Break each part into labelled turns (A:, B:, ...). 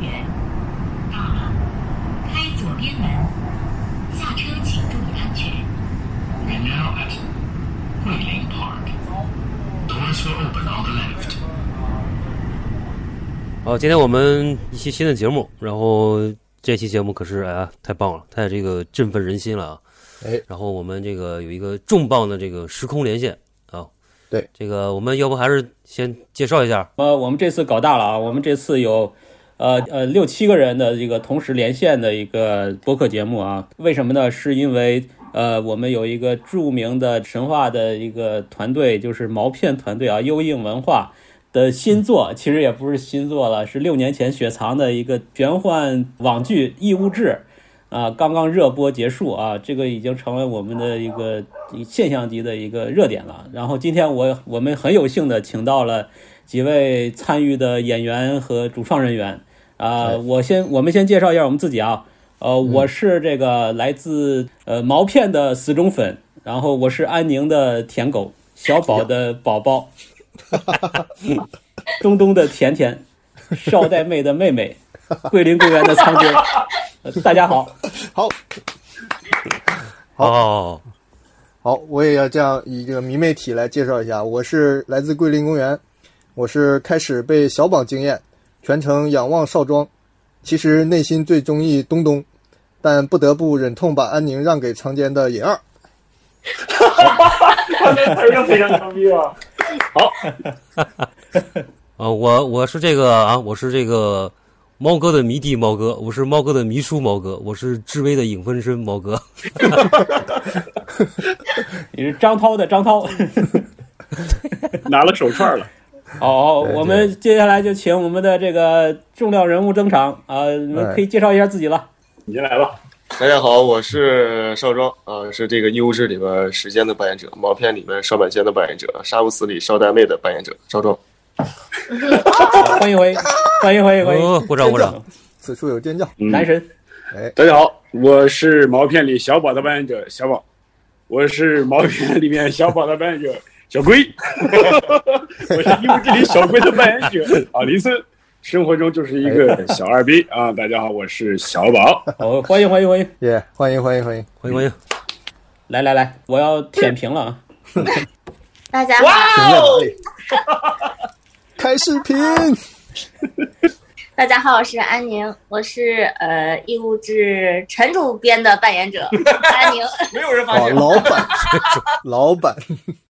A: 园。到了，开左边门，下车请注意安全。
B: We're now at Huiling Park. Doors will open on the left.
C: 好，今天我们一期新的节目，然后这期节目可是哎呀太棒了，太这个振奋人心了啊！
D: 哎，
C: 然后我们这个有一个重磅的这个时空连线啊，
D: 对，
C: 这个我们要不还是先介绍一下，
E: 呃，我们这次搞大了啊！我们这次有，呃呃六七个人的这个同时连线的一个播客节目啊。为什么呢？是因为呃，我们有一个著名的神话的一个团队，就是毛片团队啊，优映文化的新作，其实也不是新作了，是六年前雪藏的一个玄幻网剧《异物志》。啊，刚刚热播结束啊，这个已经成为我们的一个现象级的一个热点了。然后今天我我们很有幸的请到了几位参与的演员和主创人员啊、我先我们先介绍一下我们自己啊，呃，
D: 嗯
E: 我是这个来自呃毛片的死忠粉，然后我是安宁的舔狗，小宝的宝宝，东东的甜甜，少带妹的妹妹，桂林公园的苍龟。呃大家好，
D: 好好
C: 哦，
D: 好，我也要这样以这个迷妹体来介绍一下，我是来自桂林公园，我是开始被小榜惊艳，全程仰望少庄，其实内心最中意东东，但不得不忍痛把安宁让给强奸的尹二。
F: 他这词儿就非常牛逼 了。
C: 啊，我我是这个啊，我是这个猫哥的迷弟猫哥，我是猫哥的迷叔猫哥，我是知微的影分身猫哥。
E: 你是张涛的张涛。
F: 拿了手串了，
E: 好，
D: 对
E: 我们接下来就请我们的这个重要人物登场啊、你
D: 哎
E: 们可以介绍一下自己了。
F: 你进来吧。
G: 大家好，我是少庄啊、是这个《义务志》里边时间的扮演者，毛片里面少板仙的扮演者，杀无死里少带妹的扮演者，少庄。
E: 欢迎回，欢迎回，欢迎
C: 哦，鼓掌鼓掌！
D: 此处有尖叫，
F: 嗯
E: 男神。
F: 大家好，我是毛片里小宝的扮演者小宝，我是毛片里面小宝的扮演者小龟， 我是义务之里小龟的扮演者啊林森，生活中就是一个小二逼啊！大家好，我是小宝，
H: 嗯
E: 好，哦欢迎欢迎欢迎！
D: 耶、欢迎欢迎欢迎！
C: 欢迎欢迎！
E: 来来来，我要舔屏了啊！
I: 大家好，
D: 停在哪里？ 开视频，
I: 大家好，我是安宁，我是呃义务志陈主编的扮演者安宁，
F: 没有人
D: 哦，老板，老板，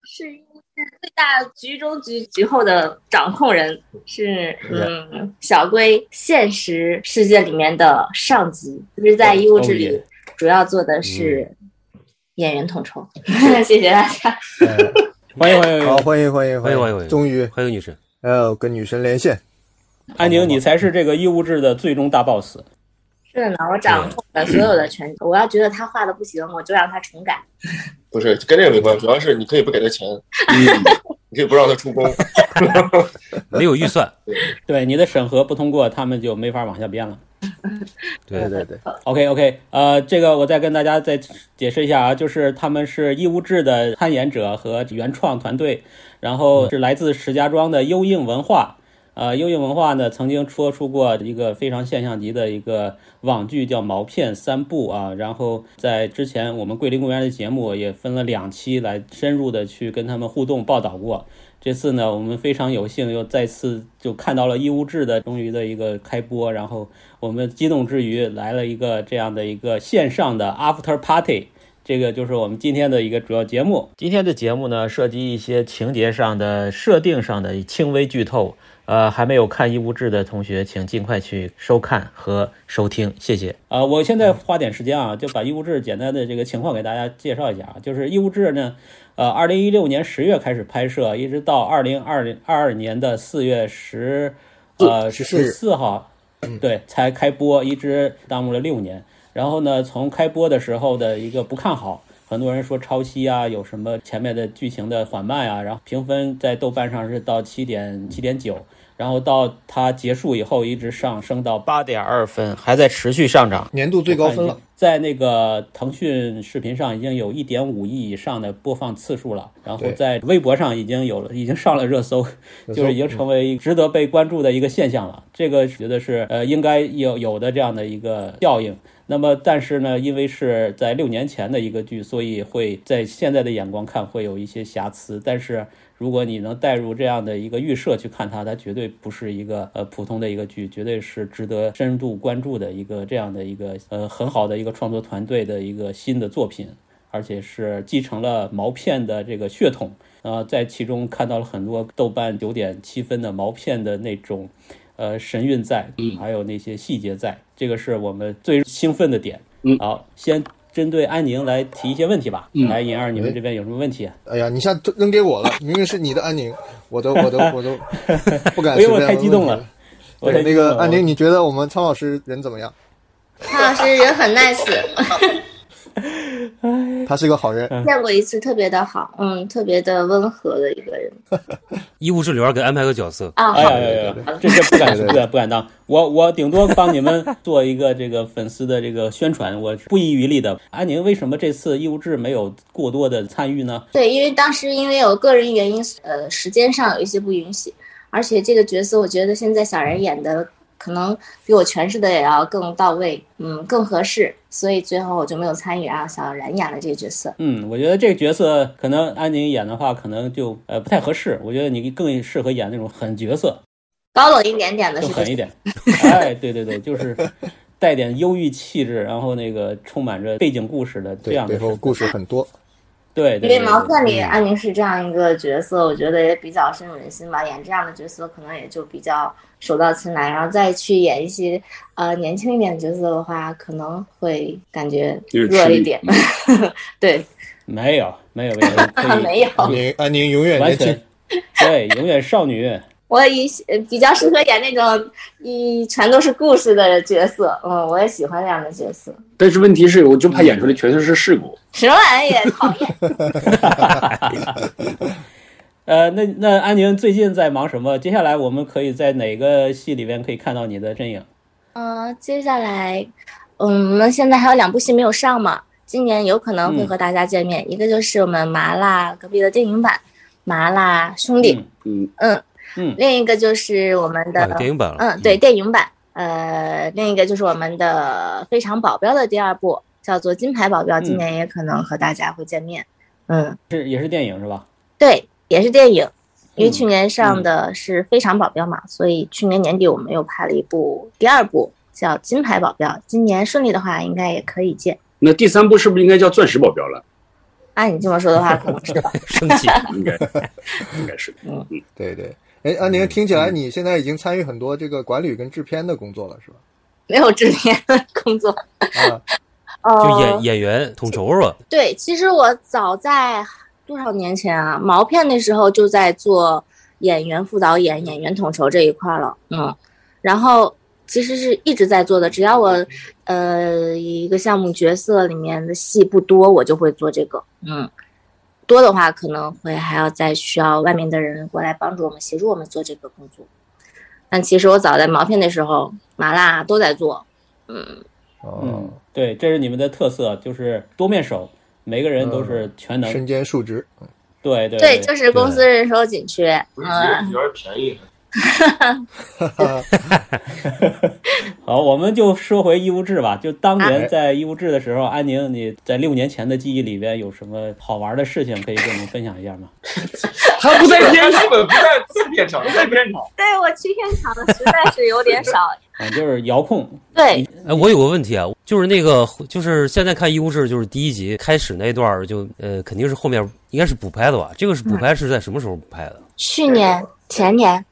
I: 是义务志最大局中局局后的掌控人，是嗯小龟现实世界里面的上级，就是在义务志
E: 哦
I: 里
E: 耶
I: 主要做的是
E: 嗯
I: 演员统筹， 谢谢大家。
D: 哎
E: 欢迎欢迎
D: 好，
E: 欢迎！
D: 欢迎欢迎
C: 欢迎欢迎欢迎
D: 终于，
C: 欢迎女神。
D: 呃，跟女神连线，
E: 安宁，你才是这个义务制的最终大 boss。
I: 是的呢，我掌控了所有的权，我要觉得他画的不行，我就让他重改。
G: 不是跟这个没关系，主要是你可以不给他钱，嗯 你可以不让他出 工。
C: 没有预算，
E: 对你的审核不通过，他们就没法往下编了。
C: 对
D: 对对，
E: OK OK，呃，这个我再跟大家再解释一下啊，就是他们是义乌制的参演者和原创团队，然后是来自石家庄的优映文化。呃，优映文化呢曾经说出过一个非常现象级的一个网剧叫《毛片三部》啊，然后在之前我们桂林公园的节目也分了两期来深入的去跟他们互动报道过。这次呢，我们非常有幸又再次就看到了义乌制的终于的一个开播，然后我们激动之余来了一个这样的一个线上的 After Party，这个就是我们今天的一个主要节目。
J: 今天的节目呢，涉及一些情节上的设定上的轻微剧透，呃，还没有看《一物志》的同学，请尽快去收看和收听，谢谢。
E: 呃，我现在花点时间啊，就把义务制简单的这个情况给大家介绍一下啊。就是义务制呢，呃，二零一六年十月开始拍摄，一直到二零二零二二年的四月十呃
D: 14
E: 十四嗯号，对，才开播，一直耽误了六年。然后呢，从开播的时候的一个不看好，很多人说抄袭啊，有什么前面的剧情的缓慢啊，然后评分在豆瓣上是到七点七点九，然后到它结束以后一直上升到
J: 八点二分，还在持续上涨。
D: 年度最高分了。
E: 在那个腾讯视频上已经有一点五亿以上的播放次数了，然后
D: 对
E: 在微博上已经有了，已经上了热搜，
D: 热搜
E: 就是已经成为值得被关注的一个现象了。这个觉得是呃应该有有的这样的一个效应。那么，但是呢，因为是在六年前的一个剧，所以会在现在的眼光看会有一些瑕疵。但是，如果你能带入这样的一个预设去看它，它绝对不是一个呃普通的一个剧，绝对是值得深度关注的一个这样的一个呃很好的一个创作团队的一个新的作品，而且是继承了毛片的这个血统。呃，在其中看到了很多豆瓣九点七分的毛片的那种呃神韵在，
D: 嗯
E: 还有那些细节在，这个是我们最兴奋的点。
F: 嗯
E: 好，先针对安宁来提一些问题吧。
F: 嗯
E: 来，尹二，你们这边有什么问题？
D: 哎呀，你像扔给 我了，明明是你的安宁，我都我都我都不敢随
E: 哎
D: 便
E: 呦，我
D: 问
E: 太激动
D: 问
E: 了
D: 题。
E: 我
D: 对，
E: 太
D: 那
E: 激动
D: 个
E: 了
D: 安宁，你觉得我们苍老师人怎么样？
I: 潘老师人很 nice，
D: 他是个好人，
I: 见过一次特别的好，嗯，特别的温和的一个人
C: 医务治疗给安排个角色，
I: 啊。
E: 哎呀呀呀呀！这这不
D: 对对
E: 敢
D: 对
E: 不敢不敢当，我我顶多帮你们做一个这个粉丝的这个宣传，我是不遗余力的。安宁为什么这次义务制没有过多的参与呢？
I: 对，因为当时因为有个人原因，呃，时间上有一些不允许，而且这个角色我觉得现在小然演的可能比我诠释的也要更到位，嗯，更合适，所以最后我就没有参与啊，小然演了这个角色。
E: 嗯，我觉得这个角色可能安宁演的话，可能就呃不太合适。我觉得你更适合演那种狠角色，
I: 高冷一点点的
E: 更
I: 是不
E: 狠一
I: 是？
E: 点。 哎，对对对，就是带点忧郁气质，然后那个充满着背景故事的 这
D: 对
E: 样，的
D: 背后故事很 多。
E: 对
I: 因
E: 对
I: 为
E: 对
I: 《毛啊
E: 对。嗯
I: 片》里安宁是这样一个角色，我觉得也比较深入人心吧。演这样的角色可能也就比较手到擒来，然后再去演一些呃年轻一点的角色的话，可能会感觉
F: 有点
I: 弱
F: 吃
I: 一
F: 力
I: 点。 对，
E: 没有没有没有，嗯 可以
I: 没有。
D: 安宁，安宁永远
E: 完
D: 年轻
E: 全。对，永远少女。
I: 我以呃比较适合演那种一全都是故事的角色，嗯，我也喜欢这样的角色。
F: 但是问题是，我就怕演出来全都是事故。
I: 什么玩意儿，讨厌！
E: 呃，那那安宁最近在忙什么？接下来我们可以在哪个戏里边可以看到你的身影？
I: 嗯、接下来，嗯，我们现在还有两部戏没有上嘛，今年有可能会和大家见面。一个就是我们麻辣隔壁的电影版《麻辣兄弟》，
F: 嗯
I: 嗯，
E: 嗯
I: 另一个就是我们的
C: 啊，电影版了，
I: 嗯，对，，电影版。呃，另一个就是我们的《非常保镖》的第二部，叫做《金牌保镖》，今
E: 嗯
I: 年也可能和大家会见面。嗯
E: 是也是电影是吧？
I: 对，也是电影，因为
E: 嗯
I: 去年上的是《非常保镖》嘛，所以去年年底我们又拍了一部第二部叫《金牌保镖》，今年顺利的话应该也可以见。
F: 那第三部是不是应该叫钻石保镖了？
I: 按你这么说的话，可能是吧。
C: 生气，
F: 应该，应该是。
D: 对对，哎，安
E: 嗯
D: 宁，听起来你现在已经参与很多这个管理跟制片的工作了， 是吧？
I: 没有制片的工作。
D: 啊，
C: 嗯就
I: 呃，
C: 演演员统筹吧，
I: 对，其实我早在多少年前啊，毛片那时候就在做演员副导演、演员统筹这一块儿了，嗯，然后其实是一直在做的，只要我呃一个项目角色里面的戏不多，我就会做这个，嗯，多的话可能会还要再需要外面的人过来帮助我们、协助我们做这个工作。但其实我早在毛片的时候，麻辣都在做，嗯，
D: 哦
E: 嗯，，对，这是你们的特色，就是多面手，每个人都是
D: 嗯
E: 全能。
D: 身兼数职，
E: 对对
I: 对，就是公司人手紧缺，
G: 我
I: 嗯。
G: 觉得便宜，
E: 好，我们就说回义务制吧。就当
D: 哎
E: 年在义务制的时候，安宁，你在六年前的记忆里边有什么好玩的事情可以跟我们分享一下吗？
G: 他不在片，根本不在制片厂，不在片场。
I: 对我去片场的实在是有点少。
E: 啊，就是遥控，
I: 对，
C: 哎，我有个问题啊，就是那个，就是现在看《医务制》，就是第一集开始那段儿就，呃，肯定是后面应该是补拍的吧？这个
K: 嗯
C: 是补拍是在什么时候补拍的？
I: 去年、前年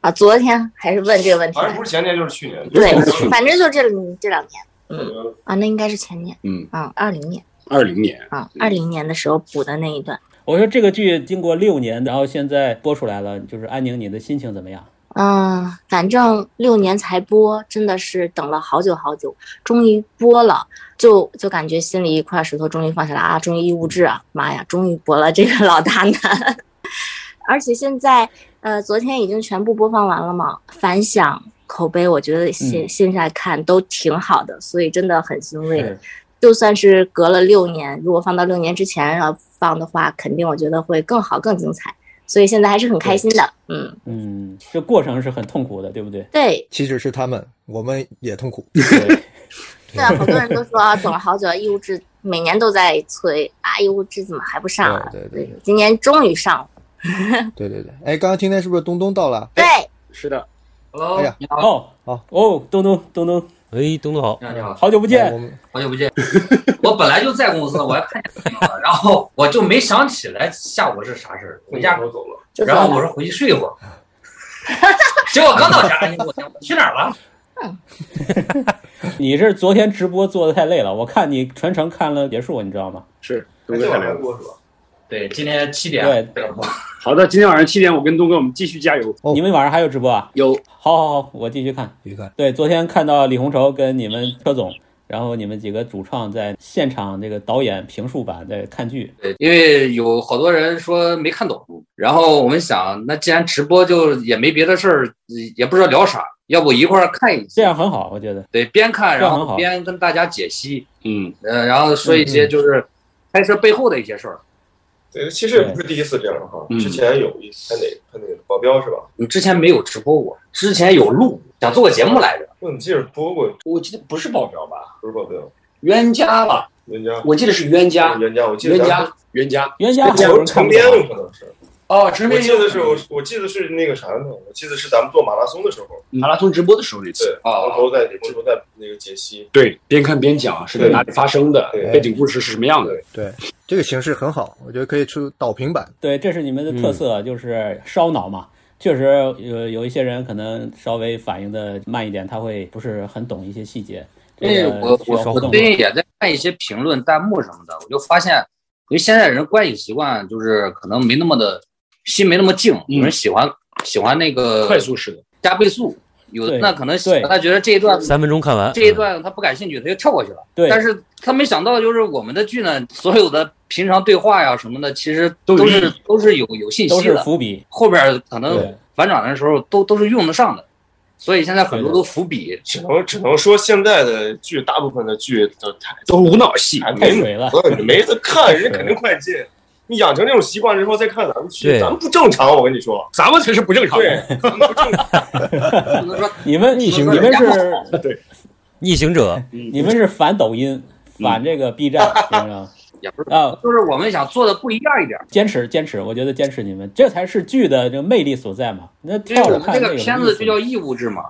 I: 啊，昨天还是问这个问题
G: 好
I: 来
G: 像不
I: 着。
G: 是前年就是去年。
I: 对，反正就这这两年
G: 嗯
I: 啊，那应该是前年，
F: 嗯，
I: 啊，二零年
F: 二零年，
I: 啊，二零年的时候补的那一段。
E: 我说这个剧经过六年，然后现在播出来了，就是安宁，你的心情怎么样？
I: 嗯，反正六年才播，真的是等了好久好久，终于播了，就就感觉心里一块石头终于放下来 啊，终于一物质啊，妈呀，终于播了这个老大难。而且现在呃，昨天已经全部播放完了嘛，反响口碑我觉得现现在看都挺好的，所以真的很欣慰。
E: 是
I: 就算是隔了六年，如果放到六年之前要放的话，肯定我觉得会更好、更精彩。所以现在还是很开心的，嗯，
E: 嗯，这过程是很痛苦的，对不对？
D: 嗯
I: 对，
D: 即使是他们，我们也痛 苦。
E: 对，
I: 对啊，好多人都说啊，等了好久，义务制每年都在催啊，义务制怎么还不上、啊？
D: 对对对对
I: 今年终于上了。
D: 对对对，哎，刚刚听见是不是东东到了？
I: 对，
K: 哎
F: 是的，
K: Hello，
D: 哎呀
K: 你好，
E: 哦，
D: 好
E: 哦，东东东东，
C: 哎，东东好
K: 你，好，你好，
E: 好久不
D: 哎
E: 见
D: 我。们
K: 好久不见。 我本来就在公司，我还看见你了，然后我就没想起来下午是啥事儿，回
E: 嗯
K: 家
F: 走了，
I: 就
K: 然后
I: 算
K: 我
I: 了
K: 说回去睡一会儿，结果刚到家，哎呦我天，我去哪儿了？
E: 你是昨天直播做的太累了，我看你全程看了结束，你知道吗？
F: 是东哥太来了。
K: 对，今天七点
E: 对
K: 这个播
F: 好的，今天晚上七点，我跟东哥我们继续加油。
D: 哦
E: 你们晚上还有直播啊？
F: 有
E: 好好好，我继续看。
D: 愉快。
E: 对，昨天看到李红绸跟你们柯总，然后你们几个主创在现场这个导演评述版在看剧，
K: 对，因为有好多人说没看懂，然后我们想，那既然直播就也没别的事儿，也不知道聊啥，要不一块儿看一
E: 这
K: 下。
E: 样很好，我觉得。
K: 对，边看
E: 这样
K: 然
E: 很好嗯
K: 后边跟大家解析，
F: 嗯，
K: 呃，然后说一些就是拍摄背后的一些事儿。
G: 对，其实也不是第一次这样哈，
F: 嗯
G: 之前有一拍哪拍哪个保镖是吧？
K: 你之前没有直播过，之前有录，想做个节目来着。
G: 我怎嗯么记着播过？
K: 我记得不是保镖吧？
G: 不是保镖，
K: 冤家吧？
G: 冤家，
K: 我记得是冤家，
G: 冤家，我记得
K: 冤
G: 咱
K: 家
G: 们
K: 冤家。
E: 原先还有人看
G: 成
E: 不
G: 编
E: 懂，
G: 了可能是。
K: 哦，陈
G: 我
K: 飞
G: 记得是我，我记得是那个啥呢？我记得是咱们做马拉松的时候，
F: 嗯
K: 马拉松直播的时候那
G: 对，
K: 啊
G: 王头在王头在那个解析，
F: 哦对，边看边讲是在
G: 对
F: 哪里发生的
G: 对，
F: 背景故事是什么样的。
D: 对，这个形式很好，我觉得可以出导评版。
E: 对，这是你们的特
K: 嗯
E: 色，就是烧脑嘛。确实，有有一些人可能稍微反应的慢一点，他会不是很懂一些细节。
K: 因
E: 这个
K: 为哎我
E: 啊需要
K: 我
E: 互
K: 我
E: 动
K: 最近也在看一些评论、弹幕什么的，我就发现，因为现在人观影习惯就是可能没那么的心没那么静，有
E: 嗯
K: 人喜欢喜欢那个
F: 快速式的，
K: 加倍速，有的
E: 对
K: 那可能喜
E: 对
K: 他觉得这一段
C: 三分钟看完嗯
K: 这一，段他不感兴趣，他就跳过去了。
E: 对，
K: 但是他没想到，就是我们的剧呢，所有的平常对话呀什么的，其实
F: 都
K: 都
F: 有
K: 是都是有有信
E: 都
K: 息嗯
E: 是
K: 的，
E: 伏笔。
K: 后边可能
E: 对
K: 反转的时候都都是用得上的，所以现在很多都伏笔。
G: 只能只能说现在的剧，大部分的剧都太
F: 都无脑戏，
G: 太
E: 太
G: 没
E: 水了，
G: 你没得看，人家肯定快进。你养成这种习惯之后再看咱们剧，
C: 对
G: 咱们不正常，我跟你说。
F: 咱们才是不正常
G: 对
F: 的。，
G: 咱们不正常。
K: 不能说
E: 你们
K: 逆
E: 你
K: 行者
E: 们是
C: 逆行者，
E: 你们是反抖音，
K: 嗯
E: 反这个 B 站，你知道吗？
K: 也不是，
E: 啊，
K: 就是我们想做的不一样一点。
E: 坚持坚持，我觉得坚持你们，这才是剧的这个魅力所在嘛。那
K: 因为
E: 跳
K: 我
E: 着
K: 们
E: 看
K: 这
E: 那
K: 个
E: 有什
K: 片
E: 么意
K: 子
E: 思
K: 就
E: 呢
K: 叫义务制嘛，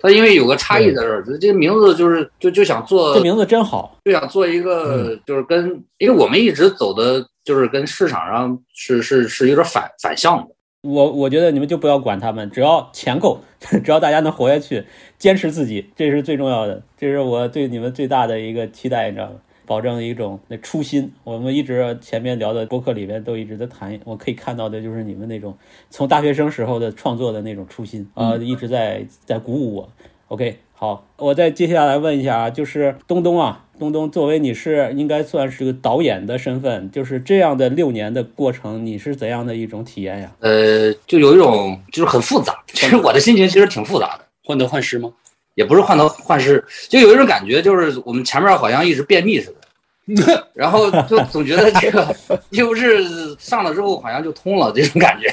K: 它因为有个差异在这儿，这个名字就是就就想做
E: 这名嗯字真好，
K: 就想做一个，就是跟，因为我们一直走的就是跟市场上是是是有点反反向的。
E: 我我觉得你们就不要管他们，只要钱够， 只要大家能活下去，坚持自己，这是最重要的，这是我对你们最大的一个期待，你知道吗？保证一种那初心。我们一直前面聊的播客里面都一直在谈，我可以看到的就是你们那种从大学生时候的创作的那种初心啊、呃一直在在鼓舞我。OK，好，我再接下来问一下啊，就是东东啊，东东，作为你是应该算是个导演的身份，就是这样的六年的过程，你是怎样的一种体验呀？
K: 呃，就有一种就是很复杂。其实我的心情其实挺复杂的，
F: 患得患失吗？
K: 也不是患得患失，就有一种感觉，就是我们前面好像一直便秘似的， 然后就总觉得这个又是上了之后好像就通了这种感觉。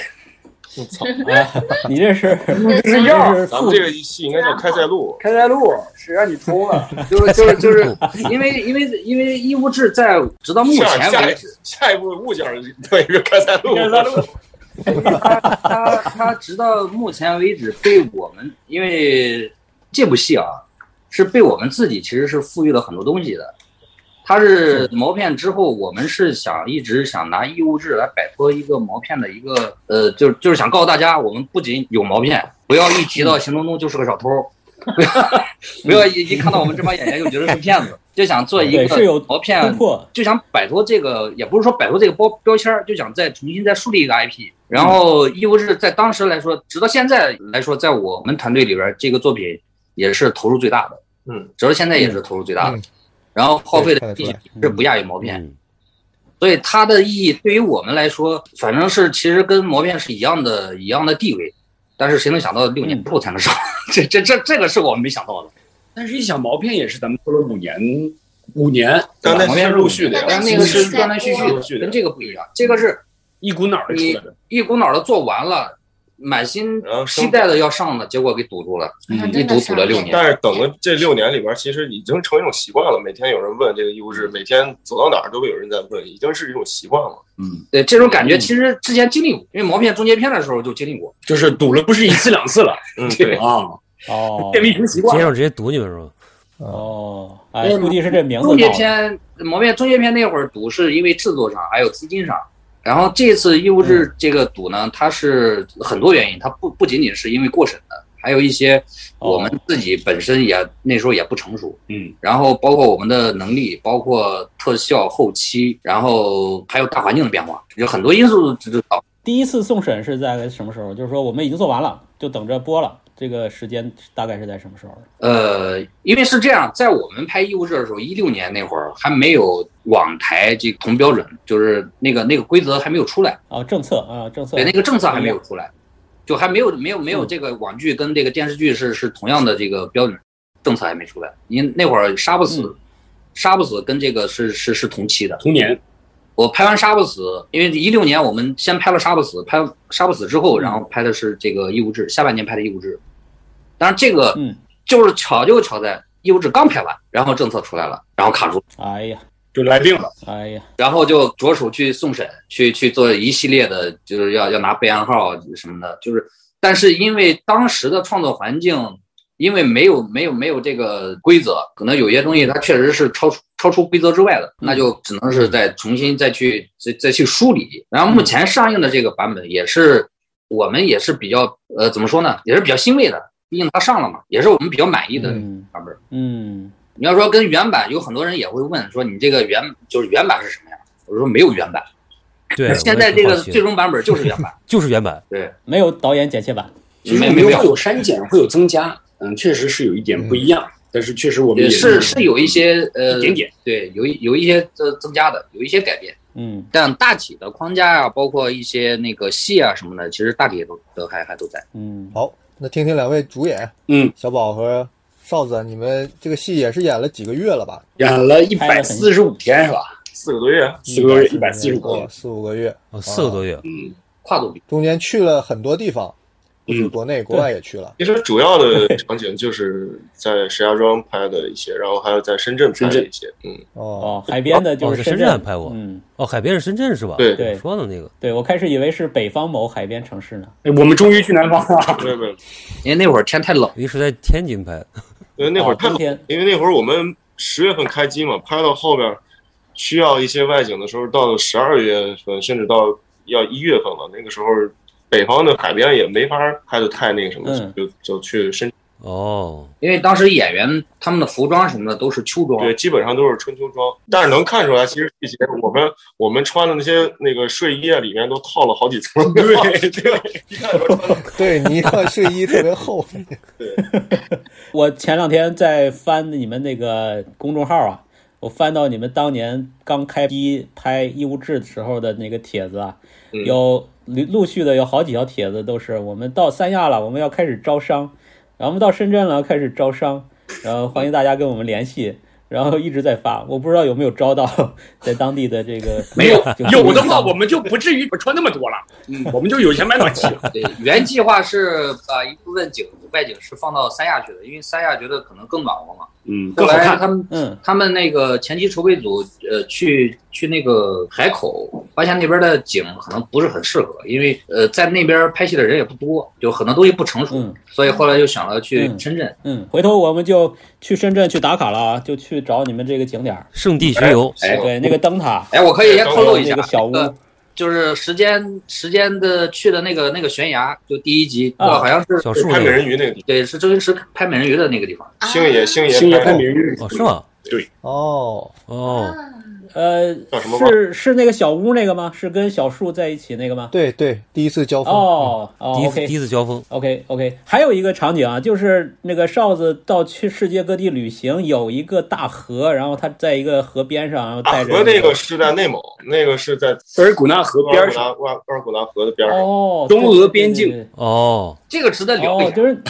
E: 你这是
K: 这是药
E: 这是
G: 咱
E: 复
G: 们这个一期应该叫开塞露，
K: 开塞露是让你通 了，就是就是就是因为因为因为义务制在直到目
G: 下
K: 前
G: 下
K: 为
G: 一
K: 止，
G: 下一步物件儿 做一个开塞露。
F: 开塞露
K: 他他直到目前为止被我们，因为这部戏啊，是被我们自己其实是赋予了很多东西的。它是毛片之后，我们是想一直想拿义务制来摆脱一个毛片的一个呃，就就是想告诉大家，我们不仅有毛片，不要一提到邢东东就是个小偷， 不要一一看到我们这帮演员就觉得是骗子，就想做一
E: 对是有
K: 个毛片
E: 突破，
K: 就想摆脱这个，也不是说摆脱这个标标签儿，就想再重新再树立一个 IP。然后义务制在当时来说，直到现在来说，在我们团队里边儿，这个作品也是投入最大的，
G: 嗯，
K: 直到现在也是投入最大的，
D: 嗯
K: 然后耗费
D: 对看得
K: 的
D: 出
K: 力
D: 来嗯
K: 气是不亚于毛片，
C: 嗯，
K: 所以它的意义对于我们来说，反正是其实跟毛片是一样的，一样的地位。但是谁能想到六年后才能上？ 这这这这个是我们没想到的。
F: 但是，一想毛片也是咱们做了五年，五年，
G: 刚才
F: 毛片
G: 是
F: 陆续的呀，
K: 但那个是
I: 断
K: 断
I: 断
K: 断
I: 续
K: 续
I: 续
K: 续
F: 陆
K: 的，
F: 续的
K: 跟，这个不一样。这个是
F: 一股脑儿的出
K: 你
F: 来的。
K: 一股脑的做完了，满心
G: 然后
K: 期待的要上的，结果给堵住了，
I: 嗯
K: 一堵堵了六年。
G: 但是等了这六年里边，其实已经成一种习惯了。每天有人问这个义务制，每天走到哪儿都会有人在问，已经是一种习惯了。
F: 嗯，
K: 对这种感觉，其实之前经历过，因为毛片中间片的时候就经历过。
F: 就是堵了不是一次两次了
G: 嗯，对，嗯
F: 啊，
E: 哦
F: 变为已经习惯
C: 街
F: 了。
C: 上直接堵你们是吧？
E: 哦，哎，估计是这名字
K: 中介
E: 到的。
K: 片毛片中介片那会儿堵是因为制作上还有资金上，然后这次义务制
F: 嗯
K: 这个堵呢，它是很多原因，它不不仅仅是因为过审的，还有一些
E: 哦
K: 我们自己本身也那时候也不成熟，
F: 嗯，
K: 然后包括我们的能力，包括特效后期，然后还有大环境的变化，有很多因素指导。
E: 第一次送审是在什么时候？就是说我们已经做完了，就等着播了。这个时间大概是在什么时候？
K: 呃，因为是这样，在我们拍义务制的时候，一六年那会儿还没有网台这个同标准，就是那个那个规则还没有出来。
E: 哦，政策啊，政策
K: 对，那嗯个政策还没有出来，就还没有没有没有这个网剧跟这个电视剧是是同样的这个标准，政策还没出来。您那会儿杀不死，杀不死跟这个是是是同期的。
F: 童年，
K: 我拍完杀不死，因为一六年我们先拍了杀不死，拍杀不死之后，然后拍的是这个义务制，下半年拍的义务制。当然这个
E: 嗯，
K: 就是巧就巧在义务制刚拍完，然后政策出来了，然后卡住了，
E: 哎呀，
F: 就来定了。
E: 哎呀，
K: 然后就着手去送审，去去做一系列的，就是要要拿备案号啊什么的，就是，但是因为当时的创作环境，因为没有没有没有这个规则，可能有些东西它确实是超出超出规则之外的，那就只能是再重新再去再再去梳理。然后目前上映的这个版本也是，我们也是比较呃怎么说呢，也是比较欣慰的，毕竟它上了嘛，也是我们比较满意的
E: 嗯
K: 版本。
E: 嗯，
K: 你要说跟原版，有很多人也会问说你这个原就是原版是什么样？我说没有原版，
C: 对，啊
K: 现在这
C: 我也
K: 个
C: 挺好奇的
K: 最终版本就是原版，
C: 就是原版，
K: 对，
E: 没有导演剪切版，
K: 没没
F: 没
K: 有
F: 有会有删减，会有增加，嗯，确实是有一点不一样，但是确实 我们
K: 也
F: 也
K: 是是有一些呃
F: 一点点，
K: 对，有一有一些呃增加的，有一些改变，
E: 嗯
K: 但大体的框架啊，包括一些那个戏啊什么的，其实大体都都还还都在。
E: 嗯，
D: 好，那听听两位主演，
F: 嗯，
D: 小宝和哨子，你们这个戏也是演了几个月了吧？
F: 演了一百四十五天是吧？
G: 四个多月，啊
F: 四个月，一百四十
D: 145
F: 五
D: 哦，四五个月，
C: 哦，四个多月，
K: 跨度比
D: 中间去了很多地方，不是
F: 嗯
D: 国内国外也去了。
G: 其实主要的场景就是在石家庄拍的一些，然后还有在深圳拍的一些。嗯，
D: 哦，
E: 哦，海边的就
C: 哦在
E: 是
C: 深
E: 圳
C: 圳拍过
E: 嗯，
C: 哦，海边是深圳是吧？
G: 对
E: 对
C: 说的那个，
E: 对我开始以为是北方某海边城市呢。
F: 哎我们终于去南方 了。
G: 没有没有，
K: 因为那会儿天太冷，
C: 一个是在天津拍的，
G: 因为那会儿
E: 哦
G: 太
E: 冬天
G: 因为那会儿我们十月份开机嘛，拍到后边需要一些外景的时候，到了十二月份，甚至到要一月份了，那个时候北方的海边也没法拍的太那个什么，
E: 嗯
G: 就就去深
C: 哦，
K: 因为当时演员他们的服装什么的都是秋装，
G: 对，基本上都是春秋装，但是能看出来，其实这些我们我们穿的那些那个睡衣啊，里面都套了好几层。对对，一看就穿的
D: 对你一看睡衣特别厚，
E: 我前两天在翻你们那个公众号啊，我翻到你们当年刚开机拍《义务制》时候的那个帖子啊，
G: 嗯
E: 有陆陆续的有好几条帖子都是我们到三亚了，我们要开始招商，然后我们到深圳了开始招商，然后欢迎大家跟我们联系。然后一直在发，我不知道有没有招到 在当地的这个
F: 没有
E: 就
F: 有的话，我们就不至于穿那么多了，嗯，我们就有钱买暖气了。
K: 对，原计划是把一部分景外景是放到三亚去的，因为三亚觉得可能更暖和嘛。
F: 嗯，
K: 后
F: 更好
K: 来
F: 看。
K: 他们
E: 嗯
K: 他们那个前期筹备组，呃，去去那个海口，发现那边的景可能不是很适合，因为呃，在那边拍戏的人也不多，就很多东西不成熟，
E: 嗯
K: 所以后来就想了去
E: 嗯
K: 深圳。
E: 嗯，回头我们就去深圳去打卡了啊，就去找你们这个景点儿，
C: 圣地巡游，
K: 哎
E: 对那个灯塔，
K: 哎，我可以先透露一
E: 那
K: 下
E: 个小屋
K: 那个就是时间时间的去的那个那个悬崖，就第一集，
E: 啊
K: 呃好像是
C: 小树
G: 拍
C: 那
G: 美
C: 个，
G: 人鱼那个地
K: 对，是周星驰拍美人鱼的那个地方。
G: 方，星爷星爷
F: 星爷
G: 拍
F: 拍
G: 的
F: 明日
C: 哦哦，是吗？
D: 哦，
K: 啊
C: 哦，
E: 呃
G: 叫什么，吗
E: 是是那个小屋那个吗？是跟小树在一起那个吗？
D: 对对，第一次交锋，
E: 哦哦
C: 第一次
E: ，OK
C: 第一次交锋，
E: OK OK，还有一个场景啊，就是那个哨子到去世界各地旅行，有一个大河，然后他在一个河边上，然后带
G: 大
E: 着
G: 河啊那个是在内蒙，那个是在
F: 额尔古纳河
G: 额尔
F: 边
G: 古纳
F: 上，
G: 额尔古纳河的边上。
E: 哦，
F: 中俄边
E: 对对
F: 境
C: 哦，
K: 这个值得
E: 对对
K: 聊一
E: 哦，
K: 下。
E: 就是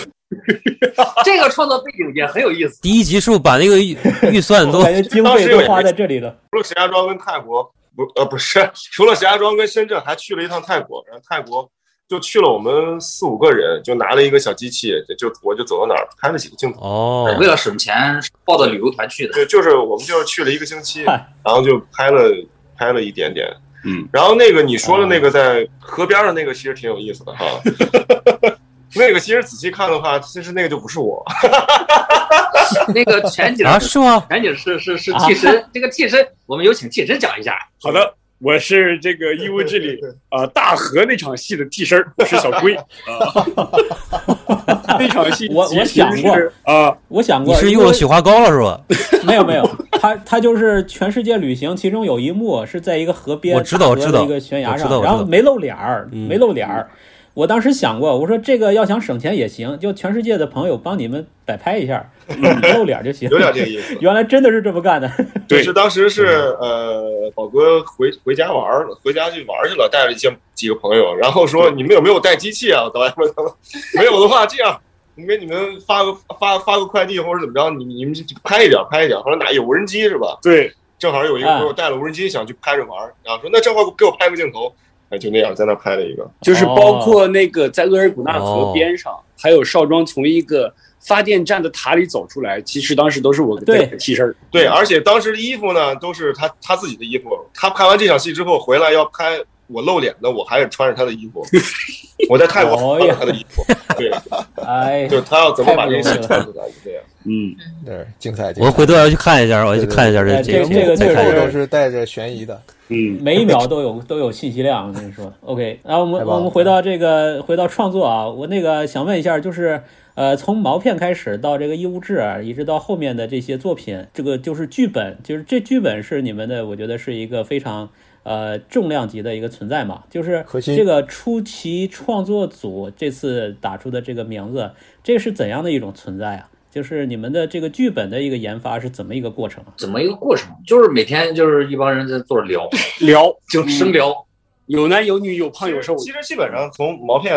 K: 这个创作背景也很有意思。
C: 第一集是不是把那个预预算 都
E: 感觉经费都花在这里了。
G: 除了石家庄跟泰国，不呃不是，除了石家庄跟深圳，还去了一趟泰国。然后泰国就去了我们四五个人，就拿了一个小机器，就我就走到哪儿拍了几个镜头。
C: 哦，
K: 为了省钱，报的旅游 团去的。
G: 对，就是我们就是去了一个星期，
E: 嗨
G: 然后就拍了拍了一点点。
F: 嗯，啊
G: 然后那个你说的那个在河边的那个，其实挺有意思的 哈。那个其实仔细看的话，其实那个就不是我，
K: 那个前景
C: 啊是吗？
K: 前景是是是替身，这个替身我们有请替身讲一下。
F: 好的，我是这个义乌这里啊、呃大河那场戏的替身儿，我是小 龟。啊那场戏
E: 我我想过
F: 啊、
E: 我想
C: 你
E: 过，
C: 是
E: 因
C: 用
E: 为
C: 了雪花膏了是 吧？
E: 没有没有，他他就是全世界旅行，其中有一幕是在一个河边，
C: 我知道
E: 大河的
C: 我知道
E: 一个悬崖
C: 我知道
E: 上，
C: 我知道
E: 然后没露脸儿，
C: 嗯
E: 没露脸儿。我当时想过，我说这个要想省钱也行，就全世界的朋友帮你们摆拍一下，嗯露脸就行。
G: 有点这个意思。
E: 原来真的是这么干的，
G: 就
F: 对嗯
G: 是当时是呃，宝哥回回家玩儿了，回家去玩儿去了，带了一些几个朋友，然后说你们有没有带机器啊？导演问他们，没有的话，这样我给你们发个发发个快递或者怎么着，你你们去拍一点儿拍一点儿。后来哪有无人机是吧？
F: 对，
G: 正好有一个
D: 嗯
G: 朋友带了无人机想去拍着玩儿，然后说那正好给我拍个镜头，哎，就那样在那拍了一个。
F: 就是
G: 哦
F: 包括那个在额尔古纳河边上，还有少庄从一个发电站的塔里走出来，其实当时都是我
E: 对
F: 的替身儿。
D: 嗯
G: 对，而且当时的衣服呢都是他他自己的衣服。他拍完这场戏之后回来要拍我露脸的，我还是穿着他的 衣服。我在泰国
E: 哦
G: 穿
E: 呀
G: 着他的衣服， 对，
E: 哎，
G: 就是他要怎么把这个
E: 太不容易了
G: 戏串出来，就这样。
F: 嗯，
D: 对，精彩精
C: 我
D: 彩。
C: 回头要去看一下，我要去看一下这
E: 对对
C: 个
E: 这个
C: 再
D: 最
E: 这
D: 后
C: 看一
E: 个
C: 下
D: 都是带着悬疑的，
F: 嗯，
E: 每一秒都有都有信息量，我跟你说。OK，然后
D: 太
E: 我们
D: 棒了
E: 我们回到这个回到创作啊，我那个想问一下，就是呃，从毛片开始到这个义务志，啊一直到后面的这些作品，这个就是剧本，就是这剧本是你们的，我觉得是一个非常。呃，重量级的一个存在嘛，就是
D: 核心
E: 这个出奇创作组这次打出的这个名字，这是怎样的一种存在啊？就是你们的这个剧本的一个研发是怎么一个过程啊？
K: 怎么一个过程？就是每天就是一帮人在坐着聊，
F: 聊
K: 就生聊。
F: 有男有女，有胖有瘦，
G: 其实基本上从毛片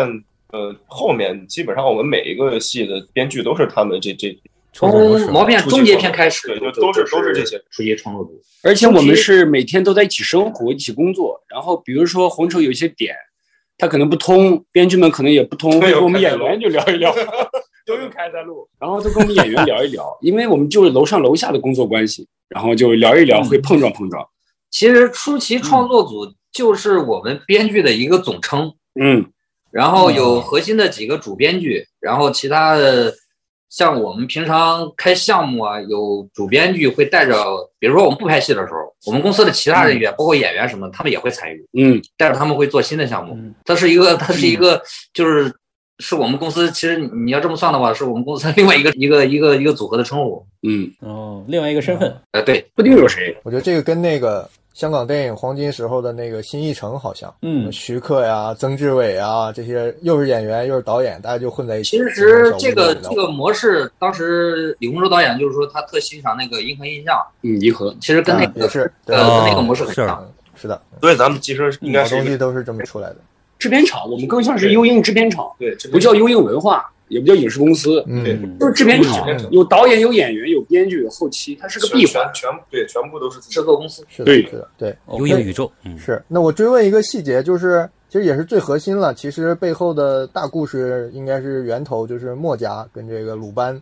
G: 呃后面，基本上我们每一个戏的编剧都是他们这这，
C: 创作模式
K: 从毛片终结篇开始，
G: 对就都是都是这些
K: 出街创作组。
F: 而且我们是每天都在一起生活、一起工作。然后比如说红绸有一些点，它可能不通，编剧们可能也不通，
G: 对
F: 会跟我们
G: 有开
F: 演
G: 塞露
F: 员就聊一 聊，
G: 都用开塞露。
F: 然后都跟我们演员聊一聊，因为我们就是楼上楼下的工作关系，然后就聊一聊，
G: 嗯
F: 会碰撞碰撞。
K: 其实出奇创作组就是我们编剧的一个总称，
F: 嗯，
K: 然后有核心的几个主编剧，然后其他的像我们平常开项目啊，有主编剧会带着，比如说我们不拍戏的时候，我们公司的其他人员，包括演员什么，他们也会参与，
F: 嗯，
K: 带着他们会做新的项目。
E: 嗯，
K: 它是一个，它是一个，就是是我们公司，其实你要这么算的话，是我们公司另外一个一个一个一个组合的称呼。
F: 嗯，
E: 哦，另外一个身
D: 啊
E: 份，
K: 呃，对，
F: 不定有谁。
D: 我觉得这个跟那个香港电影黄金时候的那个新艺城好像，
E: 嗯
D: 什么徐克呀、曾志伟啊这些，又是演员又是导演，大家就混在一起。
K: 其
D: 就是
K: 实
D: 小屋
K: 这
D: 子
K: 个
D: 里
K: 这
D: 聊
K: 个模式，当时李洪洲导演就是说他特欣赏那个银河印象，
F: 嗯，银河，
K: 其实跟那
D: 啊也
K: 个
D: 是对
K: 呃
C: 哦
K: 跟那个模式很
C: 是
K: 像。
D: 是的，
G: 所以咱们其实应该
D: 好
G: 是
D: 东
G: 一
D: 西
G: 个
D: 都是这么出来的。
F: 制片厂，我们更像是优映制片厂，
G: 对，
F: 不叫优映文化，也不叫影视公司，
D: 嗯，
E: 嗯
F: 就，是制片厂
G: 嗯，
F: 有导演、有演员、有编剧、有后期，它是个闭
G: 全
F: 环
G: 全。全对，全部都是自己
K: 制作公司
D: 是的，
F: 对
D: 是的，对。
C: 幽影宇宙，嗯，
D: 是，那我追问一个细节，就是其实也是最核心了。其实背后的大故事应该是源头就是墨家跟这个鲁班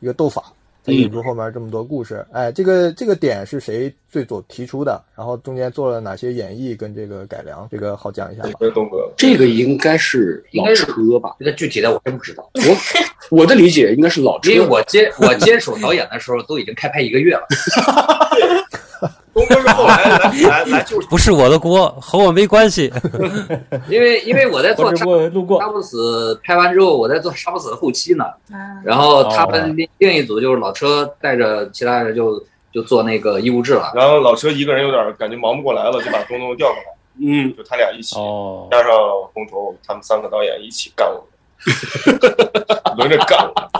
D: 一个斗法，才引出后面这么多故事。哎，这个这个点是谁最早提出的？然后中间做了哪些演绎跟这个改良？这个好讲一下吧。
G: 跟东哥。
F: 这个应该是
K: 应
F: 老
K: 该是
F: 车吧？
K: 这个具体的我真不知道，
F: 我我的理解应该是老车
K: 因，为我接我接手导演的时候都已经开拍一个月了。
G: 东哥是后来 来来来就是
C: 不是我的锅，和我没关系。
K: 因为因为我在做
E: 我只
K: 沙
E: 不过路过
K: 杀，不死拍完之后，我在做杀不死的后期呢，然后他们另另一组就是老车带着其他人就就做那个义务制了。
G: 然后老车一个人有点感觉忙不过来了，就把东东调过来，
F: 嗯，
G: 就他俩一起，
E: 哦，
G: 加上红绸，他们三个导演一起干我们， 轮着干我 们。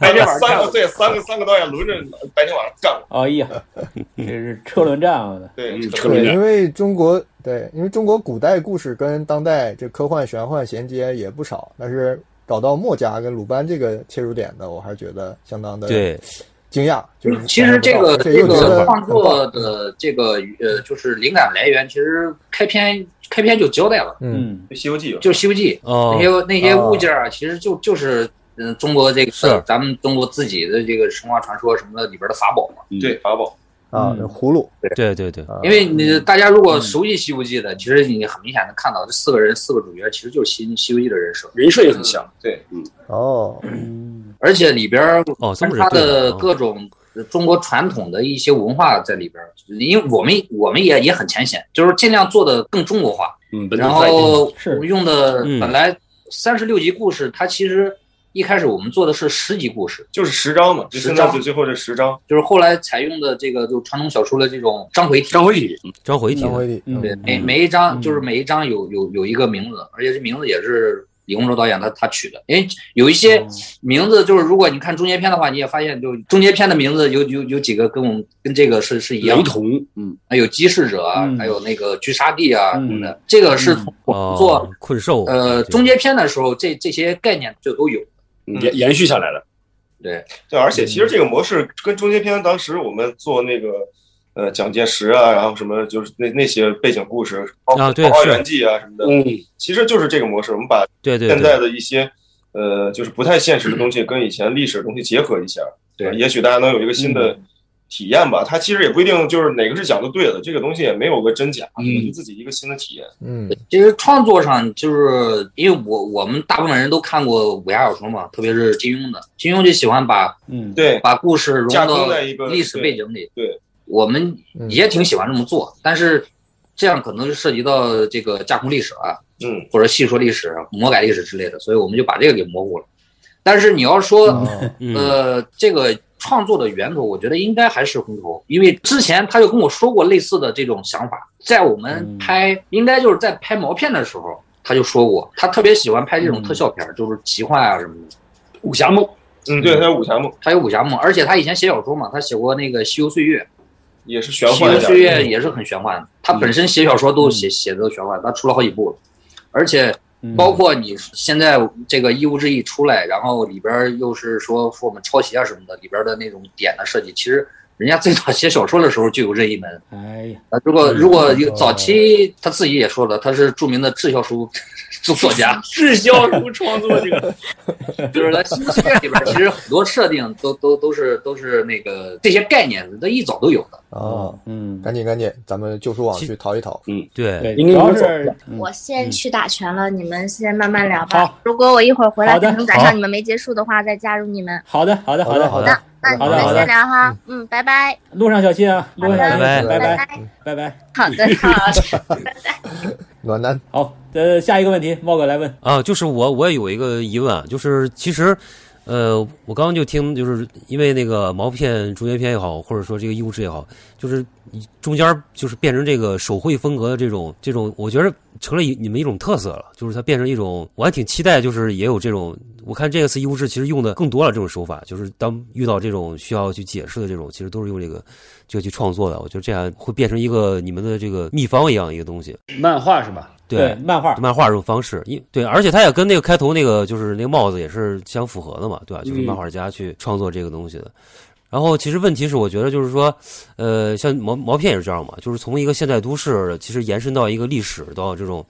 G: 白天晚上三个对三个三个导演轮着白天晚上干我们，
E: 哎呀， 这是车轮战啊！
G: 对，
F: 嗯
G: 扯
F: 特别
D: 对，
G: 得
F: 亮
D: 因为中国对，因为中国古代故事跟当代这科幻、玄幻衔接也不少，但是找到墨家跟鲁班这个切入点的，我还是觉得相当的
C: 对，
D: 惊讶。就是
K: 嗯其实这个
D: 而且
K: 这
D: 又觉
K: 个
D: 得
K: 创作的这个呃，就是灵感来源，其实开篇开篇就交代了，
D: 嗯，
E: 嗯，
G: 《西游记》吧，
K: 就《西游记》
C: 哦
K: 那，些那些
D: 哦
K: 物件儿，其实就就是嗯、呃中国这个
C: 是
K: 咱们中国自己的这个神话传说什么的里边的法宝嘛。
G: 对法宝，
D: 啊
E: 嗯
D: 葫芦，啊
C: 对对对，
D: 嗯
K: 因为你大家如果熟悉《西游记》的，其实你很明显能看到这四个人四个主角其实就是西《西游记》的人设，
F: 人设也很像，
G: 对，
D: 哦，
K: 嗯
E: 嗯
K: 而且里边儿
C: 哦，这
K: 穿
C: 么
K: 插
C: 着对
K: 的
C: 啊
K: 各种中国传统的一些文化在里边儿，因为我们我们也也很浅显，就是尽量做的更中国化。
F: 嗯，本土
K: 然
F: 派
K: 后
E: 是
K: 我们用的
C: 嗯
K: 本来三十六集故事，它其实一开始我们做的是十集故事，
G: 就是十章嘛，就
K: 十
G: 现在
K: 章
G: 就最后这十章，
K: 就是后来采用的这个就传统小说的这种章回体。
F: 张回体，
C: 张回体
D: 张
C: 的，
D: 回体，
E: 嗯
K: 对，每
E: 嗯
K: 每一
E: 嗯
K: 章就是每一章有有有一个名字，而且这名字也是李洪洲导演他他取的，因为有一
E: 哦
K: 些名字就是如果你看终结篇的话，你也发现就终结篇的名字有有有几个跟我们跟这个是是一样
F: 雷
K: 的，
F: 同，嗯，
K: 还有鸡逝者啊，
E: 嗯
K: 还有那个居沙地啊
E: 嗯
K: 什么的，这个是从我们做
C: 哦困兽，
K: 呃
C: 对
K: 终结篇的时候，这这些概念就都有。
F: 嗯延延续下来了，
K: 对，
G: 对，而且其实这个模式跟中间篇当时我们做那个呃蒋介石啊，然后什么就是那那些背景故事，包括
C: 啊
G: 《
C: 对
G: 桃花
C: 是
G: 源记》啊什么的，
F: 嗯，
G: 其实就是这个模式。我们把
C: 对对
G: 现
C: 对
G: 在的一些呃就是不太现实的东西跟以前历史的东西结合一下，
K: 对
G: 呃也许大家能有一个新
F: 嗯
G: 的体验吧。它其实也不一定就是哪个是讲的对的，这个东西也没有个真假，
K: 嗯
G: 就是自己一个新的体验。
D: 嗯，
K: 其实创作上就是因为我我们大部分人都看过武侠小说嘛，特别是金庸的，金庸就喜欢把
E: 嗯，
G: 对，
K: 把故事融
G: 架
K: 到
G: 空在一个
K: 历史背景里。
G: 对对
K: 我们
D: 嗯
K: 也挺喜欢这么做，但是这样可能就涉及到这个架空历史啊，
G: 嗯，
K: 或者戏说历史啊、魔改历史之类的，所以我们就把这个给模糊了。但是你要说，
D: 哦
C: 嗯
K: 呃，这个创作的源头，我觉得应该还是红头，因为之前他就跟我说过类似的这种想法，在我们拍，应该就是在拍毛片的时候。他就说过，他特别喜欢拍这种特效片儿，就是奇幻啊什么的。
F: 武侠梦，
G: 嗯，对，它有武侠梦，
K: 他有武侠梦，而且他以前写小说嘛，他写过那个《西游岁月》，
G: 也是玄
K: 《西
G: 幻
K: 游
G: 一点
K: 岁月
G: 的。》嗯
K: 也是很玄幻的。他本身写小说都写写的玄幻，他出了好几部了，而且
E: 嗯
K: 包括你现在这个《义务之翼》出来，然后里边儿又是说说我们抄袭啊什么的，里边的那种点的设计，其实人家最早写小说的时候就有这一门。
E: 哎呀，
K: 呃如果如果有早期他自己也说了，他是著名的滞销书 著作家，
F: 滞销出创作这个，
K: 就是在新世界里边儿，其实很多设定都都都是都是那个这些概念，它一早都有的。
D: 哦，
E: 嗯，
D: 赶紧赶紧，咱们旧书网去淘一淘。
C: 对，
E: 对，主要是嗯
I: 我先去打拳了，你们先慢慢聊
E: 好
I: 吧。如果我一会儿回来
E: 好的
I: 变成赶
E: 好
I: 上你们没结束的话，再加入你们。
E: 好的，好的，好的，
D: 好
E: 好
D: 的
E: 的，
I: 那你
E: 好的
I: 们
E: 好的
I: 先聊哈，嗯，拜拜，嗯
E: 路上小心啊，路上小心，
C: 拜
E: 拜拜，
I: 拜。
E: 拜拜。
I: 好的，好 的。
D: 暖男，
E: 好，呃，下一个问题，茂哥来问。
C: 啊，就是我我也有一个疑问啊，就是其实，呃，我刚刚就听，就是因为那个毛片、竹节片也好，或者说这个义务制也好，就是你中间儿就是变成这个手绘风格的这种这种，我觉得成了一你们一种特色了，就是它变成一种，我还挺期待，就是也有这种，我看这次义务制其实用的更多了这种手法，就是当遇到这种需要去解释的这种，其实都是用这个这个去创作的，我觉得这样会变成一个你们的这个秘方一样一个东西，
F: 漫画是吧？
E: 对，漫画，
C: 漫画这种方式，因对，而且它也跟那个开头那个就是那个帽子也是相符合的嘛，对吧？就是
F: 嗯
C: 漫画家去创作这个东西的。然后其实问题是，我觉得就是说，呃，像毛毛片也是这样嘛，就是从一个现代都市，其实延伸到一个历史，到这种，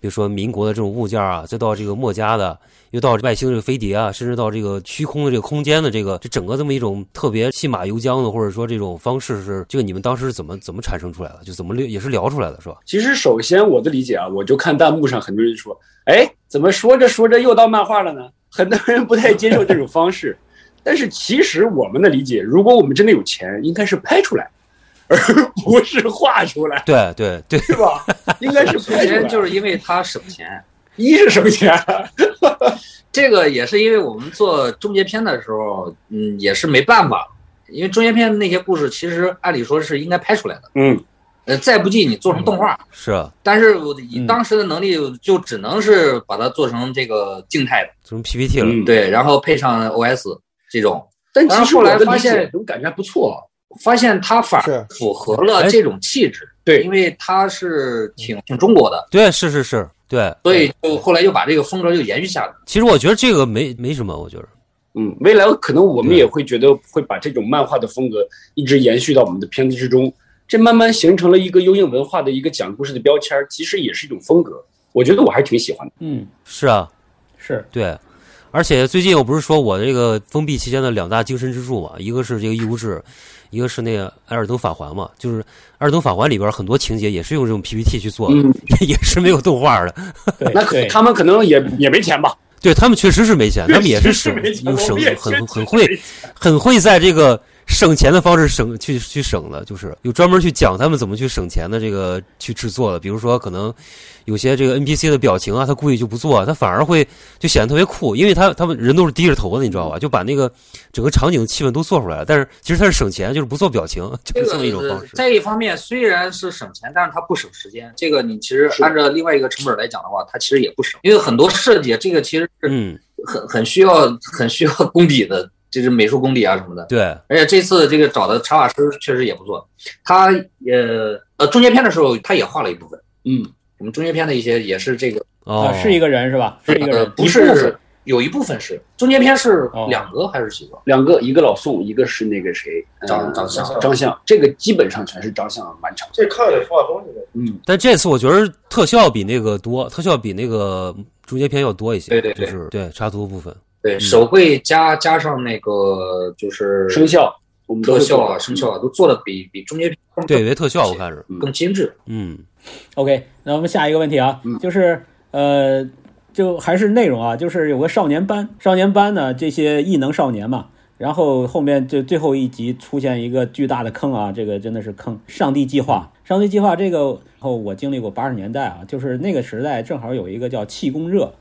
C: 比如说民国的这种物件啊，再到这个墨家的，又到外星这个飞碟啊，甚至到这个虚空的这个空间的这个，这整个这么一种特别戏马由缰的，或者说这种方式是，这个你们当时是怎么怎么产生出来的？就怎么聊也是聊出来的，是吧？
F: 其实首先我的理解啊，我就看弹幕上很多人说，哎，怎么说着说着又到漫画了呢？很多人不太接受这种方式， 但是其实我们的理解，如果我们真的有钱，应该是拍出来，而不是画出来，
C: 对对对，
F: 是 吧？应该是
K: 首
F: 拍出来，
K: 先就是因为他省钱，
F: 一是省钱，
K: 这个也是因为我们做终结篇的时候，嗯，也是没办法，因为中间片那些故事其实按理说是应该拍出来的，
F: 嗯，
K: 呃，再不济你做成动画，
C: 是啊，
K: 但是我以当时的能力就只能是把它做成这个静态的，
C: 这种 PPT 了，
F: 嗯
K: 对，然后配上 OS 这种，
F: 但
K: 然
F: 其
K: 后
F: 实
K: 后
F: 我
K: 来
F: 的
K: 发
F: 理解
K: 现
F: 我感觉还不错，
K: 发现它反
D: 是
K: 而符合
C: 哎
K: 了这种气质，
F: 对
K: 因为它是挺挺中国的，
C: 对，是是是，对。
K: 所以就后来又把这个风格就延续下来了。
C: 其实我觉得这个没没什么，我觉得
F: 嗯，未来可能我们
C: 对
F: 也会觉得会把这种漫画的风格一直延续到我们的片子之中，这慢慢形成了一个优映文化的一个讲故事的标签儿，其实也是一种风格。我觉得我还挺喜欢的。
E: 嗯，
C: 是啊，
E: 是
C: 对。而且最近我不是说我这个封闭期间的两大精神支柱嘛，一个是这个《义无志》，一个是那个《艾尔登法环》嘛，就是《艾尔登法环》里边很多情节也是用这种 PPT 去做的，
F: 嗯，
C: 也是没有动画的。
E: 对
F: 那可
E: 对
F: 他们可能也也没钱吧？
C: 对他们确实是没钱，他们也
F: 确实
C: 省
F: 没钱
C: 用
F: 我
C: 省
F: 们也确
C: 很
F: 实
C: 很会
F: 没
C: 很会在这个省钱的方式省去去省的，就是有专门去讲他们怎么去省钱的这个去制作的。比如说，可能有些这个 NPC 的表情啊，他故意就不做，他反而会就显得特别酷，因为他他们人都是低着头的，你知道吧？就把那个整个场景的气氛都做出来了。但是其实他是省钱，就是不做表情，就
K: 这
C: 是
K: 个
C: 这么一种方
K: 呃
C: 式。
K: 在一方面虽然是省钱，但是它不省时间。这个你其实
F: 是的
K: 按照另外一个成本来讲的话，它其实也不省，因为很多设计这个其实是
C: 嗯，
K: 很很需要很需要功底的，就是美术功底啊什么的。
C: 对，
K: 而且这次这个找的插画师确实也不错，他呃呃中间片的时候他也画了一部分，
F: 嗯，
K: 我们中间片的一些也是这个，
C: 哦
E: 啊，，是一个人是吧？是一个
K: 呃
E: 人，
K: 不
F: 一部分
K: 是有一部分是中间片是
E: 哦
K: 两个还是几个？
F: 两个，一个老宋，一个是那个谁，呃
K: 张张相
F: 张相，这个基本上全是张相完成。
G: 这看着画风现在
F: 嗯，
C: 但这次我觉得特效比那个多，特效比那个中间片要多一些，
K: 对对对
C: 就是对插图部分。
K: 对，手绘加加上那个就是
F: 生效，我们都
K: 特
F: 会
K: 效
F: 做
K: 啊、声效啊，都做的比比中间片更
C: 对，为特效我看着，
K: 更精致。
C: 嗯，
E: OK，那我们下一个问题啊，
D: 嗯
E: 就是呃，就还是内容啊，就是有个少年班，少年班呢，这些异能少年嘛，然后后面就最后一集出现一个巨大的坑啊，这个真的是坑，上帝计划。上帝计划这个，然后我经历过八十年代啊，就是那个时代正好有一个叫气功热，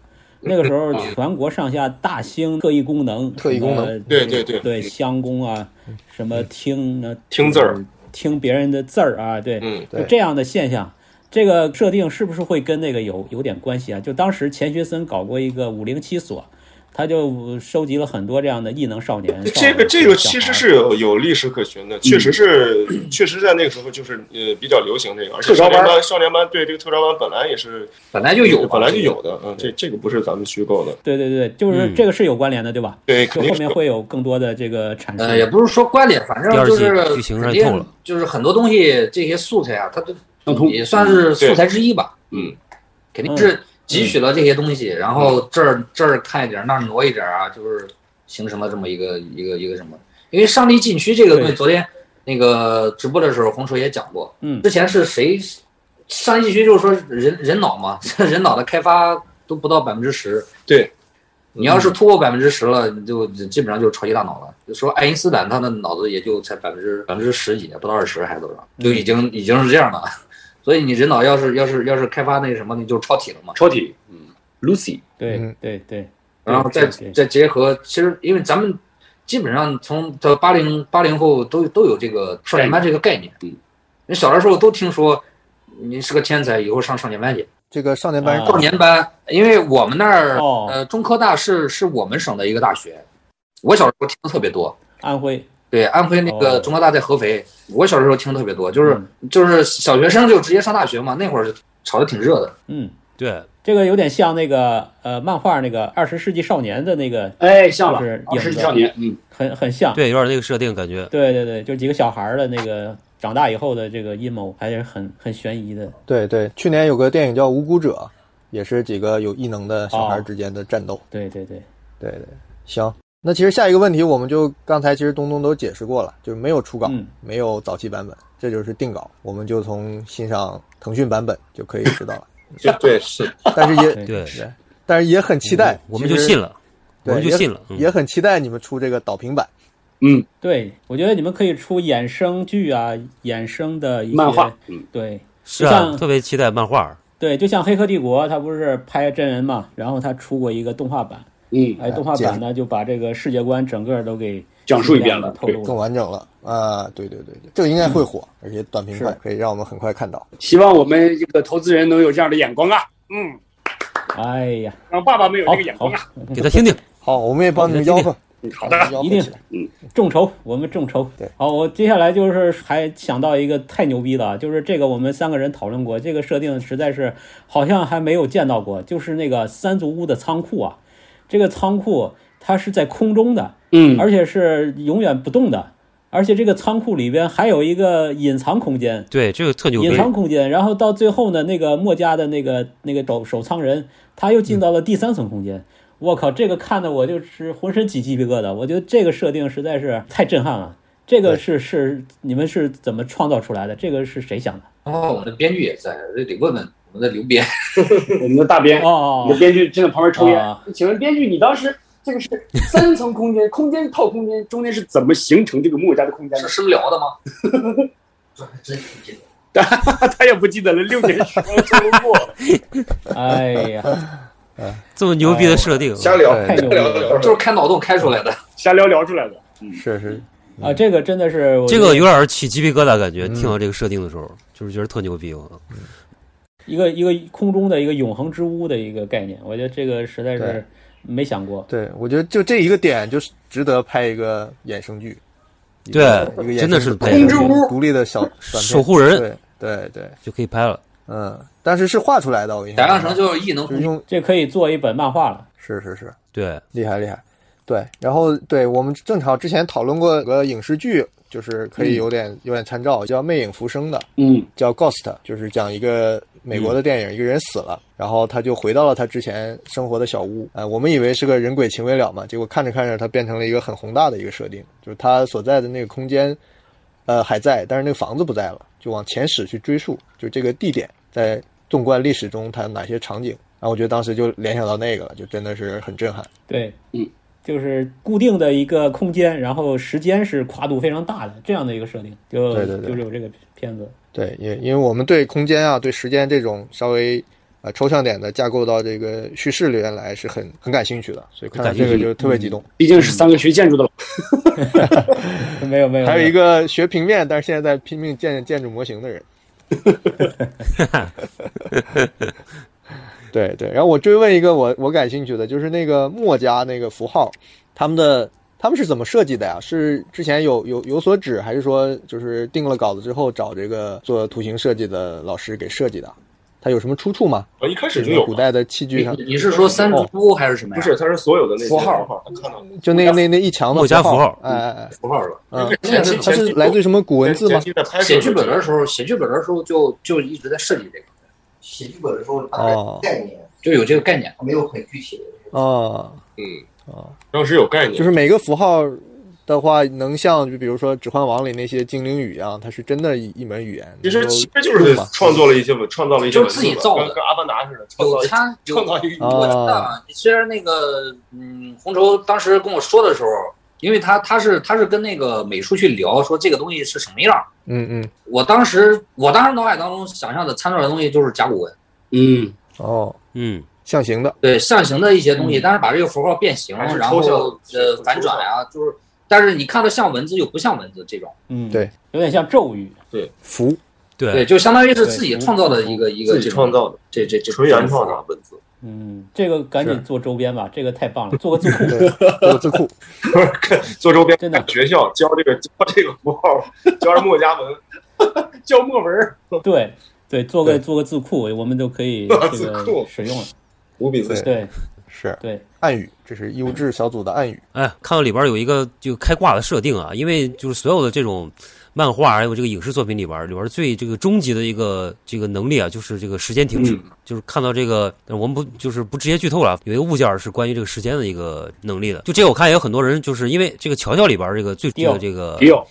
E: 那个时候全国上下大兴特异功能，
D: 特异功能
E: 什么
G: 对对对
E: 对相功啊，什么听啊
G: 听字儿，
E: 听别人的字儿啊，对，
G: 嗯，
D: 对
E: 就这样的现象，这个设定是不是会跟那个有有点关系啊？就当时钱学森搞过一个五零七所，他就收集了很多这样的异能少
F: 嗯
E: 年。
G: 这
E: 少
G: 个
E: 女
G: 这个
E: 小孩
G: 其实是有有历史可循的，确实是、确实在那个时候就是呃比较流行这个，而且
F: 特
G: 少
F: 招班
G: 年班少年班对这个特招班本来也是
K: 本来就有，
G: 本来就。有的，嗯，这这个不是咱们虚构的，
E: 对对对，就是
C: 嗯
E: 这个是有关联的，对吧？
G: 对，
E: 就
G: 肯定
E: 后
G: 是
E: 面会有更多的这个阐述。
K: 呃，也不是说关联，反正
C: 第二
K: 就
C: 季
K: 是
C: 剧情
K: 肯
C: 上透
K: 定
C: 了
K: 就是很多东西，这些素材啊，它都
F: 相通。
K: 也算是素材之一吧。
G: 嗯对，
K: 肯定是汲取了这些东西，然后这儿这儿看一点，那儿挪一点啊，就是形成了这么一个一个一个什么。因为上帝禁区这个东西，
E: 对
K: 昨天那个直播的时候，红叔也讲过，
E: 嗯
K: 之前是谁上帝禁区就是说人人脑嘛， 人脑的开发都不到百分之十，
G: 对。
K: 你要是突破百分之十了，你就基本上就是超级大脑了。就说爱因斯坦他的脑子也就才百分之百分之十几，不到二十还是多少，就已经已经是这样了。所以你人脑要是要是要是开发那什么，你就是超体了嘛。
F: 超体，嗯，Lucy，
E: 对
D: 嗯
E: 对对，
K: 然后再
E: 对对
K: 再结合，其实因为咱们基本上从到八零八零后都都有这个少年班这个概念。
F: 嗯，
K: 你小的时候都听说你是个天才，以后上少年班去。
D: 这个少年班
E: 啊
K: 少年班，因为我们那儿、
E: 哦
K: 呃中科大是是我们省的一个大学，我小时候听的特别多。
E: 安徽
K: 对，安徽那
E: 哦嗯
K: 个中科大在合肥，我小时候听特别多，就是、就是小学生就直接上大学嘛，那会儿炒的挺热的。
E: 嗯，
C: 对，
E: 这个有点像那个呃漫画那个二十世纪少年的那个，
F: 哎，像了
E: 就是，
F: 二十
E: 影子
F: 少年，嗯，
E: 很很像。
C: 对，有点那个设定感觉。
E: 对对对，就几个小孩儿的那个长大以后的这个阴谋，还是很很悬疑的。
D: 对对，去年有个电影叫《无辜者》，也是几个有异能的小孩
E: 哦
D: 之间的战斗。
E: 对对对，
D: 对对，行。那其实下一个问题，我们就刚才其实东东都解释过了，就是没有初稿，
E: 嗯
D: 没有早期版本，这就是定稿，我们就从欣赏腾讯版本就可以知 道了。
G: 就对是
D: 但是也
C: 对，嗯
D: 对，但是也很期待，
C: 我们就
D: 其实
C: 信，了，我
D: 对
C: 们就信了。
D: 也，
C: 嗯
D: 也很期待你们出这个导评版。
E: 对，我觉得你们可以出衍生剧啊，衍生的一些
F: 漫画，嗯，
E: 对
C: 是啊，
E: 像
C: 特别期待漫画。
E: 对，就像《黑客帝国》，它不是拍真人嘛，然后它出过一个动画版，
F: 嗯，
E: 哎，动画版呢就把这个世界观整个都给
F: 讲述一遍了。
E: 透
F: 对，
C: 嗯
E: 露
D: 更完整了啊！对对对对，这个应该会火，而且短平快，可以让我们很快看到。
F: 希望我们这个投资人能有这样的眼光啊。嗯，
E: 哎呀，
F: 让爸爸没有
E: 好
F: 这个
G: 哦
F: 眼光啊。
E: 好，
C: 给他听听。
D: 好，我们也帮你们吆喝，
C: 嗯
F: 好的，
D: 吆喝
E: 一定
D: 起来
E: 众筹，我们众筹。
D: 对，
E: 好，我接下来就是还想到一个太牛逼了啊，就是这个我们三个人讨论过，这个设定实在是好像还没有见到过，就是那个三足屋的仓库啊，这个仓库它是在空中的，
F: 嗯，
E: 而且是永远不动的，而且这个仓库里边还有一个隐藏空间，
C: 对，这个特牛逼
E: 隐。藏空间，然后到最后呢，那个墨家的那个那个守守仓人，他又进到了第三层空间。我靠，这个看的我就是浑身起鸡皮疙瘩。我觉得这个设定实在是太震撼了。这个是是你们是怎么创造出来的？这个是谁想的？
K: 然后我们的编剧也在，这得问问我们的 刘编。
F: 我们的大编，我
E: 哦
F: 们的编剧正在旁边抽烟
E: 啊。
F: 请问编剧，你当时这个是三层空间， 空间套空间，中间是怎么形成这个墨家的空间
K: 是
F: 的？
K: 是聊的吗？这还真是这个
F: 他也不记得了，六年时光匆匆过。
E: 哎呀，
C: 这么牛逼的设定，啊
G: 瞎聊，
E: 太牛逼了
K: 就是开脑洞开出来的。
F: 瞎聊聊出来的。
D: 是是，
E: 啊！这个真的是我
C: 这个有点起鸡皮疙瘩，感觉
D: 嗯
C: 听到这个设定的时候，就是觉得特牛逼。我
E: 一个一个空中的一个永恒之屋的一个概念，我觉得这个实在
D: 对
E: 是没想过。
D: 对我觉得就这一个点就是值得拍一个衍生剧，一
C: 对
D: 个一个衍
C: 真的
D: 生
C: 是
D: 剧
C: 拍
D: 一
F: 空
D: 个
F: 之屋
D: 独立的小短片
C: 守护人
D: 对对对，
C: 就可以拍了。
D: 嗯，但是是画出来的，我印
K: 贾
D: 象中
K: 亮成就是异能
D: 就是用
E: 这可以做一本漫画了。
D: 是是是，
C: 对，
D: 厉害厉害，对，然后对我们正常之前讨论过个影视剧，就是
C: 嗯
D: 可以有点、有点参照，叫《魅影浮生》的，
F: 嗯
D: 叫 Ghost，就是讲一个美国的电影，一个人死了，然后他就回到了他之前生活的小屋。呃，我们以为是个人鬼情未了嘛，结果看着看着，他变成了一个很宏大的一个设定，就是他所在的那个空间，呃，还在，但是那个房子不在了，就往前史去追溯，就这个地点在纵观历史中它有哪些场景。然后我觉得当时就联想到那个了，就真的是很震撼。
E: 对，
F: 嗯，
E: 就是固定的一个空间，然后时间是跨度非常大的这样的一个设定，就
D: 对对对
E: 就是有这个片子。
D: 对，因为因为我们对空间啊、对时间这种稍微呃抽象点的架构到这个叙事里面来是很很感兴趣嗯的，所以看到这个就特别激动。
F: 毕竟是三个学建筑的，
E: 没有没有，
D: 还有一
E: 个
D: 个学平面，但是现在在拼命建建筑模型 的人。对对，然后我追问一个我我感兴趣的，就是那个墨家那个符号，他们的他们是怎么设计的呀？是之前有有有所指，还是说就是定了稿子之后找这个做图形设计的老师给设计的？它有什么出处吗？
G: 啊，一开始
D: 就
G: 就是有
D: 古
G: 嘛，
D: 代的器具
K: 你
D: 上，
K: 你是说三足屋还是什么
G: 不
K: 呀？
G: 是，它是所有的那些
K: 符号
G: 他看到
D: 就那那那一墙的
C: 墨家符号
D: 哎哎哎，
G: 符号了。
D: 嗯，
K: 前期
D: 它是来自于什么古文字吗
G: 前？期在拍摄
K: 写
G: 的
K: 剧
G: 时候
K: 本的时候，写剧本的时候就就一直在设计这个，
L: 写剧本的时候，大
D: 哦
L: 概概念
K: 就有这个概念。
G: 哦
L: 没有很具体的，
D: 哦
G: 嗯，
D: 哦，
G: 当时有概念，
D: 就是每个符号的话，能像就比如说《指环王》里那些精灵语一样，它是真的一一门语言。
G: 其实
D: 能够
G: 其实就是
D: 用嘛
G: 创作了一些文，创造了一些文字嘛，
K: 就是自己造的
G: 跟跟阿凡达似的，创造
K: 有
G: 一
K: 参 有
G: 创造一个
K: 我知道
D: 啊，
K: 啊，虽然那个嗯，红绸当时跟我说的时候，因为他他是他是跟那个美术去聊，说这个东西是什么样儿。
D: 嗯嗯，
K: 我当时我当时脑海当中想象的参照的东西就是甲骨文，
F: 嗯，
D: 哦，
C: 嗯，
D: 象形的，
K: 对象形的一些东西，但是把这个符号变形，
G: 嗯还是
K: 然后
G: 抽象的
K: 呃反转啊，就是，但是你看它像文字又不像文字这种，
E: 嗯，
D: 对，
E: 有点像咒语。
D: 符，
K: 对，
C: 对，
K: 就相当于是
E: 对
K: 自己创造的一个一个
G: 自
K: 这
G: 己
K: 种
G: 创造的，
K: 这这这
G: 纯原创的文字，
E: 嗯，这个赶紧做周边吧，这个太棒了，做个字库。
D: 对， 有字库，
G: 做周边
E: 真的
G: 看学校教这个教这个符号，教着墨家 文，教墨文儿，
E: 对对，做个
D: 对
E: 做个字库，我们就可以这
G: 字
E: 个
G: 库
E: 使用了。
G: 五笔字
D: 对
E: 对
D: 是
E: 对，
D: 暗语，这是优质小组的暗语。
C: 哎，看到里边有一个就开挂的设定啊，因为就是所有的这种漫画还有这个影视作品里边，里边最这个终极的一个这个能力啊，就是这个时间停
E: 嗯
C: 止，就是看到这个呃我们不就是不直接剧透了，有一个物件是关于这个时间的一个能力的。就这个我看也有很多人就是因为这个乔乔里边这个最这
E: 迪奥
C: 个这个
F: 也有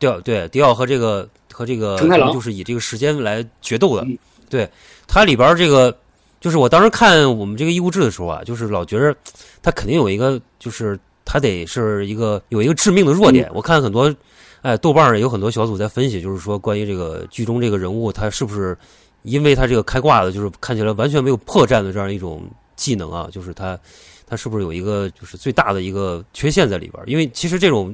C: 迪奥对迪奥和这个和这个
F: 承太郎
C: 就是以这个时间来决斗的。
F: 嗯
C: 对，它里边这个就是我当时看我们这个义务制的时候啊，就是老觉着它肯定有一个，就是它得是一个有一个致命的弱点。我看很多，哎，豆瓣儿有很多小组在分析，就是说关于这个剧中这个人物他是不是因为他这个开挂的，就是看起来完全没有破绽的这样一种技能啊，就是他它是不是有一个就是最大的一个缺陷在里边儿？因为其实这种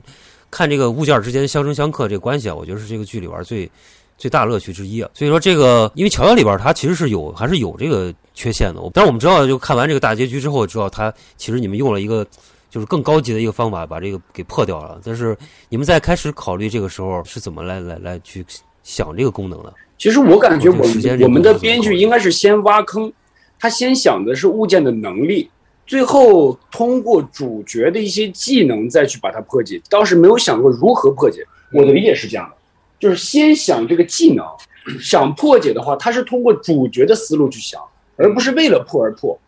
C: 看这个物件儿之间相生相克这个关系啊，我觉得是这个剧里边儿最最大乐趣之一啊。所以说这个，因为《乔乔》里边儿它其实是有还是有这个缺陷的。我但是我们知道，就看完这个大结局之后，知道它其实你们用了一个就是更高级的一个方法把这个给破掉了。但是你们在开始考虑这个时候是怎么来来来去想这个功能的？
F: 其实我感觉我
C: 或者时间
F: 们
C: 这
F: 我们的
C: 个
F: 编剧应该是先挖坑，他先想的是物件的能力，最后通过主角的一些技能再去把它破解。当时没有想过如何破解，我的理解是这样的，就是先想这个技能，想破解的话，他是通过主角的思路去想，而不是为了破而破。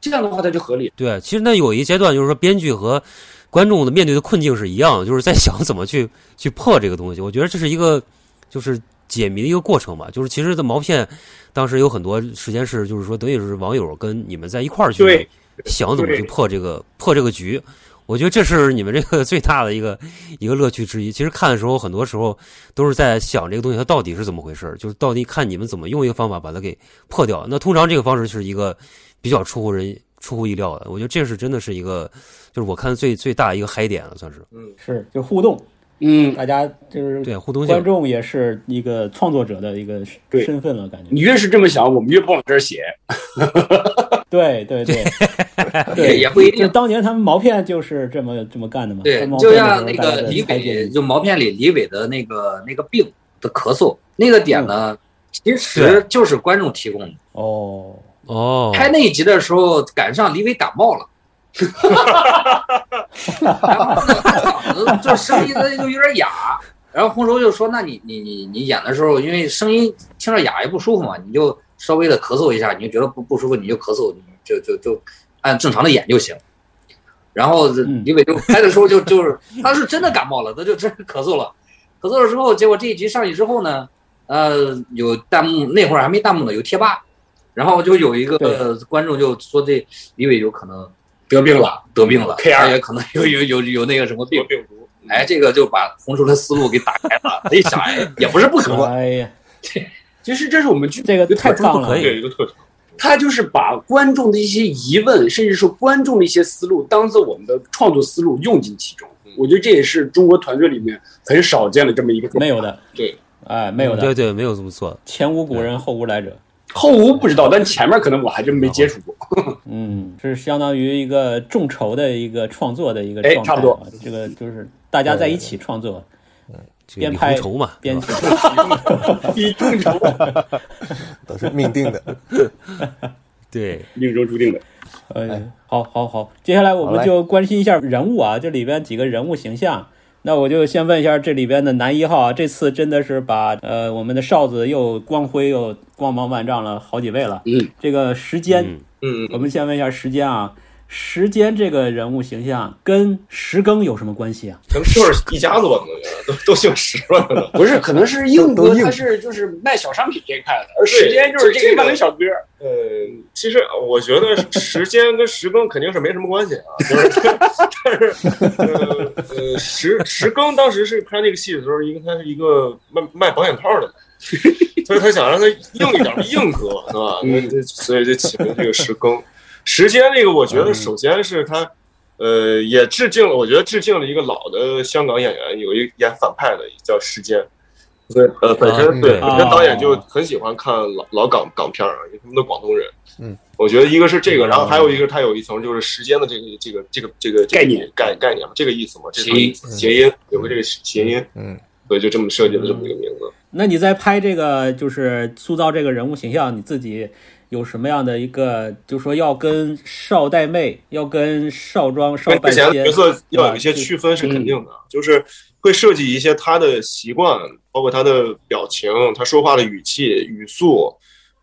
F: 这样的话，它就合理。
C: 对，其实那有一阶段就是说，编剧和观众的面对的困境是一样的，就是在想怎么去去破这个东西。我觉得这是一个就是解谜的一个过程吧。就是其实，在毛片当时有很多时间是，就是说等于是网友跟你们在一块儿去
F: 对
C: 想怎么去破这个破这个局。我觉得这是你们这个最 大的一个一个乐趣之一。其实看的时候，很多时候都是在想这个东西它到底是怎么回事儿，就是到底看你们怎么用一个方法把它给破掉。那通常这个方式是一个比较出乎人出乎意料的，我觉得这是真的是一个，就是我看最最大一个嗨点了，算是。
E: 嗯是就互动，
F: 嗯，
E: 大家就是
C: 对互动性
E: 观众也是一个创作者的一个
F: 对
E: 身份了，感觉
F: 你越是这么想，我们越不往这儿写。
E: 对对对
K: 也
E: 对
K: 也不一定
E: 就当年他们毛片就是这么这么干的嘛，
K: 对
E: 他们，毛
K: 就
E: 片
K: 像
E: 的
K: 那
E: 时候大家
K: 个
E: 在
K: 李
E: 拍电
K: 伟，
E: 影
K: 就毛片里李伟的那个那个病的咳嗽那个点呢，其实
C: 对
K: 就是观众提供的。
E: 哦，
C: 哦，
K: 拍那一集的时候，赶上李伟感冒了。然后嗓子就声音就有点哑，然后红绸就说：“那你你你你演的时候，因为声音听着哑也不舒服嘛，你就稍微的咳嗽一下，你就觉得不不舒服，你就咳嗽，你就就就按正常的演就行。”然后
E: 嗯
K: 李伟就拍的时候就就是他是真的感冒了，他就真的咳嗽了，咳嗽了之后，结果这一集上去之后呢，呃，有弹幕那会儿还没弹幕呢，有贴吧，然后就有一个
E: 对
K: 呃观众就说这李伟有可能
F: 得病了，
K: 了，得病了，
F: K R
K: 他也可能有有有有那个什么病
F: 得。病毒。
K: 哎，这个就把红叔的思路给打开了。一想，哎，也不是不可能。
E: 哎呀，
F: 其实这是我们剧
E: 这个太棒了
C: 可，以
G: 有一个特长，
F: 他就是把观众的一些疑问，甚至说观众的一些思路，当做我们的创作思路用进其中。我觉得这也是中国团队里面很少见的这么一个做法
E: 没有，的，
G: 对，
E: 哎，没有
C: 对
E: 的，
C: 对，没有这么做。
E: 前无古人后无来者，
F: 后无不知道，但前面可能我还真没接触过。
E: 嗯，这是相当于一个众筹的一个创作的一个
F: 哎
E: 状态、啊，
F: 差不多
E: 这个就是大家在一起创作，
C: 这个
E: 边
C: 李
E: 拍
C: 红绸嘛，
E: 编
C: 是吧
E: 辑。
F: 一众筹，
D: 都是命定 的。
C: 对，
F: 命中注定的。
E: 哎，好好好，接下来我
D: 好
E: 们
D: 嘞
E: 就关心一下人物啊，这里边几个人物形象。那我就先问一下这里边的男一号啊，这次真的是把呃我们的哨子又光辉又光芒万丈了好几位了。
F: 嗯，
E: 这个时间，
C: 嗯
G: 嗯，
E: 我们先问一下时间啊，时间这个人物形象跟石更有什么关系啊？
G: 可能就是一家子吧，可能原来都都姓石吧，可能。
F: 不是，可能是硬
D: 都
F: 哥，
D: 硬
F: 他是就是卖小商品这一块的，而时间就是这一块的小哥。
G: 呃，其实我觉得时间跟时更肯定是没什么关系啊，就是， 但是，呃呃，时时更当时是拍这个戏的时候，一个他是一个卖卖保险套的，所以他想让他硬一点，硬哥是吧？那这所以就起名这个时更。时间那个，我觉得首先是他，呃，也致敬了，我觉得致敬了一个老的香港演员，有一演反派的叫时间。对，呃，本
C: 啊
G: 身
D: 嗯
G: 对本身导演就
E: 哦
G: 很喜欢看老老港港片儿啊，因为他们都广东人。
D: 嗯，
G: 我觉得一个是这个，然后还有一个他有一层就是时间的这个这个这个这个这个
F: 概念
G: 概概念嘛，这个意思嘛，这
K: 谐音
G: 层谐音有个这个谐音，
D: 嗯，
G: 所以就这么设计了这么一个名字。
E: 那你在拍这个就是塑造这个人物形象，你自己有什么样的一个，就是说要跟少带妹，要跟少庄、少
G: 跟
E: 半
G: 之前的
E: 仙
G: 哎角色要有一
E: 对
G: 些
E: 吧
G: 区
F: 嗯
G: 分是肯定的，就是会设计一些他的习惯，包括他的表情、他说话的语气、语速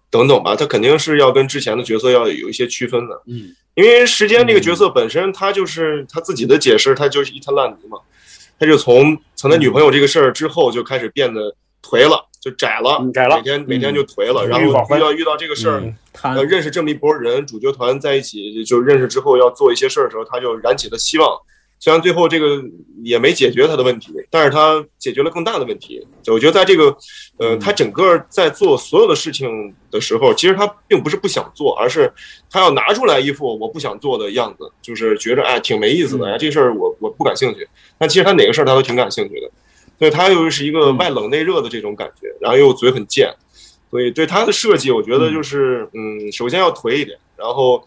G: 等等吧，他肯定是要跟之前的角色要有一些区分的。
F: 嗯，
G: 因为时间这个角色本身，他就是他自己的解释，他就是一滩烂泥嘛。他就从从他女朋友这个事儿之后就开始变得颓了，就窄了，
F: 嗯窄了
G: 每天每天就颓
F: 嗯
G: 了，然
F: 欲望
G: 后
F: 欢
G: 遇到遇到这个事儿。
E: 嗯他
G: 呃，认识这么一拨人，主角团在一起就认识之后要做一些事儿的时候，他就燃起了希望，虽然最后这个也没解决他的问题，但是他解决了更大的问题。就我觉得在这个，呃，他整个在做所有的事情的时候，其实他并不是不想做，而是他要拿出来一副我不想做的样子，就是觉着哎挺没意思的，哎这事儿我我不感兴趣。但其实他哪个事儿他都挺感兴趣的，对他又是一个外冷内热的这种感觉，然后又嘴很贱，所以对他的设计，我觉得就是嗯，首先要颓一点，然后。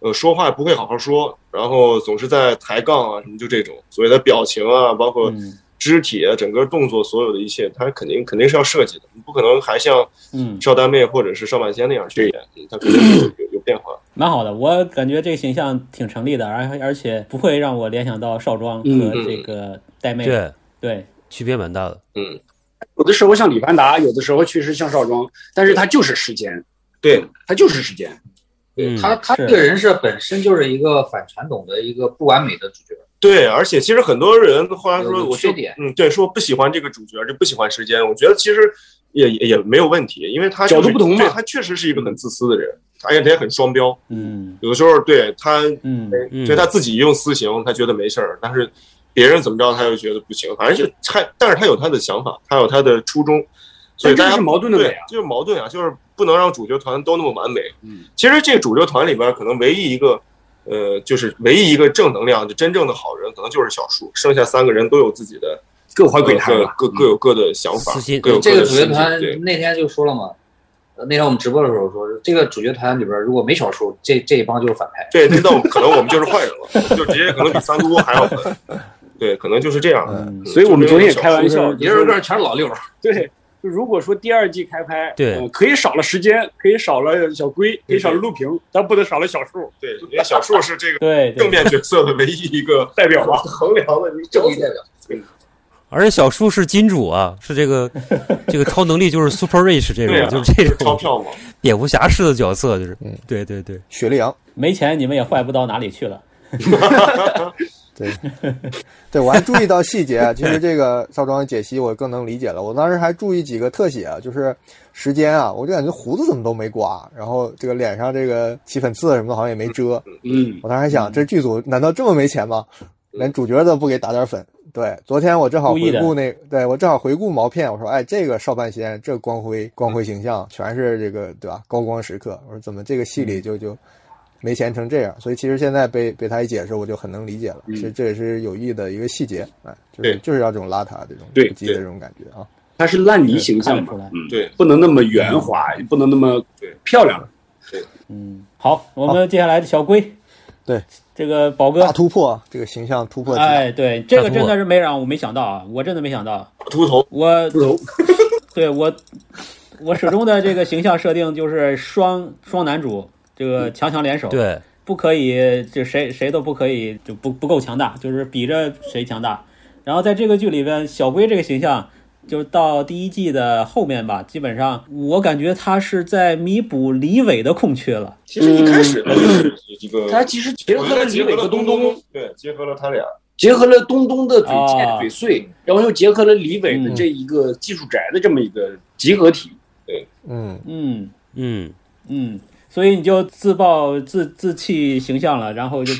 G: 呃，说话不会好好说，然后总是在抬杠啊，什么就这种所谓的表情啊，包括
E: 嗯
G: 肢体啊，整个动作所有的一切，他肯定肯定是要设计的，不可能还像
E: 嗯
G: 邵丹妹或者是邵半仙那样去演，他肯定是有有有变化。
E: 蛮好的，我感觉这个形象挺成立的，而而且不会让我联想到少庄和这个戴妹。
C: 对
E: 对，
C: 区别蛮大的。
G: 嗯，
H: 有的时候像李凡达，有的时候确实像少庄，但是他就是时间，
G: 对
H: 他就是时间。
K: 他他这个人设本身就是一个反传统的一个不完美的主角，
G: 对，而且其实很多人后来说，
K: 有
G: 我
K: 缺
G: 就
K: 点
G: 嗯，对，说不喜欢这个主角，就不喜欢时间。我觉得其实也也也没有问题，因为他、就是、
H: 角度不同嘛
G: 对他确实是一个很自私的人，而且他也很双标。
E: 嗯，
G: 有的时候对他，
E: 嗯
C: 嗯
G: 对他自己用私刑，他觉得没事儿，但是别人怎么着，他又觉得不行。反正就他，但是他有他的想法，他有他的初衷，所以
H: 但
G: 大
H: 这
G: 家
H: 是矛盾的美
G: 对
H: 啊，
G: 就是矛盾啊，就是不能让主角团都那么完美。
H: 嗯，
G: 其实这个主流团里边，可能唯一一个，呃，就是唯一一个正能量、就真正的好人，可能就是小树，剩下三个人都有自己的
H: 各怀鬼胎嗯
G: 各
H: 吧。
G: 各各有各的想法
C: 私心，
G: 各有
K: 这
G: 各
K: 个
G: 的
K: 主角
G: 心
K: 团
G: 情。对，
K: 那天就说了嘛，呃那天我们直播的时候说，这个主角团里边如果没小树，这这一帮就是反派。
G: 对，这道可能我们就是坏人了，就直接可能比三姑还要狠。对，可能就是这样。
E: 嗯
G: 嗯
H: 所以我们昨天也开玩
G: 就是
H: 笑，
K: 一
H: 就
K: 个
H: 是
K: 个全是老六，
H: 对，就如果说第二季开拍，
C: 对
H: 呃可以少了时间，可以少了小龟，可以少了陆平，但不能少了小树
G: 对，因为小树是这个
E: 对
G: 正
E: 对，
G: 面角色的唯一一个
H: 代表吧。
G: 衡量的一个
K: 正
G: 标
K: 义代
G: 准。
K: 表。
C: 而且小树是金主 啊，是这个这个超能力就是 super rich 这种，
G: 对啊，
C: 就是这
G: 钞
C: 种
G: 票嘛。
C: 蝙蝠侠式的角色，就是
D: 嗯
C: 对对对，
D: 雪莉杨，
E: 没钱你们也坏不到哪里去了。
D: 对，对我还注意到细节啊。其实这个少庄解析我更能理解了。我当时还注意几个特写啊，就是时间啊，我就感觉胡子怎么都没刮，然后这个脸上这个起粉刺什么的好像也没遮。
H: 嗯，
D: 我当时还想，这剧组难道这么没钱吗？连主角都不给打点粉？对，昨天我正好
E: 故意
D: 回
E: 的
D: 顾那，对我正好回顾毛片，我说，哎，这个少半仙，这光辉光辉形象，全是这个对吧？高光时刻，我说怎么这个戏里就就没钱成这样？所以其实现在被被他一解释，我就很能理解了，这这也是有意的一个细节，哎，就是
G: 对
D: 就是要这种邋遢这种
H: 对
D: 不羁的这种感觉啊。
H: 他是烂泥形象
E: 看得出
H: 嘛
E: 来，
H: 嗯，
G: 对，
H: 不能那么圆滑，不能那么
G: 对
H: 漂亮。
E: 嗯，好，我们接下来的小龟，
D: 对
E: 这个宝哥
D: 大，突破，这个形象突破，
E: 哎，对，这
C: 大
E: 个
C: 突破
E: 真的是没让我没想到啊，我真的没想到，
G: 秃头，
E: 我
H: 猪头，
E: 对我，我始终的这个形象设定就是双双男主，这个强强联手，，
C: 对，
E: 不可以就谁谁都不可以就不不够强大，就是比着谁强大。然后在这个剧里边，小龟这个形象，就是到第一季的后面吧，基本上我感觉他是在弥补李伟的空缺了。
G: 其实一开
K: 嗯
H: 嗯
G: 始他就是一个，
H: 他其实结
G: 我
H: 合
G: 觉
H: 了
G: 得
H: 李
G: 结
H: 伟
G: 合
H: 和
G: 了
H: 东
G: 东
H: 东，，
G: 对，结合了他俩，
H: 结合了东东的嘴
E: 啊
H: 贱、嘴碎，然后又结合了李伟的
E: 嗯
H: 这一个技术宅的这么一个集合体。
D: 嗯，
E: 嗯，
C: 嗯，
E: 嗯，所以你就自暴自自弃形象了，然后就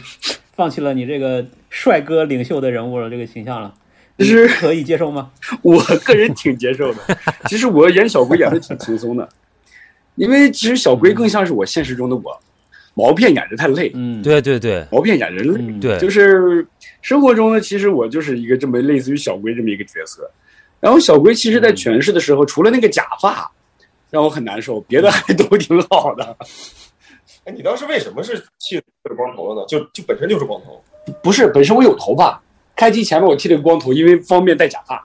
E: 放弃了你这个帅哥领袖的人物了这个形象了，你
H: 是
E: 可以接受吗？
H: 我个人挺接 受的。其实我演小鬼演的挺轻松的，因为其实小鬼更像是我现实中的我，毛片演的太累，
E: 嗯，，
C: 对对对
H: 毛片演人累。
E: 嗯，
C: 对，
H: 就是生活中呢，其实我就是一个这么类似于小鬼这么一个角色。然后小鬼其实在诠释的时候，除了那个假发让我很难受，别的还都挺好的。
G: 哎，你当时为什么是剃这个光头了呢？就就本身就是光头，
H: 不是，本身我有头发，开机前面我剃了个光头，因为方便戴假发。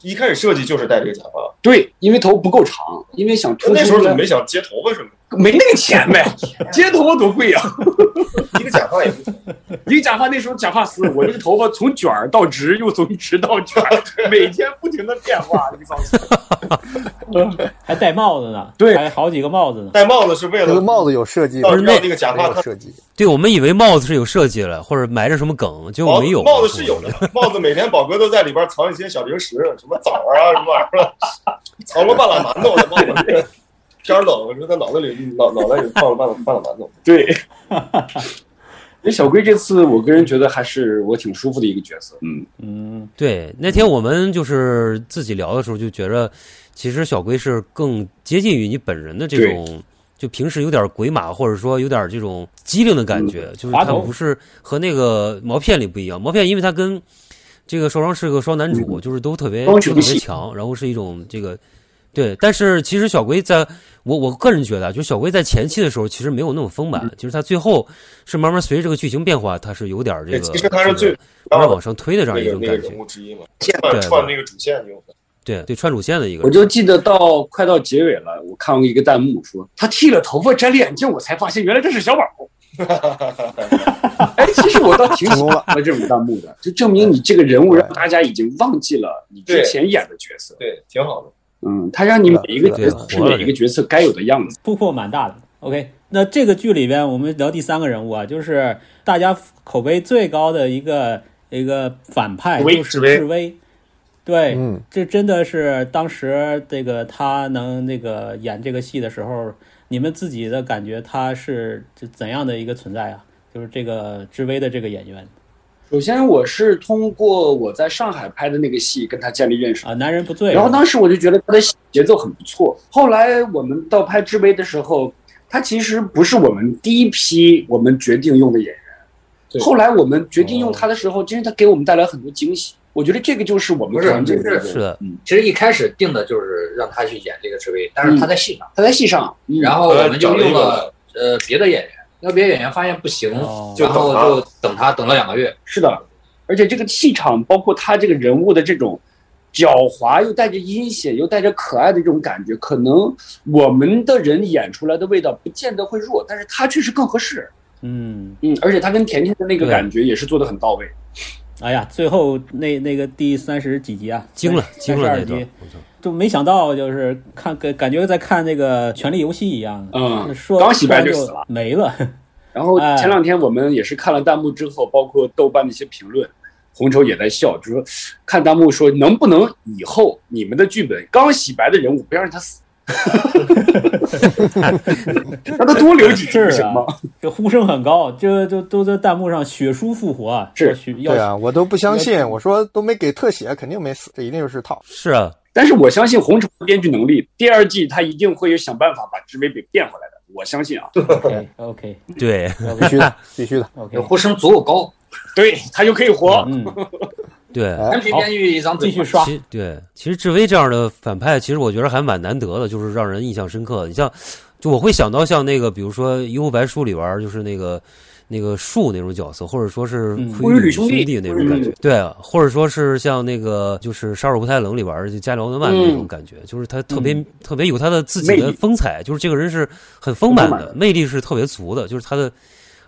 G: 一开始设计就是戴这个假发。
H: 对，因为头不够长，因为想突出
G: 那时候怎么
H: 没
G: 没想接头发什么
H: 没那个钱呗，接头发多贵啊！
G: 的？一个假发也不行。
H: 一个假发那时候假发丝，我这个头发从卷儿到直，又从直到卷儿，每天不停的变化，这个造型。
E: 还戴帽子呢，
H: 对
E: 还好几个帽子呢，
G: 戴帽子是为
D: 这
G: 了
D: 个帽子有设计，
G: 让
C: 是那
G: 让那个假
D: 没
G: 发
D: 有
G: 它
D: 设计，
C: 对，我们以为帽子是有设计了，或者埋着什么梗，结果
G: 帽
C: 没有。
G: 帽子是有的，帽子每天宝哥都在里边藏一些小零食，什么枣啊什么玩意儿，藏了半拉馒头在帽子 里。天儿冷，我说在脑子里脑脑袋里放了半拉半拉馒头。
H: 对， 那小龟这次，我个人觉得还是我挺舒服的一个角色。嗯
E: 嗯，
C: 对，那天我们就是自己聊的时候，就觉着其实小龟是更接近于你本人的这种，就平时有点鬼马，或者说有点这种机灵的感觉，
E: 嗯
C: 就是他不是和那个毛片里不一样。毛片因为他跟这个受伤是个双男
G: 嗯
C: 主，就是都特别
H: 双
C: 都
H: 雄
C: 特别
H: 戏
C: 强，然后是一种这个。对，但是其实小龟在我我个人觉得啊，就是小龟在前期的时候其实没有那么丰
G: 嗯
C: 满，就是他最后是慢慢随着这个剧情变化，他是有点这个，
G: 对其实他是最
C: 这个慢慢往上推的这样一
G: 那个
C: 种
G: 那个
C: 感觉
G: 人。物之一嘛，
C: 对
G: 串串那个主线就
C: 对对，川主线的一个人，
H: 我就记得到快到结尾了，我看过一个弹幕说他剃了头发摘了眼镜，我才发现原来这是小宝。 哎，其实我倒挺喜欢这种弹幕的，就证明你这个人物让大家已经忘记了你之前演的角色。
G: 对，挺好的。
H: 嗯，他让你每一个角色
C: 对
H: 是每一个角色该有的样子。
E: 突破蛮大的。OK，那这个剧里边我们聊第三个人物啊，就是大家口碑最高的一个一个反派，
G: 示威
E: 就是
G: 示威
E: 示威。对，
D: 嗯
E: 这真的是当时这个他能那个演这个戏的时候，你们自己的感觉他是这怎样的一个存在啊？就是这个志威的这个演员
H: 首先，我是通过我在上海拍的那个戏跟他建立认识的。
E: 啊，男人不醉。
H: 然后当时我就觉得他的节奏很不错。后来我们到拍《知微》的时候，他其实不是我们第一批我们决定用的演
G: 对
H: 员。后来我们决定用他的时候，真是他给我们带来很多惊喜。我觉得这个就是我们
K: 不是
H: 团队
K: 不是
C: 是的，
H: 嗯
K: 其实一开始定的就是让他去演这个职位，但是他在戏上，
H: 他在戏上，嗯
K: 然后我们就用了
G: 了
K: 呃别的演员，那别的演员发现不行，
E: 哦
K: 然后就等他等了两个月，
H: 是的，而且这个气场，包括他这个人物的这种狡猾，又带着阴险，又带着可爱的这种感觉，可能我们的人演出来的味道不见得会弱，但是他确实更合适。
E: 嗯，
H: 嗯，而且他跟甜甜的那个
C: 对
H: 感觉也是做的很到位。
E: 哎呀，最后那那个第三十几集啊，
C: 惊了惊了那
E: 32
C: 段
E: 集，，就没想到就是看感感觉在看那个《权力游戏》一样的，
H: 嗯，
E: 说
H: 刚洗白
E: 就
H: 就死了。
E: 没了。
H: 然后
E: 哎
H: 前两天我们也是看了弹幕之后，包括豆瓣的一些评论，红绸也在笑，就说看弹幕说能不能以后你们的剧本刚洗白的人物不要让 他死，让他多留几集
E: 是
H: 行吗
E: 啊？，这呼声很高，这就都在弹幕上血书复活啊，
H: 是
E: 要血要
D: 对啊，我都不相信，我说都没给特写，肯定没死，这一定是套。
C: 是啊，
H: 但是我相信红绸的编剧能力，第二季他一定会想办法把志伟给变回来的，我相信啊。
E: OK OK
C: 对，
D: 必
E: OK
D: 须的，必须的。
E: OK，
K: 呼声足够高，
H: 对他就可以活。
E: 嗯，
C: 对，
D: 哎
K: 人皮编剧一张嘴
E: 继
K: 嘛
E: 续刷
C: 其对，其实志威这样的反派，其实我觉得还蛮难得的，就是让人印象深刻。你像，就我会想到像那个，比如说《幽游白书》里边儿，就是那个那个树那种角色，或者说是
E: 嗯
C: 灰
H: 灰
C: 吕
H: 吕
C: 兄
H: 兄弟
C: 弟那种感觉，
H: 嗯
C: 对啊，或者说是像那个就是《杀手不太冷》里边儿就加里奥德曼那种感觉，就是他特别、特别有他的自己
H: 魅
C: 的
H: 力
C: 风采，就是这个人是很丰满
H: 很丰
C: 的，魅力是特别足的，就是他的。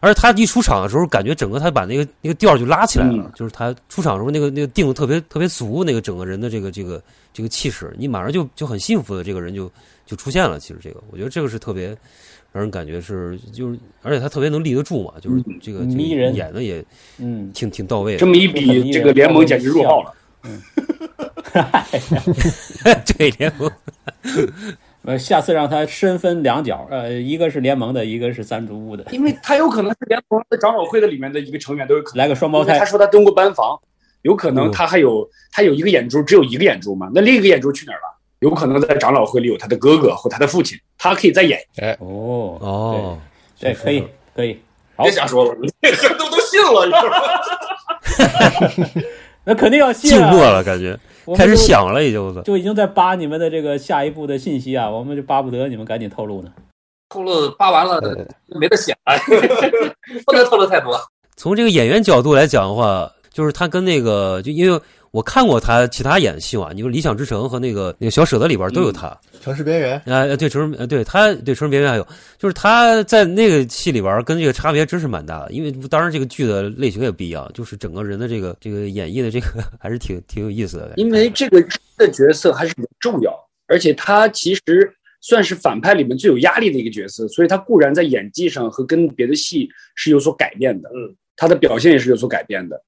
C: 而且他一出场的时候，感觉整个他把那个那个调儿就拉起来了，
H: 嗯
C: 就是他出场的时候那个那个定的特别特别足，那个整个人的这个这个这个气势，你马上就就很幸福的这个人就就出现了。其实这个，我觉得这个是特别让人感觉是就是，而且他特别能立得住嘛，就是这个、这个
E: 迷人
C: 演的也
E: 嗯，
C: 挺挺到位
H: 这
C: 的。
H: 么一比，这个联盟简直
E: 啊
H: 弱爆了。
C: 对联盟，
E: 呃，下次让他身分两角，呃，一个是联盟的，一个是三足屋的，
H: 因为他有可能是联盟的长老会的里面的一个成员都有可能。
E: 来个双胞
H: 因为
E: 胎
H: 他，说他蹲过班房，有可能
C: 嗯
H: 他还有他有一个眼珠，只有一个眼珠嘛？那另一个眼珠去哪儿了？有可能在长老会里有他的哥哥或他的父亲，他可以再演。
E: 哦
C: 哦，
E: 对，对
C: 是
E: 可以可以，好
G: 别，瞎说 了，这个都都信了，你知道吗？
E: 那肯定要信
C: 静
E: 啊
C: 默，了，感觉
E: 我们
C: 开始
E: 就
C: 想了，也就是
E: 就已经在扒你们的这个下一步的信息啊，我们就巴不得你们赶紧透露呢。
K: 透露扒完了
D: 对
E: 嗯
K: 没得 写了，不能透露太多。
C: 从这个演员角度来讲的话，就是他跟那个，就因为我看过他其他演的戏嘛，你说《理想之城》和那个那个小舍得里边都有他。
D: 城市边缘，
C: 啊、呃，对，城市，呃，对他，对城市边缘还有，就是他在那个戏里边儿跟这个差别真是蛮大的，因为当然这个剧的类型也不一样，就是整个人的这个这个演绎的这个还是挺挺有意思的。
H: 因为这个的角色还是很重要，而且他其实算是反派里面最有压力的一个角色，所以他固然在演技上和跟别的戏是有所改变的，
G: 嗯，
H: 他的表现也是有所改变的。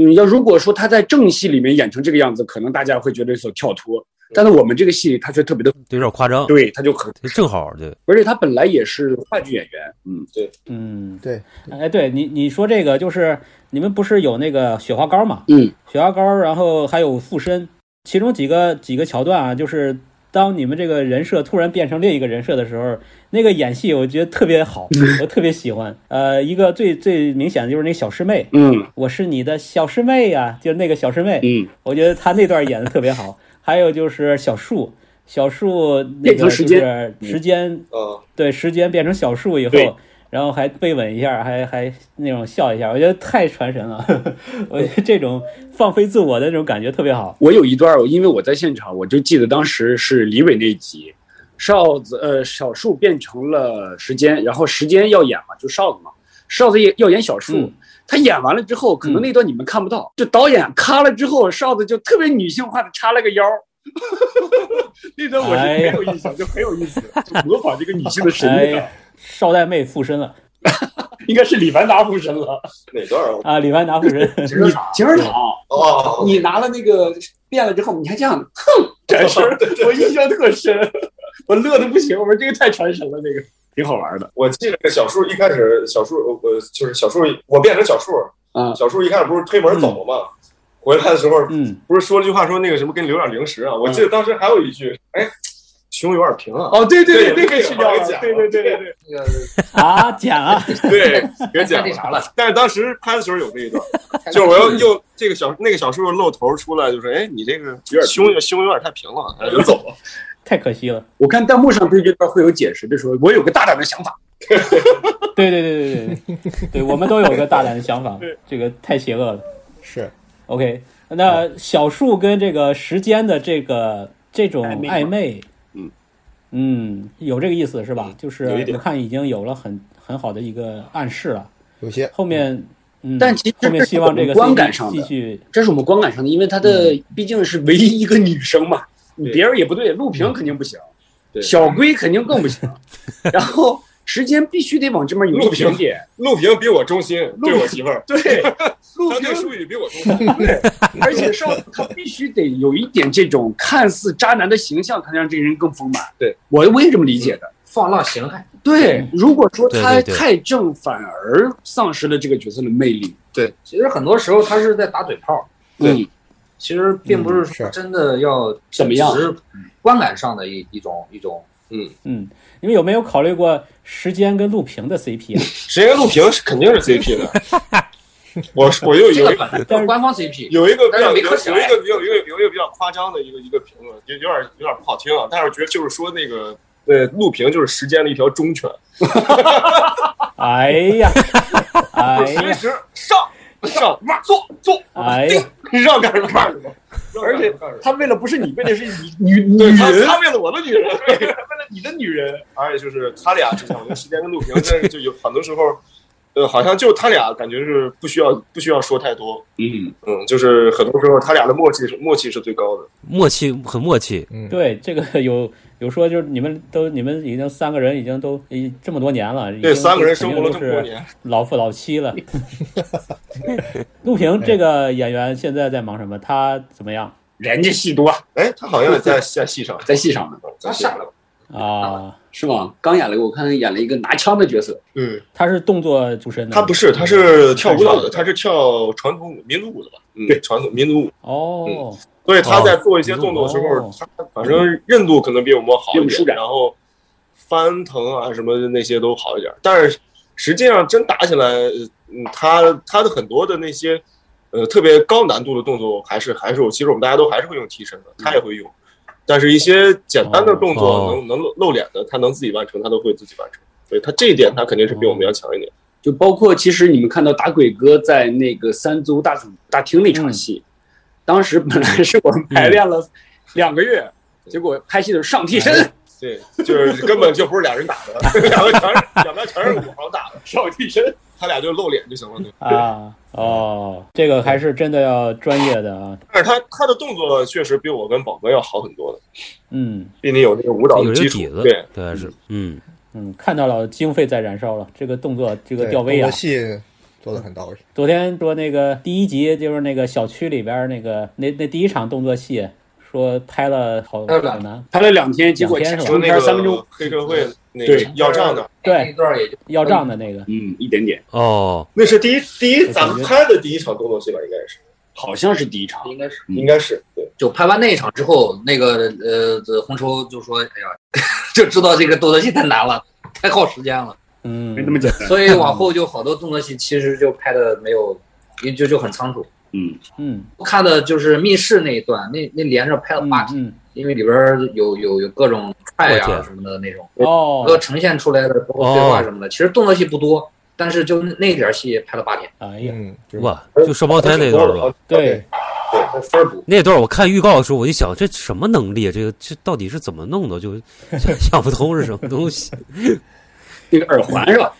H: 嗯，要如果说他在正戏里面演成这个样子，可能大家会觉得有所跳脱。但是我们这个戏他却特别的，
C: 有点夸张，
H: 对，他就很
C: 正好对，
H: 而且他本来也是话剧演员，嗯，
G: 对，
E: 嗯，
D: 对，
E: 哎，对你你说这个就是你们不是有那个雪花膏嘛？
H: 嗯，
E: 雪花膏，然后还有附身，其中几个几个桥段啊，就是当你们这个人设突然变成另一个人设的时候，那个演戏我觉得特别好，
H: 嗯
E: 我特别喜欢。呃，一个最最明显的就是那个小师妹，
H: 嗯，
E: 我是你的小师妹呀、就是那个小师妹，
H: 嗯，
E: 我觉得她那段演的特别好。还有就是小树，小树那
H: 变
E: 个就
H: 成时
E: 是
H: 间
E: 时间
G: 呃，
E: 对，时间变成小树以
H: 对
E: 后，然后还被吻一下，还还那种笑一下，我觉得太传神了。 我觉得这种放飞自我的那种感觉特别好。
H: 我有一段儿，因为我在现场，我就记得当时是李伟那一集，哨子呃小树变成了时间，然后时间要演嘛，就哨子嘛，哨子也要演小树。
E: 嗯
H: 他演完了之后，可能那段你们看不到，就导演咔了之后，哨子就特别女性化的插了个腰， 那段我是很有印象，就很有意思，就模仿这个女性的神韵的，
E: 哎
H: 啊
E: 哎，少带妹附身了
H: 应该是李凡达附身了，
G: 哪段儿啊？
E: 啊！李万达 附身，
K: 停车场，
H: 停儿场，
G: 哦，
H: 你拿了那个变了之后，你还这样，哼， 展示，我印象特深，我乐的不行，我说这个太传神了，这个挺好玩的
G: 我记得小树一开始，小树呃就是小树，我变成小树，
H: 啊。
G: 小树一开始不是推门走
C: 嗯
G: 嘛，回来的时 候
E: 嗯，
G: 不是说了句话，说那个什么给你留点零食
H: 嗯
G: 啊？我记得当时还有一句，哎，胸有点平啊。
H: 哦，对对对，
G: 对
H: 那个是
G: 把它
H: 要
G: 给剪
H: 对
G: 了
H: 对对对对，
K: 那个
E: 啊，剪了，
G: 对，给剪
K: 太那啥
G: 了。
K: 了，
G: 但是当时拍的时候有那 一段，就是我要又这个小那个小叔叔露头出来，就是哎，你这个
H: 点
G: 胸胸有点太平了，哎然后就走了。
E: 太可惜了。
H: 我看弹幕上对这段会有解释的时候，我有个大胆的想法，
E: 对对对对对对，对我们都有个大胆的 想法，这个太邪恶了。
D: 是
E: OK，那小树跟这个时间的这个这种
H: 暧昧吗
E: 暧昧，
H: 嗯
E: 嗯有这个意思是吧？就是
G: 有一点嗯
E: 我看已经有了很很好的一个暗示了。
D: 有些
E: 后面，嗯，
H: 但其实
E: 后面希望这个
H: 这是我们
E: CD
H: 观感上的
E: 继续，
H: 这是我们观感上的，因为她的毕竟是唯一一个女生嘛，你别人也不嗯对，嗯陆平肯定不行，
G: 对
H: 小龟肯定更不 行，然后时间必须得往这边有一
G: 陆平
H: 点点，
G: 陆平比我忠心，
H: 陆
G: 对我媳妇儿，
H: 对，陆
G: 他
H: 平
G: 对舒雨比我忠心。
H: 而且少他必须得有一点这种看似渣男的形象，才能让这个人更丰满。
G: 对
H: 我我也这么理解的。
K: 放浪形骸，
H: 嗯对，如果说他
C: 对对对
H: 太正，反而丧失了这个角色的魅力。
K: 其实很多时候他是在打嘴炮，
H: 嗯，
K: 其实并不是说
D: 是
K: 真的要
H: 怎么样
K: 只是观感上的一一种一种
E: 嗯，你们有没有考虑过时间跟陆平的 CP 啊？
G: 谁跟陆平是肯定是 CP 的。我我又
K: 这
G: 有
K: 个
G: 一
K: 本来就是官方 CP，
G: 有一个比
K: 但是
G: 较
K: 没
G: 有
K: 可
G: 有
K: 选
G: 一个比较有一个有一个比较夸张的一个一个评论，有有点有点不好听啊，但是我觉得就是说那个。对，陆平就是时间的一条忠犬，
E: 哎 呀，哎
G: 随
E: 呀，
G: 时上上慢坐坐，
E: 哎呀，
G: 让干什么干什么，
H: 而且
G: 让干什么
H: 他为了不是你，为的是你女女
G: 对他
H: 人，
G: 他为了我的女人，
H: 为了你的女人。
G: 而且就是他俩之前，我觉得时间跟陆平，真是就有很多时候，呃，好像就他俩感觉是不需要不需要说太多，
H: 嗯，
G: 嗯，就是很多时候他俩的默契是默契是最高的，
C: 默契很默契，
E: 对这个有有说就是你们都你们已经三个人已经都已这么多年了，已
G: 对，
E: 经
G: 三个人
E: 肯
G: 生
E: 定
G: 活了这
E: 都
G: 么多
E: 是
G: 年，
E: 老夫老妻了。 陆平这个演员现在在忙什么？他怎么样
H: 人家戏多，
G: 哎，他好像也在在戏上，
H: 在戏上呢，
G: 在戏上，
E: 啊？
H: 是吗？刚演了一个，我看他演了一个拿枪的角色。
G: 嗯，
E: 他是动作出身的，
G: 他不是，他是跳舞蹈的，他是跳传统舞民族舞的吧？嗯，对，传统民族舞，
E: 哦，
G: 所以他在做一些动作的时
E: 哦
G: 候，他反正韧度可能比我们好
H: 比我
G: 一
H: 们舒展
G: 点，然后翻腾啊什么的那些都好一点。但是实际上真打起来，嗯，他他的很多的那些呃特别高难度的动作，还是还是我其实我们大家都还是会用替身的，他也会用。但是一些简单的动
C: 哦
G: 作能能露露脸的，他能自己完成，他都会自己完成。对他这一点，他肯定是比我们要强一点。
H: 就包括其实你们看到打鬼哥在那个三足大组大厅那场戏，当时本来是我们排练了两个月，结果拍戏的时候上替身，
G: 对，就是根本就不是俩人打的， 两个全是两边全是武行打的，
H: 上替身，
G: 他俩就露脸就行了。对
E: 啊，哦，这个还是真的要专业的啊，
G: 但是他他的动作确实比我跟宝哥要好很多的，
E: 嗯
G: 毕竟有那个舞蹈
C: 有
G: 的
C: 这
G: 基
C: 个底。子，
G: 础对，
C: 对是，嗯，
E: 嗯，看到了经费在燃烧了，这个动作这个
D: 对
E: 吊威
D: 中
E: 啊
D: 国，戏做的很到位，
E: 昨天说那个第一集就是那个小区里边那个那那第一场动作戏，说拍了好
H: 拍了
E: 好难，
H: 拍了两天，结果
C: 嗯
E: 两天是
H: 成
E: 吧？
H: 片三分钟。
G: 黑社会那个
H: 对
G: 要账的，
E: 对，
K: 段也就
E: 要账的那个，
H: 嗯，一点点，
C: 哦，
G: 那是第一第一咱们拍的第一场动作戏吧，应该是，
H: 好像是第一场。
K: 应该
C: 嗯
K: 是
G: 应该是对。
K: 就拍完那一场之后，那个呃，这红绸就说：“哎呀， 就知道这个动作戏太难了，太耗时间了。
E: 嗯
H: 没，那么简”单。
K: 所以往后就好多动作戏其实就拍的没有，也就就很仓促。
H: 嗯，
E: 嗯
K: 我看的就是密室那一段，那那连着拍了
E: 嗯
K: 八天，
E: 嗯，
K: 因为里边儿有有有各种踹
C: 我
K: 啊
C: 天
K: 什么的那种，
E: 哦
K: 都，呈现出来的，包括对话什么的。其实动作戏不多，但是就那点儿戏拍了八天。
E: 哎呀，
D: 嗯，对
C: 哇，就双胞胎那段儿吧？
E: 对，
G: 对，哦他分儿补。
C: 那段儿我看预告的时候，我就想这什么能力啊？这个这到底是怎么弄的？就 想不通是什么东西。
H: 那个耳环是吧？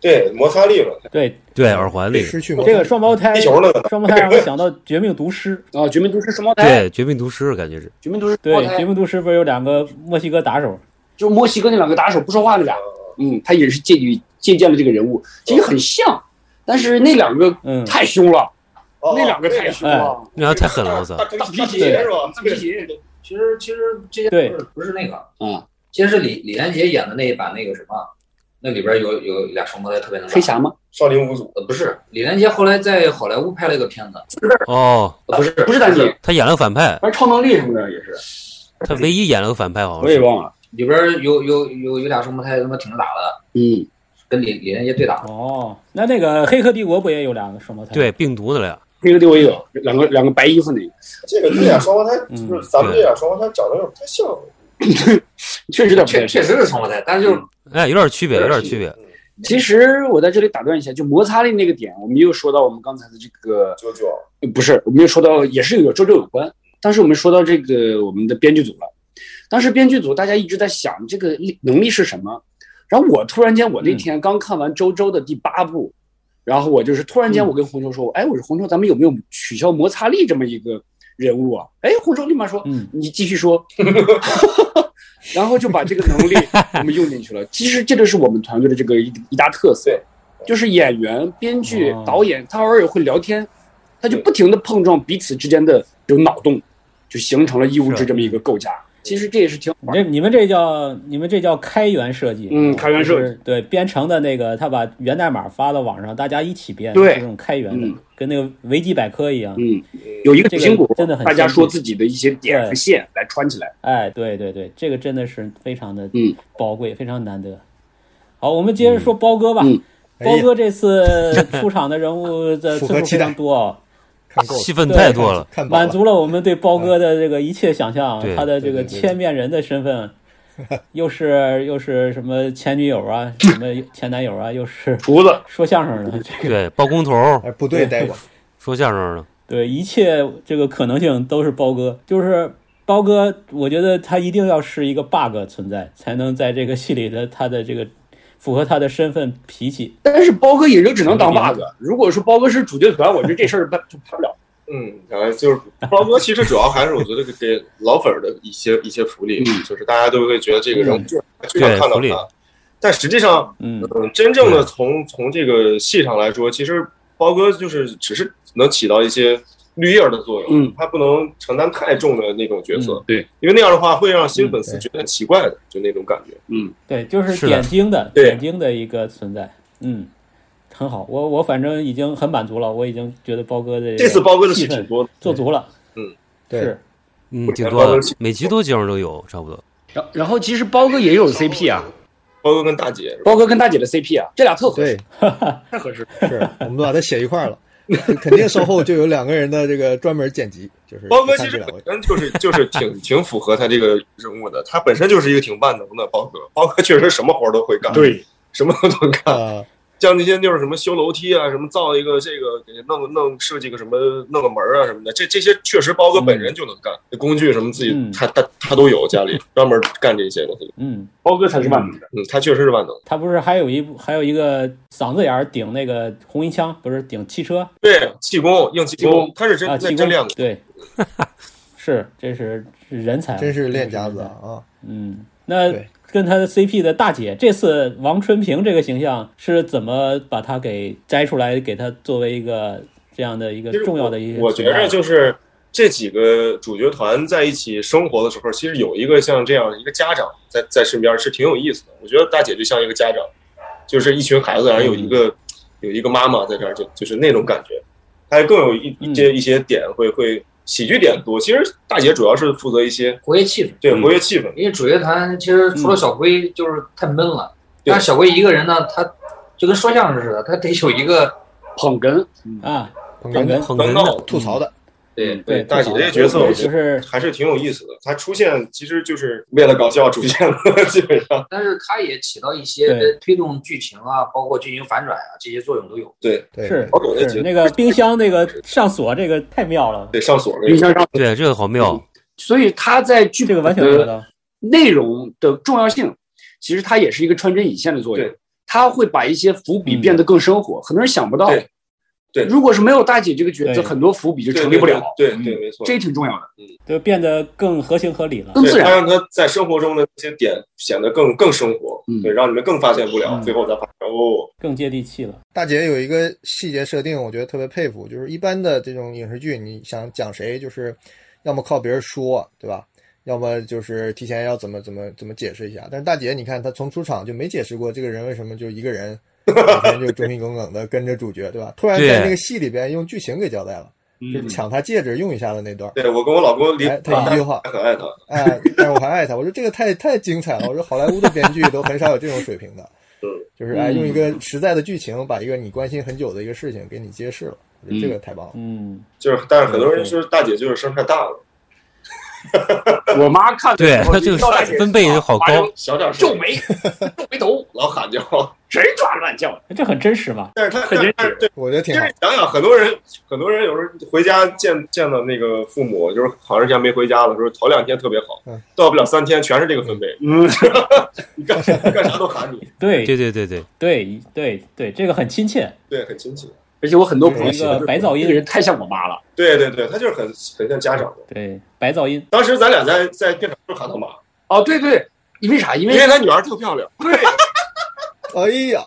G: 对，摩擦力嘛，
E: 对，
C: 对，耳环里，
D: 失去摩
E: 这
D: 擦
E: 个双胞
C: 哎
E: 胎
G: 踢，球那个，
E: 双胞胎让我想到《绝命毒师》。
H: 啊，《绝命毒师》双胞胎，《
C: 对，绝命毒师感觉是，
H: 绝命毒师》双
E: 对，
H: 胞
E: 《绝
H: 胎，
E: 命毒师》不是有两个墨西哥打手？
H: 就是墨西哥那两个打手不说话那俩。嗯，他也是借鉴借鉴了这个人物，其实很像，但是那两个
E: 嗯，
H: 太凶了，
G: 哦
H: 那两个太凶了。
C: 那还太狠了，我操！
G: 大大皮
H: 对
G: 鞋是吧？
H: 大皮鞋
K: 其实其实这些
E: 对
K: 不是不是那个，
H: 嗯，
K: 其实是李李连杰演的那一版那个什么，那里边有有俩双胞胎特别能打
H: 黑侠吗？
G: 少林五祖，
K: 呃，不是，李连杰后来在好莱坞拍了一个片子，
C: 哦，
K: 呃、不是，
H: 啊不是单机，
C: 他演了个反派，
H: 反正超能力什么的也是，
C: 他唯一演了个反派，好
H: 我
C: 像
H: 也
C: 是。
H: 忘了。
K: 里边有有有有俩双胞胎他妈挺能打的，
H: 嗯，
K: 跟李李连杰对打。
E: 哦，那那个《黑客帝国》不也有两个双胞胎？，
C: 对，病毒那俩，
H: 那个对我也有两个两个白衣服那个，
G: 这个这俩双胞胎
E: 嗯
G: 就是咱们这俩双胞胎长得有点不太像，
H: 确实有点不
K: 确
H: 太
K: 确
H: 像。
K: 实是双胞胎，但是就是
C: 哎，有点区别，有点区别。
H: 其实我在这里打断一下，就摩擦力那个点，我们又说到我们刚才的这个
G: 九九
H: 呃不是，我们又说到也是有周周有关，但是我们说到这个我们的编剧组了，当时编剧组大家一直在想这个力能力是什么，然后我突然间我
E: 嗯
H: 那天刚看完周周的第八部，然后我就是突然
E: 嗯
H: 间我跟红球说，哎，我说红球，咱们有没有取消摩擦力这么一个人物啊？哎，红球立马说，
E: 嗯，
H: 你继 续说，然后就把这个能力我们用进去了。其实这就是我们团队的这个一一大特色，就是演员、编剧
E: 哦、
H: 导演，他偶尔也会聊天，他就不停的碰撞彼此之间的这种脑洞，就形成了义务制
C: 是
H: 这么一个构架。其实这也是挺好
E: 你
H: 玩的。
E: 这你们这叫你们这叫开源设计，
H: 嗯开源设计
E: 就是对编程的那个，他把源代码发到网上，大家一起编，
H: 对
E: 这种开源的
H: 嗯，
E: 跟那个维基百科一样。
H: 嗯，有一个主心骨
E: 这个真的，很
H: 大家
E: 先进
H: 说自己的一些点和
E: 对
H: 线来穿起来。
E: 哎，对对对，这个真的是非常的
H: 嗯
E: 宝贵，非常难得。好，我们接着说包哥吧。
H: 嗯
E: 包哥这次出场的 人物的
D: 哎符
E: 次
D: 合
E: 数非
D: 期待
E: 常多啊，
D: 看够了，
C: 戏份太多了，
D: 看饱
E: 满
D: 了。
E: 足了我们对包哥的这个一切想象，
C: 嗯对
E: 他的这个千面人的 身份，又是又是什么前女友啊，什么前男友啊，又是
H: 厨子，
E: 说相声 的，这个
C: 对，包工头
D: 哎，部队待过，
C: 说相声的，
E: 对一切这个可能性都是包哥，就是包哥，我觉得他一定要是一个 bug 存在，才能在这个戏里的他的这个符合他的身份脾气。
H: 但是包哥也就只能当 bug。如果说包哥是主角团，我觉得这事儿办 就办不了。
G: 嗯，然后就是包哥，其实主要还是我觉得给给老粉儿的一些一些福利，
H: 嗯
G: 就是大家都会觉得这个人物就就想
C: 对
G: 看到
C: 福利
G: 他，但实际上。
E: 嗯，
G: 嗯，真正的从从这个戏上来说，其实包哥就是只是能起到一些绿叶儿的作用，
H: 嗯，
G: 他不能承担太重的那种角色，
H: 对，
G: 因为那样的话会让新粉丝觉得很奇怪的，就那种感觉。
E: 对，就是
C: 是的
E: 点睛的
G: 对
E: 点睛的一个存在，嗯，很好，我我反正已经很满足了，我已经觉得包哥的
G: 这次包哥的戏
E: 气
G: 挺
E: 氛
G: 多的，
E: 做足了，
D: 对
E: 是，
C: 嗯，挺多的，每集都基本上都有，差不多。
H: 然然后其实包哥也有 CP 啊，
G: 包哥跟大姐是吧，
H: 包哥跟大姐的 CP 啊，这俩特合适，
D: 对，
H: 太合适。
D: 是 我们都把它写一块儿了，就肯定稍后就有两个人的这个专门剪辑，就是
G: 包哥
D: 看
G: 其
D: 这
G: 实
D: 两位
G: 本，身就是就是挺挺符合他这个人物的，他本身就是一个挺万能的包哥，包哥确实什么活儿都会干，，
H: 对，
G: 什么都能干，
D: 啊，
G: 像那些就是什么修楼梯啊，什么造一个这个，给弄弄设计个什么弄个门儿啊什么的，这这些确实包哥本人就能干，这工具什么自己
E: 嗯
G: 他他他都有，家里专门干这些东西。
E: 嗯，
H: 包哥才是万能的。
G: 嗯，他确实是万能。
E: 他不是还有一部还有一个嗓子眼儿顶那个红缨枪，不是顶汽车
G: 对，气功硬气
H: 气
G: 功
H: 功，
G: 他是真
E: 啊，
G: 那
E: 气功
G: 真练过，
E: 对，是这是是人才啊，
D: 真是练家子
E: 人
D: 啊
E: 才，
D: 啊，
E: 嗯，那
D: 对
E: 跟他的 CP 的大姐，这次王春平这个形象是怎么把他给摘出来，给他作为一个这样的一个
G: 其实
E: 重要的一个
G: 我
E: 存
G: 觉
E: 在？
G: 着就是这几个主角团在一起生活的时候，其实有一个像这样一个家长在在身边是挺有意思的。我觉得大姐就像一个家长，就是一群孩子，然后有
H: 嗯
G: 一个有一个妈妈在这儿，就就是那种感觉。还更有一
H: 嗯
G: 一些一些点会会喜剧点多。其实大姐主要是负责一些
K: 活跃气氛，
H: 嗯
G: 对活跃气氛。
K: 因为主乐团其实除了小龟就是太闷了，但是小龟一个人呢，他就跟说相声似的，他得有一个
H: 捧哏
E: 啊，
D: 捧
E: 哏
D: 哏
E: 捧
G: 能
E: 哏
G: 闹
E: 的，
M: 吐槽的，
K: 对
E: 对，
G: 大
E: 吐
G: 姐
E: 槽
G: 这个角色我
E: 就
G: 觉得
E: 是
G: 还是挺有意思的。她出现其实就是为了搞笑出现的， 基本上
K: 但是它也起到一些
E: 对
K: 推动剧情啊，包括剧情反转啊这些作用都有。
G: 对
D: 对
E: 是
G: 老狗那
E: 是
G: 集
E: 那个冰箱那个上锁，这个太妙了，
G: 得上锁那
H: 冰
G: 个。
H: 箱上，
C: 对，这个好妙，
H: 所以他在剧呃
E: 这个
H: 本
E: 完全没想
H: 的
E: 到。
H: 内容的重要性，其实它也是一个穿针引线的作用
G: 对，
H: 它会把一些伏笔
E: 嗯
H: 变得更生活，很多人想不到
G: 对。对
H: 如果是没有大姐这个角色，
E: 对
H: 很多伏笔就成立不了，嗯
G: 对对对，对没错。
H: 这也挺重要的。
E: 就变得更合情合理了。
H: 更自
G: 对
H: 然
G: 他让他在生活中的这些点显得更更生活，
H: 嗯
G: 对，让你们更发现不了，最后再发现哦，
E: 更接地气了。
D: 大姐有一个细节设定，我觉得特别佩服，就是一般的这种影视剧，你想讲谁，就是要么靠别人说，对吧？要么就是提前要怎么怎么怎么解释一下。但是大姐，你看她从出场就没解释过这个人为什么就一个人，每天就忠心耿耿的跟着主角，对吧？突然在
C: 对
D: 那个戏里边用剧情给交代了，
G: 嗯
D: 就是抢她戒指用一下的那段，
G: 对我跟我老公离
D: 哎，她一句话，
G: 还很爱他，
D: 哎，但是我还爱他。我说这个太太精彩了。我说好莱坞的编剧都很少有这种水平的
G: 嗯，
D: 就是哎，用一个实在的剧情把一个你关心很久的一个事情给你揭示了。我觉得这个太棒了。
E: 嗯，
G: 就是但是很多人说大姐就是声太大了，
H: 我妈看的
C: 对
H: 时候，
C: 他这
H: 到大
C: 个
H: 姐
C: 分贝好
H: 发
C: 高
H: 生，
G: 小点声
K: 皱，眉，皱眉头，
G: 老喊叫，
H: 谁抓乱叫？
E: 这很真实嘛。
G: 但是他
H: 很真实
G: 但是对，
D: 我觉得挺
G: 其
D: 好
G: 实。想想很多人很多人有时候回家见见到那个父母，就是好长时间没回家了，说头两天特别好
D: 嗯，
G: 到不了三天全是这个分贝，
H: 嗯，
G: 你干啥干啥都喊你，
E: 对
C: 对对对对，
E: 对对对，这个很亲切，
G: 对，很亲切，
H: 而且我很多朋
E: 有
H: 友
E: 一个白噪
H: 这个人
E: 音，
H: 太像我妈了，
G: 对对对，他就是很很像家长的。
E: 对白噪音，
G: 当时咱俩在在电厂就喊他妈，
H: 哦，对对，因为啥？因
G: 因
H: 为
G: 为哦他女儿特漂亮。
D: 哎呀，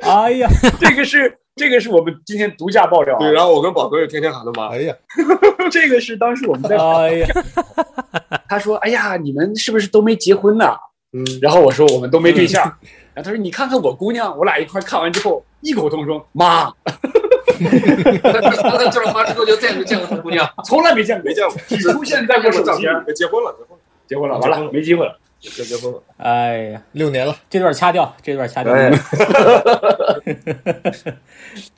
E: 哎呀，
H: 这个是这个是我们今天独家爆料啊，
G: 对，然后我跟宝哥就天天喊他妈。
D: 哎呀，
H: 这个是当时我们在
E: 哎呀，
H: 他说：“哎呀，你们是不是都没结婚呢
G: 嗯，？”
H: 然后我说：“我们都没对象。”
N: 嗯
H: 然后他说：“你看看我姑娘，我俩一块儿看完之后异口同声， 妈，
K: 就是妈之后就再也没见过她姑娘。
H: 从来没见过，
G: 没见过，
H: 只出现在过手机。
G: 结婚了，结婚了，
H: 结婚了，
G: 结
H: 完
G: 婚
H: 了，没机会了。
G: 结结婚了。
E: 哎呀，
D: 六年了，
E: 这段掐掉，这段掐掉，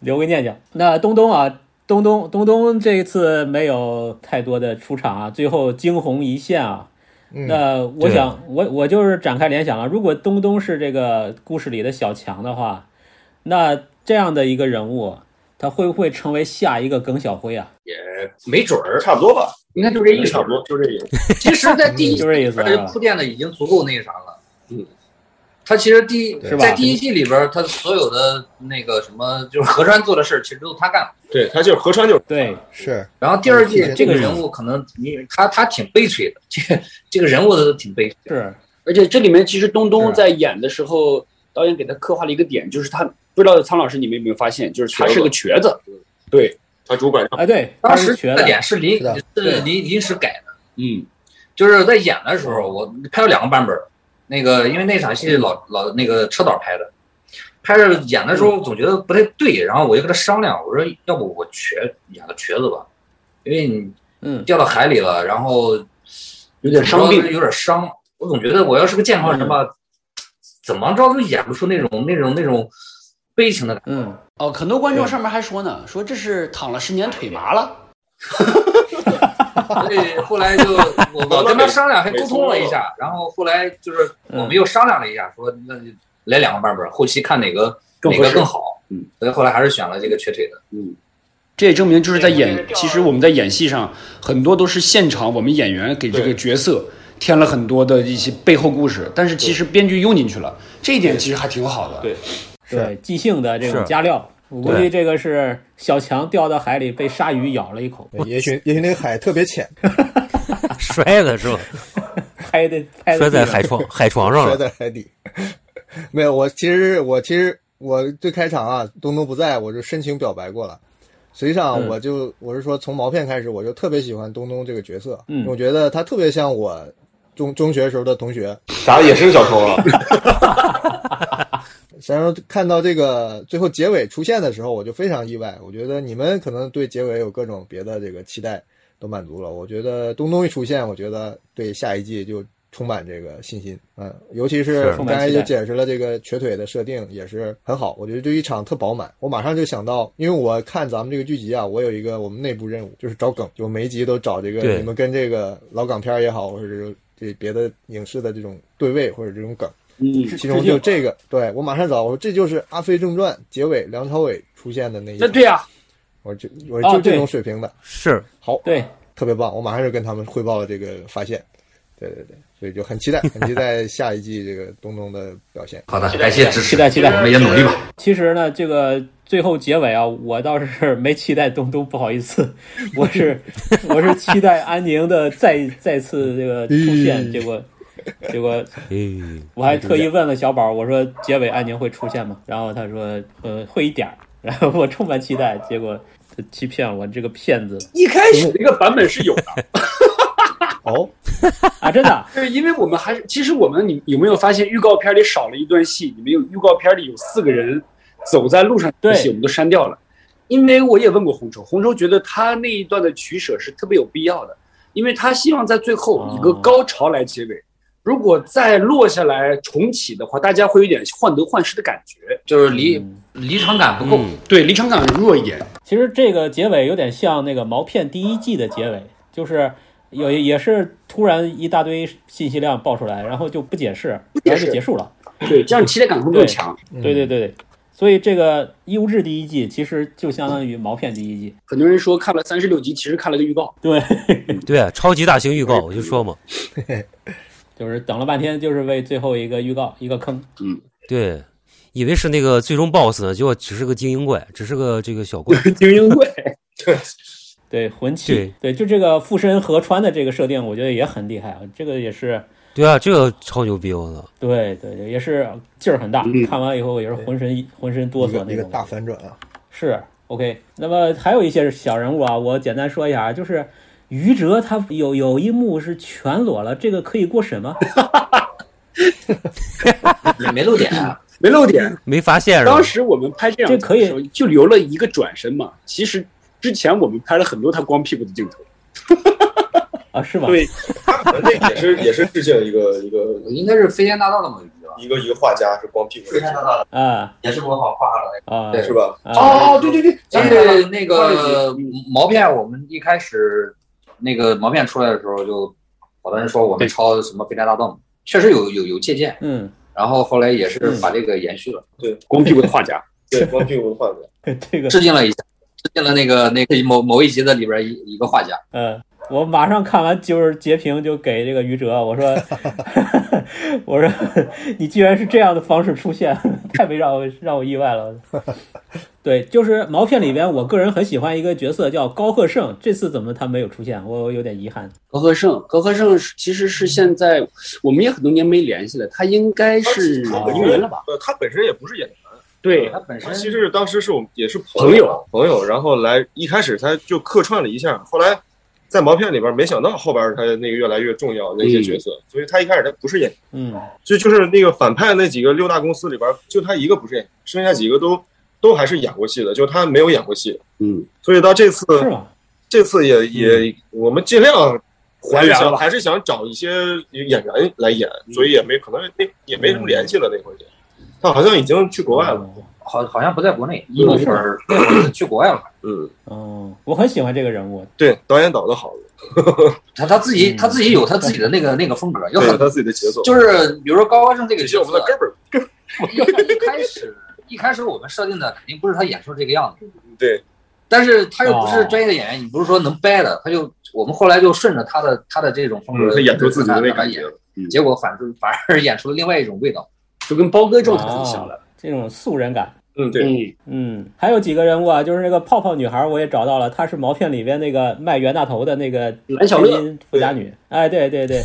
E: 留给念念。那东东啊，东东东东这一次没有太多的出场啊，最后惊鸿一现啊。
D: 嗯，
E: 那我想，我我就是展开联想了，如果东东是这个故事里的小强的话，那这样的一个人物，他会不会成为下一个耿小辉啊？
K: 没准儿，
G: 差不多吧，
K: 你看就这意
N: 嗯
K: 思
G: 差。不多就这意思。
K: 其实，在第 一
E: 就这意思
K: 而且
E: 啊
K: 铺垫的已经足够那个啥了。嗯，他其实第一
E: 是吧
K: 在第一季里边儿，他所有的那个什么，就是河川做的事儿，其实都是他干的。
G: 对他就是河川，就是
E: 对，
D: 是
K: 然后第二季
D: 嗯
K: 这个人物可能你他他挺悲催的，这个这个人物都挺悲催的。
E: 是，
H: 而且这里面其实东
E: 是
H: 东
E: 啊
H: 在演的时候，导演给他刻画了一个点，就是他不知道苍老师你们有没有发现，就是他是个瘸子。对，
G: 他主管
E: 哎，对，
K: 当
E: 是
K: 时
E: 瘸的
K: 这个，点是临
D: 是的
K: 是临临时改的。
H: 嗯，
K: 就是在演的时候，我拍了两个版本儿，那个因为那场戏老老那个车导拍的，拍着演的时候总觉得不太对，然后我就跟他商量，我说要不我瘸演个瘸子吧，因为你
E: 嗯，
K: 掉到海里了，然后
H: 有点伤病，
K: 有点伤，我总觉得我要是个健康人吧，怎么着都演不出那种那种那种悲情的感
E: 嗯，
N: 哦，很多观众
E: 对
N: 上面还说呢，说这是躺了十年腿麻了。
K: 觉。所以后来就我我跟他商量，还沟通了一下，然后后来就是我们又商量了一下，说那就来两个版本，后期看哪个
H: 更
K: 哪
H: 合
K: 个
H: 适
K: 更好。
H: 嗯，
K: 所以后来还是选了这个瘸腿的。
N: 这也证明就是在演
O: 对这，个
N: 其实我们在演戏上很多都是现场，我们演员给这个
G: 对
N: 角色添了很多的一些背后故事，但是其实编剧用进去了，这一点其实还挺好的。
G: 对
E: 对，即兴的这种
C: 是
E: 加料，我估
C: 对
E: 计这个是小强掉到海里被鲨鱼咬了一口，
D: 对也许也许那个海特别浅，
C: 摔的是吧？
E: 拍的拍的
C: 摔在海床海床上
D: 摔
C: 了，
D: 在海底。 没有，我其实我其实我最开场啊，东东不在，我就深情表白过了。实际上，
E: 嗯
D: 我就我是说，从毛片开始，我就特别喜欢东东这个角色，
E: 嗯
D: 我觉得他特别像我中中学时候的同学。
G: 啥也是小偷啊？
D: 然后看到这个最后结尾出现的时候，我就非常意外。我觉得你们可能对结尾有各种别的这个期待都满足了。我觉得东东一出现，我觉得对下一季就充满这个信心。嗯，尤其
E: 是
D: 是
E: 充
D: 刚
E: 满
D: 才
E: 期
D: 就
E: 待
D: 解释了这个瘸腿的设定也是很好，我觉得就一场特饱满。我马上就想到，因为我看咱们这个剧集啊，我有一个我们内部任务，就是找梗，就每一集都找这个
C: 对
D: 你们跟这个老港片儿也好，或者是这别的影视的这种对位或者这种梗。
H: 嗯
D: 其中就这个，对我马上找，我说这就是《阿飞正传》结尾梁朝伟出现的那一
H: 那
D: 场，
H: 对啊呀，
D: 我就我
H: 啊
D: 就这
H: 对
D: 种水平的，
C: 是
D: 好，
E: 对，
D: 特别棒，我马上就跟他们汇报了这个发现，对对对，所以就很期待，很期待下一季这个东东的表 现。
K: 好的，感谢支持，
E: 期待期待，
K: 我们也努力吧。
E: 其实呢，这个最后结尾啊，我倒是没期待东东，不好意思，我 是我是期待安宁的再再次这个出现，
D: 嗯
E: 结果结果
C: 哎，
E: 我还特意问了小宝，我说结尾安宁会出现吗？然后他说呃会一点儿， 然后我充满期待，结果他欺骗我，这个骗子
H: 一开始那个版本是有的，
D: 哦，
E: 啊，真的
H: 就是因为我们还是，其实我们你有没有发现预告片里少了一段戏？你们有预告片里有四个人走在路上的戏，
E: 对
H: 我们都删掉了。因为我也问过红绸，红绸觉得他那一段的取舍是特别有必要的，因为他希望在最后一个
E: 哦
H: 高潮来结尾。如果再落下来重启的话，大家会有点患得患失的感觉。
K: 就是离
E: 嗯
K: 离场感不够，
P: 对，离场感弱一点。
E: 其实这个结尾有点像那个毛片第一季的结尾，就是有也是突然一大堆信息量爆出来，然后就不解释，
H: 解
E: 然
H: 释
E: 后就结束了。
H: 对，这样期待感会更强。
E: 对对对对，所以这个《义无志》第一季其实就相当于毛片第一季。
H: 很多人说看了三十六集，其实看了个 预告。
E: 对，
C: 对，超级大型预告，我就说嘛，
E: 就是等了半天，就是为最后一个预告一个坑。
C: 对，以为是那个最终 BOSS 呢，结果只是个精英怪，只是个这个小 怪，
H: 精英会，
E: 对魂器，对就这个附身河川的这个设定，我觉得也很厉害啊。这个也是，
C: 对啊，这个超牛逼，我操！
E: 对对，也是劲儿很大。
H: 嗯
E: 看完以后也是浑身浑身哆
D: 一
E: 嗦
D: 个
E: 那
D: 一个
E: 种。
D: 大反转啊！
E: 是 OK。那么还有一些小人物啊，我简单说一下啊，就是于哲他有有一幕是全裸了，这个可以过审吗？
K: 没没露点啊。
H: 没漏点。
C: 没发现是吧
H: 当？时我们拍这样
E: 这可以
H: 的时候，就留了一个转身嘛。其实之前我们拍了很多他光屁股的镜头，
E: 啊，是吗？
H: 对
G: 那也是也是致敬一个一个
K: 应该是《飞天大盗》的某一集吧，
G: 一个一个画家是光屁股
K: 《飞
G: 的，
K: 天大盗》
E: 啊
K: 也是国好画嗯了。
E: 啊
K: 对
G: 是吧？
E: 啊！
H: 哦对对对，
K: 但
H: 对
K: 是那个毛片，我们一开始那个毛片出来的时候，就好多人说我们抄什么《飞天大盗》，确实有有有借鉴。
E: 嗯，
K: 然后后来也是把这个延续了，
H: 光屁股的画家，
G: 对，光屁股的画家。
E: 这个
K: 致敬了一下，致敬了那个那个某某一集的里边一一个画家。
E: 呃，我马上看完就是截屏就给这个于哲，我说 我说你居然是这样的方式出现，太没让我让我意外了。对，就是毛片里边，我个人很喜欢一个角色叫高贺胜，这次怎么他没有出现，我有点遗憾。
H: 高和胜，高和胜是其实是现在我们也很多年没联系了，他应该是
G: 他
E: 本
H: 演
E: 身
H: 员了吧？
G: 呃，他本身也不是演员，
H: 对，
K: 他本身
G: 他其实是当时是我们也是
H: 朋友，
G: 朋友，啊然后来一开始他就客串了一下，后来在毛片里边，没想到后边他那个越来越重要那些角色，
H: 嗯
G: 所以他一开始他不是演员，
E: 嗯，
G: 就就是那个反派那几个六大公司里边，就他一个不是演员，剩下几个都都还是演过戏的，就他没有演过戏，
H: 嗯，
G: 所以到这次
E: 是吗？
G: 这次也也、我们尽量。
H: 还原了
G: 还是想还是想找一些演员来演，所以也没可能那也没什么联系了那会儿也，他好像已经去国外了，
K: 好好像不在国内，那会儿那会儿去国外了。
G: 嗯，
E: 哦，我很喜欢这个人物，
G: 对，导演导的好，
K: 他他自己
E: 嗯
K: 他自己有他自己的那个那个风格，有
G: 对
K: 很
G: 他自己的节奏，
K: 就是比如说高高胜这个
G: 是
K: 角
G: 我们
K: 色
G: 的，根本
K: 一开始一开始我们设定的肯定不是他演出这个样子，
G: 嗯对，
K: 但是他又不
E: 哦
K: 是专业的演员，你不是说能掰的，他就我们后来就顺着他的他的这种风格，
G: 嗯他演出自己的那
K: 把它
G: 感
K: 演
G: 觉，，
K: 结果反正反而演出了另外一种味道。
H: 就跟包哥状态很像了。
E: 哦这种素人感。
G: 嗯，对，
H: 嗯，
E: 嗯，还有几个人物啊，就是那个泡泡女孩，我也找到了，她是毛片里边那个卖袁大头的那个
H: 蓝小乐
E: 配音富家女。哎，对对对，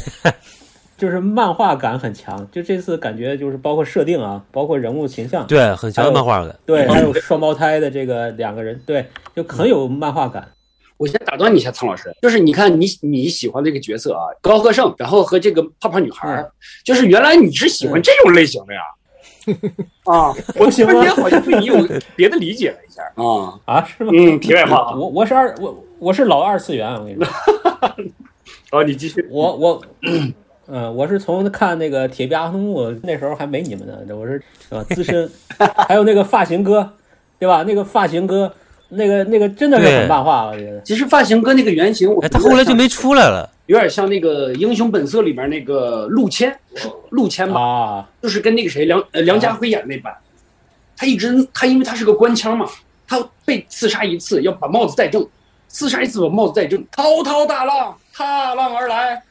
E: 就是漫画感很强。就这次感觉就是包括设定啊，包括人物形象，
C: 对，很
H: 哎
C: 强的漫画感。
E: 对，还有双胞胎的这个两个人，对，就很有漫画感。
H: 我先打断你一下，苍老师，就是你看你你喜欢这个角色啊，高贺胜，然后和这个泡泡女孩儿，就是原来你是喜欢这种类型的呀？啊，我突然间好像对你有别的理解了一下啊
E: 啊，是吗？
H: 嗯，题外话啊
E: 我我是二我我是老二次元，啊我跟你说。
H: 哦，你继续。
E: 我我， 嗯、我是从看那个《铁臂阿童木》那时候还没你们呢，我是啊资 深，还有那个发型哥，对吧？那个发型哥，那个那个真的是
H: 对
E: 很漫画，我觉得。
H: 其实发型跟那个原型，我
E: 哎他后来就没出来 了，
H: 有点像那个《英雄本色》里面那个陆谦，是陆谦吧，
E: 啊，
H: 就是跟那个谁梁呃梁家辉演那版，他一直他因为他是个官腔嘛，他被刺杀一次要把帽子戴正，刺杀一次把帽子戴正，滔滔大浪踏浪而来，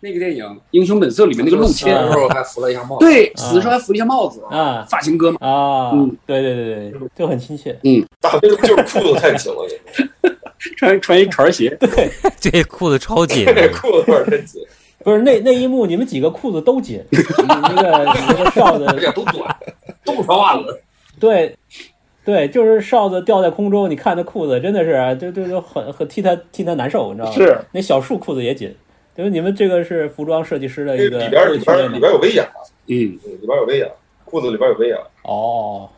H: 那个电影《英雄本色》里面那个陆谦
L: 的时候还扶了一下帽子，
H: 对，死的时候还扶了一下帽子
E: 啊，
H: 发型哥嘛
E: 啊，
H: 嗯，
E: 对对对对，就很亲切，
H: 嗯，
G: 大兵就是裤子太紧了，
H: 穿穿一船鞋，
E: 对，
C: 这裤子超 紧，
G: 裤子有点太紧。
E: 不是那那一幕，你们几个裤子都紧，你那个你那个哨子
L: 都短，都穿袜子。
E: 对，对，就是哨子吊在空中，你看那裤子真的是，啊就就就很很替他替他难受，你知道吗？
G: 是，
E: 那小树裤子也紧，就是你们这个是服装设计师的一个
G: 里边
E: 会
G: 里
E: 训练的
G: 边里边有威亚，
H: 嗯，
G: 里边有威亚，裤子里边有威亚。
E: 哦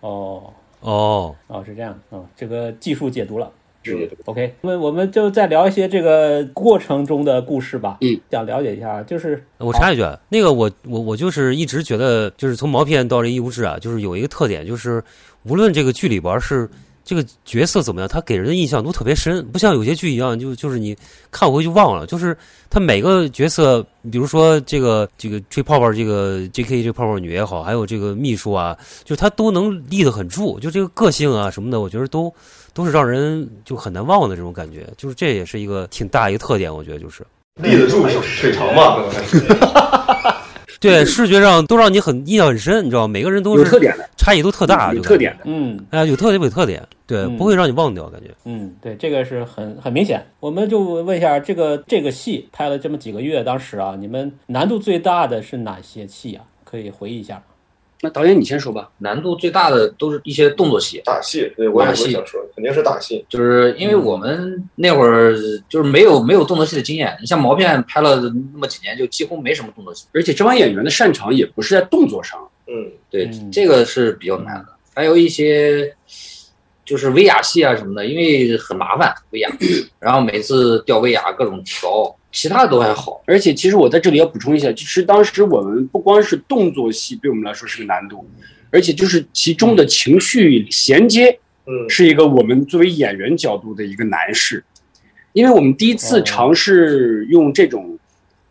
E: 哦
C: 哦
E: 哦，是这样啊、这个技术解读了。
H: 是
E: OK，那我们就再聊一些这个过程中的故事吧。
H: 嗯，
E: 想了解一下，就是
C: 我插一句，啊，那个我我我就是一直觉得，就是从毛片到这义无志啊，就是有一个特点，就是无论这个剧里边儿是这个角色怎么样，他给人的印象都特别深，不像有些剧一样，就就是你看回去忘了，就是他每个角色，比如说这个这个吹泡泡这个 J.K. 这个泡泡女也好，还有这个秘书啊，就他都能立得很住，就这个个性啊什么的，我觉得都都是让人就很难忘的这种感觉，就是这也是一个挺大一个特点，我觉得就是。
G: 立得住腿长吧？可能还是
C: 对，视觉上都让你很印象很深，你知道吗？每个人都是
H: 嗯有特点的，
C: 差异都特大，
H: 有
C: 就
H: 特点的，
E: 嗯，
C: 哎，有特点有特点，对，
E: 嗯
C: 不会让你忘掉，感觉。
E: 嗯，对，这个是很很明显。我们就问一下，这个这个戏拍了这么几个月，当时啊，你们难度最大的是哪些戏啊？可以回忆一下吗。
H: 那导演你先说吧。
L: 难度最大的都是一些动作戏，
G: 大戏，对我也
L: 大
G: 我
L: 戏
G: 想说，肯定是大戏。
L: 就是因为
E: 嗯
L: 我们那会儿就是没有没有动作戏的经验，你像毛片拍了那么几年，就几乎没什么动作戏。
H: 而且这帮演员的擅长也不是在动作上，
G: 嗯，
L: 对，这个是比较难
E: 嗯
L: 的。还有一些就是威亚戏啊什么的，因为很麻烦威 亚，然后每次吊威亚各种调，其他的都还好。
H: 而且，其实我在这里要补充一下，其实当时我们不光是动作戏对我们来说是个难度，而且就是其中的情绪衔接，
G: 嗯，
H: 是一个我们作为演员角度的一个难事，因为我们第一次尝试用这种，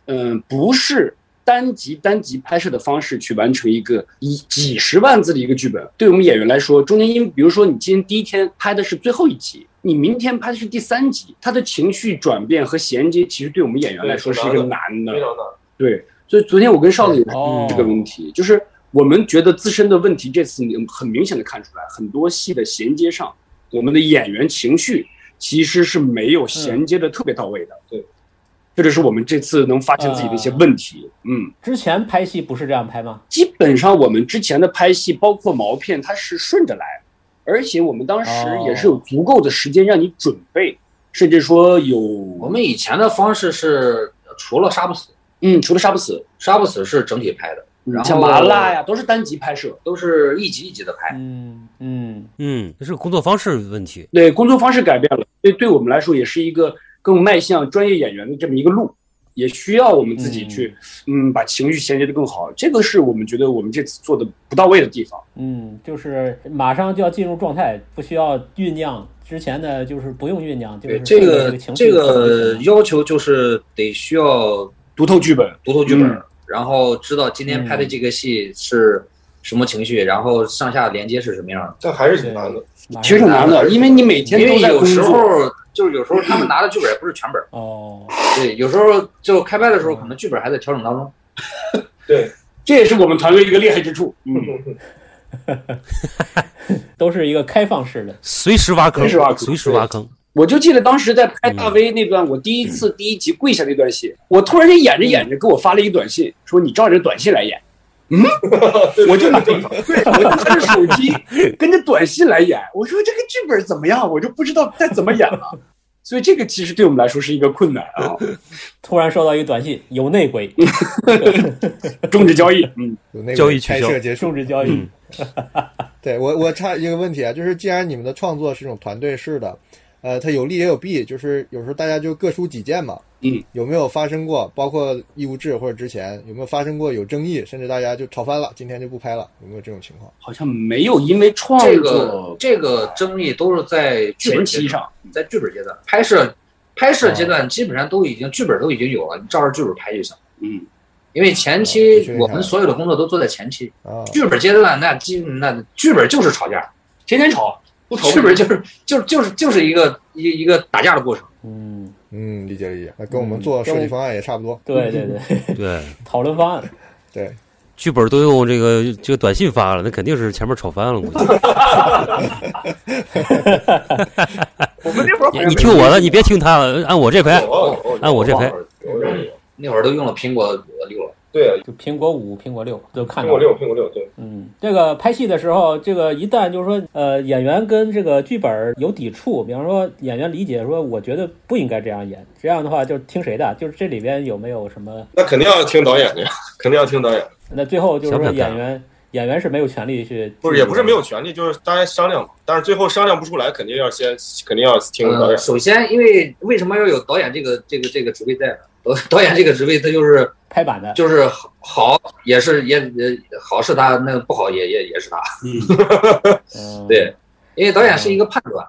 H: 嗯、不是单集单集拍摄的方式去完成一个以几十万字的一个剧本，对我们演员来说，中间因为比如说你今天第一天拍的是最后一集。你明天拍的是第三集，它的情绪转变和衔接，其实对我们演员来说是一个难的，
G: 非常难。
H: 对，所以昨天我跟少子也是这个问题，就是我们觉得自身的问题，这次你很明显的看出来，很多戏的衔接上，我们的演员情绪其实是没有衔接的特别到位的。
G: 对，
H: 这就是我们这次能发现自己的一些问题。嗯，
E: 之前拍戏不是这样拍吗？
H: 基本上我们之前的拍戏，包括毛片，它是顺着来，而且我们当时也是有足够的时间让你准备，甚至说有我
L: 们以前的方式是除了杀不死，
H: 嗯，除了杀不死，
L: 杀不死是整体拍的，然后
H: 像麻辣呀，都是单集拍摄，
L: 都是一集一集的
K: 哎
L: 拍。
E: 嗯嗯
C: 嗯，这是工作方式问题。
H: 对，工作方式改变了，对对我们来说也是一个更迈向专业演员的这么一个路，也需要我们自己去，嗯，把情绪衔接的更好。这个是我们觉得我们这次做的不到位的地方。
E: 嗯，就是马上就要进入状态，不需要酝酿。之前的就是不用酝酿，嗯就是
L: 对这
E: 个
L: 个
E: 情绪
L: 这个要求就是得需要
H: 读透剧本，
L: 读透剧本
H: 嗯，
L: 然后知道今天拍的这个戏是什么情
H: 嗯
L: 绪，然后上下连接是什么样的。
G: 这还是挺难的，
H: 其实挺难的，因为你每天
L: 因
H: 都
L: 为
H: 在
L: 有
H: 工
L: 时
H: 作。
L: 候就是有时候他们拿的剧本也不是全本。
E: 哦，
L: 对，有时候就开拍的时候，可能剧本还在调整当中。
G: 对，
H: 这也是我们团队一个厉害之处。嗯，
E: 都是一个开放式的，
C: 随时挖坑，
H: 随时挖坑
C: 随时挖坑。
H: 我就记得当时在拍大 V 那段，我第一次第一集跪下那段戏，我突然间演着演着给我发了一个短信，说你照着短信来演。嗯，我就拿着，对我就拿着手机跟着短信来演。我说这个剧本怎么样？我就不知道该怎么演了。所以这个其实对我们来说是一个困难啊。
E: 突然收到一个短信，有内鬼，
H: 终止交易，嗯，
D: 有那个
C: 交易取
D: 拍
C: 消
D: 摄结束，
E: 终止交易。
D: 对我，我插一个问题啊，就是既然你们的创作是这种团队式的，呃，它有利也有弊，就是有时候大家就各抒己见嘛。
H: 嗯，
D: 有没有发生过，包括义务制或者之前有没有发生过有争议，甚至大家就吵翻了，今天就不拍了，有没有这种情况？
H: 好像没有因为嗯创
L: 这个
H: 作
L: 这个争议都是在剧本阶
H: 前期
L: 段
H: 上，哦
L: 在剧本阶段拍摄，拍摄阶段基本上都已经剧本都已经有了，你照着剧本拍就行。
H: 嗯，
L: 因为前
D: 哦的
L: 期
D: 确是
L: 我们所有的工作都做在前期，
D: 啊，
L: 剧本阶段那基那剧本就是吵架，
H: 天天吵，不吵
L: 剧本就是就是就是就是一个一一个打架的过程。
E: 嗯，
D: 嗯，理解理解，那跟我们做设计方案也差不多。
E: 对对对，
C: 对，
E: 讨论方案，
D: 对，
C: 剧本都用这个这个短信发了，那肯定是前面吵翻了，估 计。
H: 我们那会儿好
C: 你
H: 像
C: 你听我的，你别听他的，按我这排，按我这排，
G: 有有有，
L: 那会儿都用了苹果六了，
G: 对啊，
E: 就苹果五、苹果六都看
G: 苹
E: 到
G: 果
E: 了。
G: 六，苹果六，对，
E: 嗯，这个拍戏的时候，这个一旦就是说，呃，演员跟这个剧本有抵触，比方说演员理解说，我觉得不应该这样演，这样的话就听谁的，就是这里边有没有什么？
G: 那肯定要听导演的呀，肯定要听导演的。
E: 那最后就是
C: 想不
E: 说
C: 想干
E: 演员演员是没有权利去，
G: 不是，也不是没有权利，就是大家商量嘛。但是最后商量不出来，肯定要先，肯定要听
H: 嗯
G: 导
L: 呃，
G: 演。
L: 首先，因为为什么要有导演这个这个这个职位在呢？导导演这个职位，他就是
E: 拍板的，
L: 就是好好也是也也好是他，那个不好也也也是他。
E: 嗯，
L: 对，因为导演是一个判断，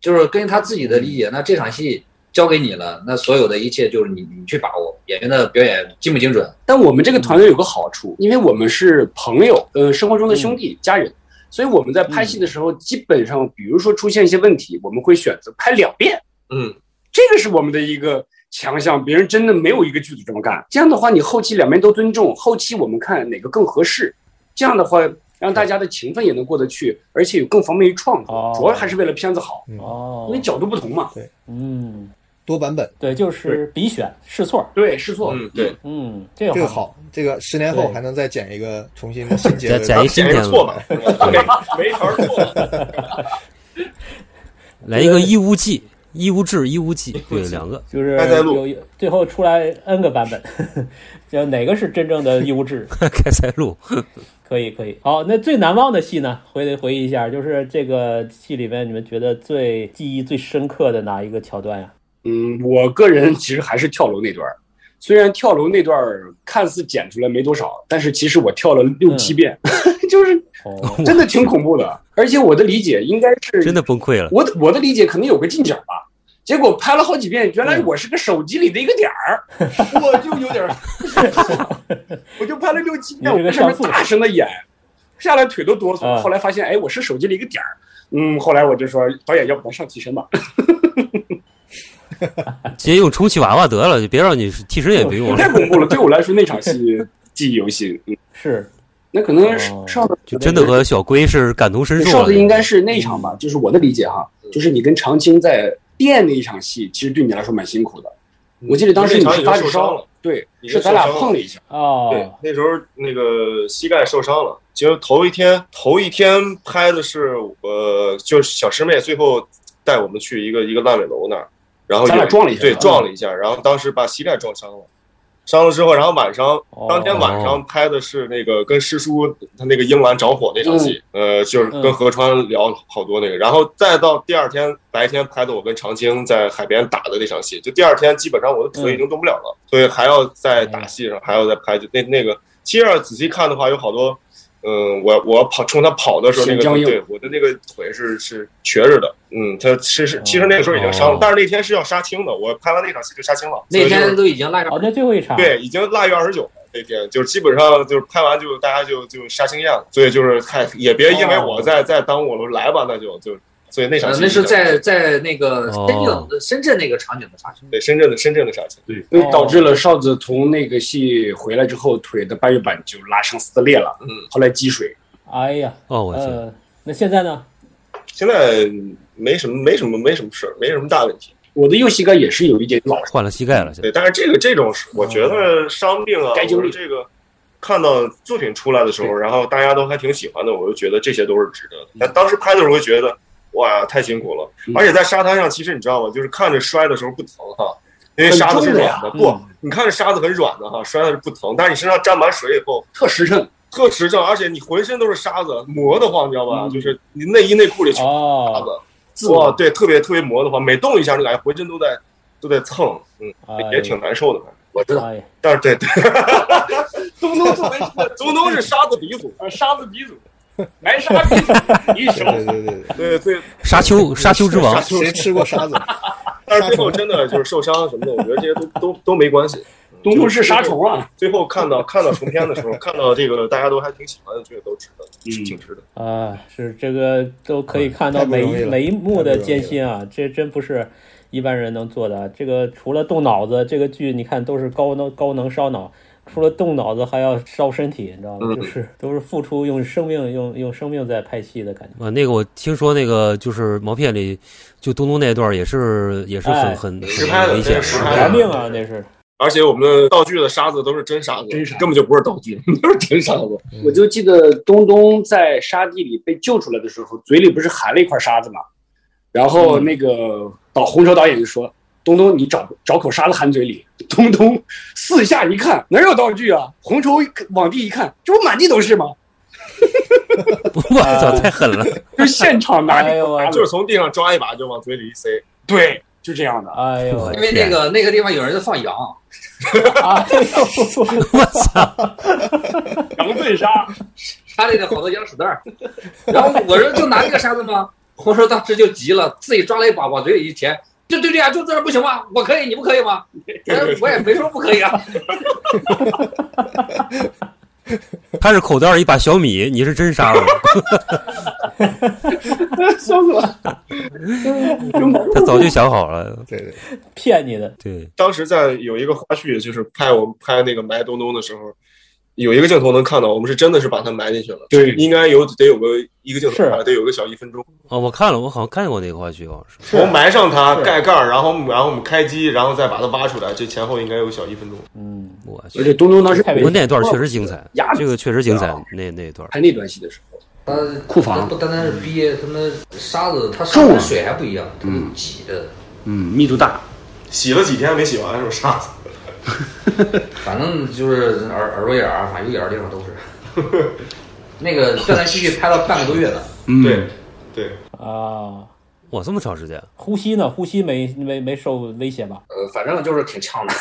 L: 就是根据他自己的理解，那这场戏交给你了，那所有的一切就是你你去把握演员的表演精不精准。
H: 但我们这个团队有个好处，因为我们是朋友，呃，生活中的兄弟、家人，所以我们在拍戏的时候，基本上，比如说出现一些问题，我们会选择拍两遍，
G: 嗯，
H: 这个是我们的一个强项，别人真的没有一个剧组这么干。这样的话，你后期两边都尊重，后期我们看哪个更合适，这样的话，让大家的情分也能过得去，而且有更方便于创作，
E: 哦
H: 主要还是为了片子好，
E: 哦
H: 因为，角度不同嘛。
E: 嗯，
D: 多版本，
E: 对，就是比选试错，
H: 对，试错，
G: 嗯，对，
E: 嗯，这
D: 这
E: 个
D: 个好，这个十年后
E: 对
D: 还能再剪一个重新的新
C: 再
D: 结尾。
C: 再一新
G: 显
C: 片
G: 然
C: 子，
G: 错嘛， 没没法错嘛。
C: 来一个义务记、义务制、义务记，对，两个。
E: 就是
G: 开塞露
E: 有有最后出来 N 个版本， 就哪个是真正的义务制？
C: 开塞露，
E: 可以可以，好，那最难忘的戏呢？回回忆一下，就是这个戏里面你们觉得最记忆最深刻的哪一个桥段呀、
H: 嗯，我个人其实还是跳楼那段儿，虽然跳楼那段儿看似剪出来没多少，但是其实我跳了六七遍， 就是
E: 哦，
H: 真的挺恐怖的。而且我的理解应该是，
C: 真的崩溃了。
H: 我的我的理解可能有个近角吧。结果拍了好几遍，原来我是个手机里的一个点 儿，我就有点儿， 我就拍了六七遍，
E: 你这
H: 我
E: 个
H: 在上
E: 上
H: 面
E: 诉
H: 大声的演，下来腿都哆嗦。
E: 啊
H: 后来发现，哎，我是手机里一个点儿。嗯，后来我就说，导演，要不咱上替身吧？
C: 直接用充气娃娃得了，就别让你替身也别用
H: 太
C: 了，
H: 恐怖了， 对我来说那场戏记忆犹新。嗯，
E: 是
H: 那可能是
E: 哦
H: 上的
C: 就真的和小龟是感同身受
H: 上
C: 了
H: 的。应该是那一
C: 嗯
H: 场吧，就是我的理解哈，
G: 嗯
H: 就是你跟长青在店那一场戏，其实对你来说蛮辛苦的。我记得当时你
G: 嗯那场
H: 是
G: 已经
H: 发着
G: 受伤
H: 烧
G: 了，，
H: 对，
G: 已经
H: 是咱俩
G: 受伤了
H: 碰了一下，
G: 对
E: 哦，，
G: 那时候那个膝盖受伤了，就头一天头一天拍的是呃，就是小师妹最后带我们去一个一个烂尾楼那儿，然后
H: 咱俩
G: 有
H: 撞了一下
G: 对，
H: 嗯
G: 撞了一下，然后当时把膝盖撞伤了。伤了之后，然后晚上
E: 哦
G: 当天晚上拍的是那个跟师叔他那个英兰着火那场戏，
H: 嗯
G: 呃，就是跟何川聊好多那个，然后再到第二天白天拍的我跟长青在海边打的那场戏，就第二天基本上我的腿已经动不了了，所以还要在打戏上还要再拍，就那那个其实要仔细看的话，有好多，嗯，我我跑冲他跑的时候，那
H: 挺
G: 个
H: 僵硬
G: 对我的那个腿是是瘸着的，嗯，他其实其实那个时候已经伤了
C: 哦，
G: 但是那天是要杀青的，我拍完那场戏就杀青了，所
L: 那
G: 以就是
L: 天都啊已经拉上
E: 哦，那最后一场，
G: 对，已经腊月二十九了。那天就是基本上就是拍完就大家就就杀青宴了，所以就是太也别因为我在在耽误我来吧，那就就所以那
L: 哦
G: 场
L: 呃
G: 戏，
L: 那是
G: 就
L: 在在那个
C: 哦
L: 深圳、深圳那个场景的杀青。
G: 对深圳的深圳的杀青，
H: 对，所
E: 哦
H: 以导致了哨子从那个戏回来之后，腿的半月板就拉伤撕裂了，
G: 嗯，
H: 后来积水。
E: 哎呀，
C: 哦，我操！
E: 呃，那现在呢？
G: 现在没什么，没什么，没什么事儿，没什么大问题。
H: 我的右膝盖也是有一点老，
C: 换了膝盖了。
G: 对，但是这个这种是，我觉得伤病啊，
H: 哦该
G: 就
H: 纠
G: 是
H: 理
G: 这个看到作品出来的时候，然后大家都还挺喜欢的，我就觉得这些都是值得的。
H: 嗯
G: 但当时拍的时候，我就觉得哇，太辛苦了，而且在沙滩上，其实你知道吗？就是看着摔的时候不疼哈，因为沙子是软
H: 很
G: 的，
H: 重
G: 不
H: 的呀，嗯
G: 你看着沙子很软的哈，摔的是不疼，但是你身上沾满水以后，
H: 特实诚。
G: 特实诚，而且你浑身都是沙子，磨得慌，你知道吧？
H: 嗯
G: 就是你内衣内裤里全是
E: 哦
H: 哦
G: 沙子，哇，对，特别特别磨得慌，每动一下就感觉浑身都在都在蹭，嗯，
E: 哎
G: 也挺难受的，反正我知道。但是对对， 东东作为 东东是沙子鼻祖，沙子鼻祖，南沙鼻祖，一手，对
D: 对对
G: 对对，
C: 沙丘沙丘之王，
D: 谁吃过沙子？
G: 但是最后真的就是受伤什么的，我觉得这些都都都没关系。
H: 东东是杀虫啊！
G: 最后看到看到重片的时候，看到这个大家都还挺喜欢的，这个都值得，挺值得。
E: 啊，是这个都可以看到
G: 太不
E: 每
G: 容易
E: 一
G: 了
E: 每一幕
G: 太
E: 的
G: 不容易
E: 艰辛啊，这真不是一般人能做的。这个除了动脑子，这个剧你看都是高能高能烧脑，除了动脑子还要烧身体，你知道吗？
C: 嗯
E: 就是都是付出用生命用用生命在拍戏的感觉。
C: 啊，那个我听说那个就是毛片里，就东东那段也是也是很
E: 哎
C: 很
G: 实拍
C: 很
G: 的，
C: 危
G: 这
C: 险
G: 是实拍的，
E: 玩 命啊，那是。
G: 而且我们的道具的沙子都是真沙子，根本就不是道具，都是真沙子。
H: 我就记得东东在沙地里被救出来的时候，嘴里不是含了一块沙子嘛，然后那个导红球导演就说：“东东，你找找口沙子含嘴里。” 东东四下一看，哪有道具啊？红球往地一看，这不满地都是吗？
C: 我操，太狠了！
H: 就现场拿
E: 哎呦
G: 就是从地上抓一把就往嘴里一塞，
H: 对，就这样的。
E: 哎呦哎
L: 因为那个那个地方有人在放羊，
C: 我操，
H: 羊粪沙，
L: 沙里头好多羊屎蛋儿。然后我说就拿这个沙子吗？红叔当时就急了，自己抓了一把往嘴里一填，就就这样，就这样不行吗？我可以，你不可以吗？我说我也没说不可以啊。
C: 他是口袋儿一把小米，你是真杀了，
H: 笑死我！
C: 他早就想好了。
D: 对对
E: 骗你的，
C: 对，
G: 当时在有一个花絮，就是拍我们拍那个埋东东的时候，有一个镜头能看到，我们是真的是把它埋进去了。
H: 对
G: 应该有得有个一个镜头啊
C: 是
G: 拍得有个小一分钟。
C: 哦，我看了，我好像看过那个花絮，好像是。
G: 我们埋上它，盖盖儿，然后然后我们开机，然后再把它挖出来，这前后应该有小一分钟。
E: 嗯，
C: 我去，
H: 而且东东当时
C: 不过那段确实精彩，这个确实精彩，那那段。
H: 拍那段戏的时候，
L: 他
H: 呃库房
L: 不单单是憋，他们沙子，它沙
H: 重
L: 跟
H: 啊
L: 水还不一样，它是挤的。
H: 嗯，密度大，
G: 洗了几天没洗完，是不是沙子？
L: 反正就是耳耳朵眼儿啊，反正有眼儿的地方都是。 那个断断续续拍了半个多月呢。
H: 嗯，
G: 对对
E: 啊，
C: 哇，这么长时间，
E: 呼吸呢？呼吸没没没受威胁吧？
L: 呃，反正就是挺呛的。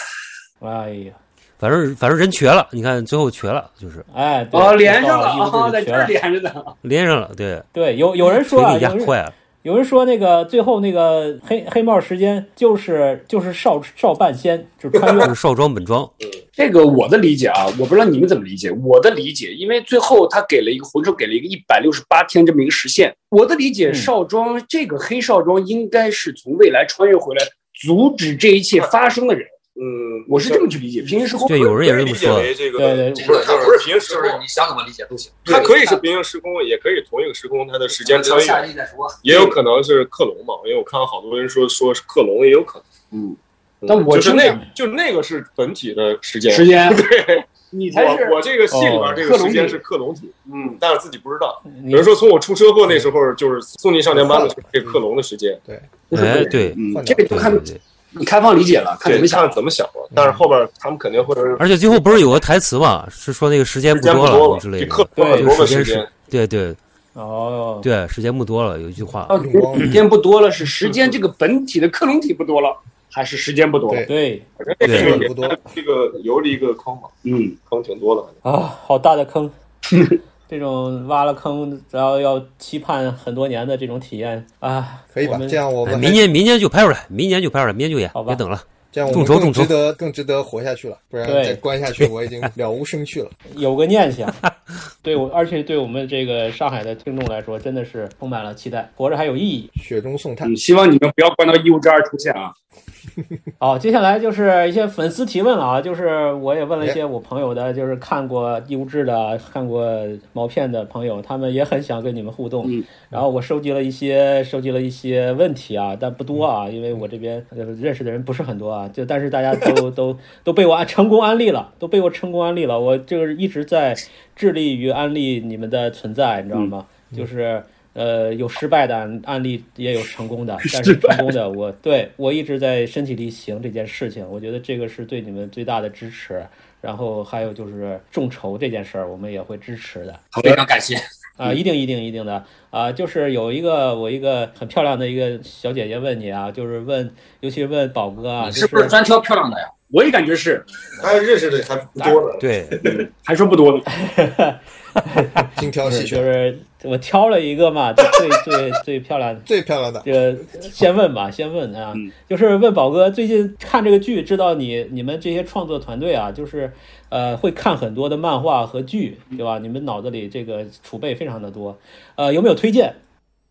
E: 哎呀，
C: 反正反正人瘸了，你看最后瘸了，就是
E: 哎，对
H: 哦，连上
E: 到衣服就
H: 了啊，在
E: 瘸
H: 这儿
E: 了
H: 连着呢。
C: 连上了，对，
E: 对，有有人说啊，
C: 腿给压
E: 有人
C: 坏了。
E: 有人说那个最后那个黑黑帽时间就是就是少少半仙，就穿越
C: 就是少庄本庄，
H: 这个我的理解啊，我不知道你们怎么理解。我的理解，因为最后他给了一个红手给了一个一百六十八天这么一个时限。我的理
C: 嗯
H: 解，少庄这个黑少庄应该是从未来穿越回来，阻止这一切发生的人。
G: 嗯，
H: 我是这么去理解。平行时空，
C: 啊对，有人也是这
G: 理
C: 么
G: 解
C: 说
G: 为
C: 的。
G: 这个
E: 对对
G: 不是它不是平行时
L: 就
G: 空，
L: 是你想怎么理解都行。
G: 它可以是平行时空，也可以同一个时空，它的时间穿
L: 下
G: 越
L: 集，再说。
G: 也有可能是克隆嘛，因为我看到好多人说说是克隆，也有可能。
H: 嗯，
G: 嗯
H: 但我
G: 就是
H: 真
G: 那
H: 想
G: 就是那个是本体的时间
H: 时间
G: 对，
H: 你才是
G: 我我这个戏
C: 哦
G: 里边这个时间是克隆体，
H: 嗯，
G: 但是自己不知道。
E: 比
G: 比如说从我出车祸那时候，就是送你上年班的时候，这个克隆的时间。
D: 对，
C: 哎，对，
H: 嗯这个就看你开放理解了，看
G: 对
H: 怎么想。
G: 看怎么想吧。但是后边他们肯定会
C: 而且最后不是有个台词嘛，是说那个时间不多
G: 时间不多
C: 了
G: 了
C: 之类的，
G: 比克隆
C: 这
G: 很多
C: 个
G: 的
C: 时间
G: 时间
C: 是，对对
E: 哦，
C: 对，时间不多了，有一句话，
H: 到底是时间不多了，是时间这个本体的克隆体不多了，还是时间不多了？
E: 对
G: 反正这个
D: 对不多
G: 也这个留了一个坑嘛，
H: 嗯，
G: 坑挺多的。
E: 啊，好大的 坑，这种挖了坑，然后要期盼很多年的这种体验啊，
D: 可以吧
E: 我？们
D: 这样我
C: 哎
D: 们
C: 明年明年就拍出来，明年就拍出来，明年就演，
E: 好吧
C: 别等 了，
D: 这样我
C: 众
D: 们
C: 筹众
D: 更
C: 筹
D: 值，得更值得活下去了，不然
E: 对
D: 再关下去我已经了无生趣了。
E: 有个念 想，对我，而且对我们这个上海的听众来说，真的是充满了期待，活着还有意义。
D: 雪中送炭
H: 嗯嗯，，希望你们不要关到《义务之二》出现啊！
E: 哦，接下来就是一些粉丝提问了啊，就是我也问了一些我朋友的，就是看过《义无志》的、看过毛片的朋友，他们也很想跟你们互动。然后我收集了一些，收集了一些问题啊，但不多啊，因为我这边呃认识的人不是很多啊。就但是大家都都都被我安成功安利了，都被我成功安利了。我就是一直在致力于安利你们的存在，你知道吗？就是。呃，有失败的案案例，也有成功的，但是成功的我对我一直在身体力行这件事情，我觉得这个是对你们最大的支持。然后还有就是众筹这件事儿，我们也会支持的。
L: 好非常感谢
E: 啊、一定一定一定的啊、就是有一个我一个很漂亮的一个小姐姐问你啊，就是问，尤其是问宝哥啊，就是
L: 不是专挑漂亮的呀？
H: 我也感觉是，
G: 哎，认识的还不多呢。
C: 对，
H: 还说不多呢，
D: 精挑细选，
E: 就是我挑了一个嘛，就最最最漂亮的，
D: 最漂亮的。
E: 这个呃先问吧，先问啊，
H: 嗯
E: 就是问宝哥最近看这个剧，知道你你们这些创作团队啊，就是呃会看很多的漫画和剧，
H: 嗯
E: 对吧？你们脑子里这个储备非常的多，呃，有没有推荐？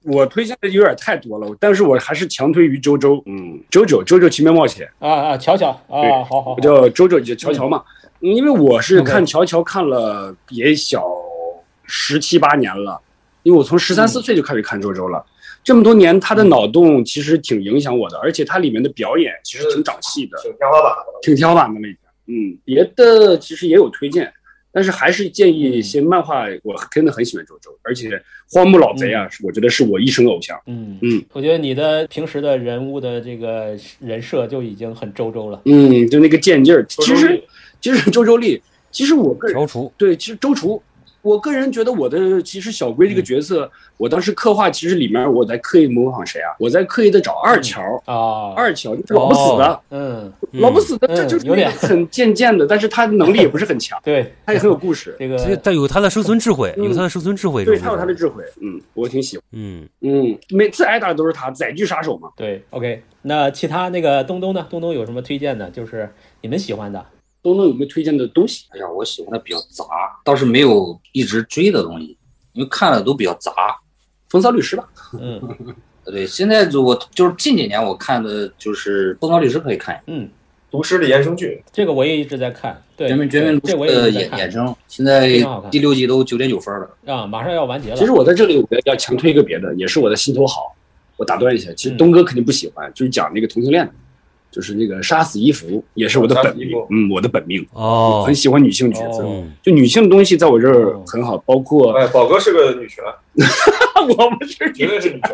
H: 我推荐的有点太多了，但是我还是强推于周周，嗯，周九周九奇妙冒险，
E: 啊啊，瞧瞧
H: 对
E: 啊，好好好
H: 我，叫周周，也叫乔乔嘛。嗯因为我是看乔乔看了也小十七八年了，因为我从十三四岁就开始看周周了。这么多年，他的脑洞其实挺影响我的，而且他里面的表演其实挺长戏的，
G: 挺天花板的。
H: 挺挑版的那个。嗯，别的其实也有推荐，但是还是建议一些漫画。我真的很喜欢周周，而且荒木老贼啊，是我觉得是我一生偶像。
E: 嗯
H: 嗯
E: 我觉得你的平时的人物的这个人设就已经很周周了。
H: 嗯，就那个贱劲儿，其实其实周周丽，其实我个人
C: 踌躇，
H: 对，其实周厨，我个人觉得我的其实小
E: 嗯
H: 龟这个角色，我当时刻画其实里面我在刻意模仿谁啊？我在刻意的找二乔，
E: 啊，
H: 二乔就是老不死的，
E: 嗯，
H: 老不死的，
E: 嗯
H: 这就是
E: 有点，
H: 很贱贱的，但是他能力也不是很强
E: 对
H: 他也很有故事，
E: 这
C: 这
E: 个
C: 但有他的生存智慧，有他的生存智慧。
E: 哎
H: 对
C: 这
H: 他有
C: 种
H: 他的智慧，嗯，我挺喜欢，
C: 嗯，
H: 嗯，每次挨打的都是他，载具杀手嘛，
E: 对，OK。那其他那个东东呢？东东有什么推荐的？就是你们喜欢的
H: 东东有没有推荐的东西？
L: 哎呀，我喜欢的比较杂，倒是没有一直追的东西，因为看的都比较杂。
H: 风骚律师吧，
E: 嗯
L: 对，现在就我就是近几年我看的就是《疯狂律师》，可以看一下
E: 嗯，
G: 毒师的衍生剧，
E: 这个我也一直在看。对，
L: 《绝命绝命
E: 这
L: 毒
E: 我
L: 师》
E: 也
L: 的
E: 一直
L: 衍
E: 在看
L: 衍生，现在
E: 非常好看
L: 第六季都九点九分了。
E: 啊，马上要完结了。
H: 其实我在这里我要强推一个别的，也是我的心头好。我打断一下，
G: 嗯
H: 其实东哥肯定不喜欢，就是讲那个同性恋的，就是那个杀死伊芙，也是我的
G: 杀死
H: 本
G: 伊
H: 命
G: 芙，
H: 嗯，我的本命。
C: 哦，嗯
H: 很喜欢女性角色，
E: 哦
H: 就女性的东西在我这儿很好，包括
G: 哎，宝哥是个女权，
H: 我不是
G: 绝对是女权，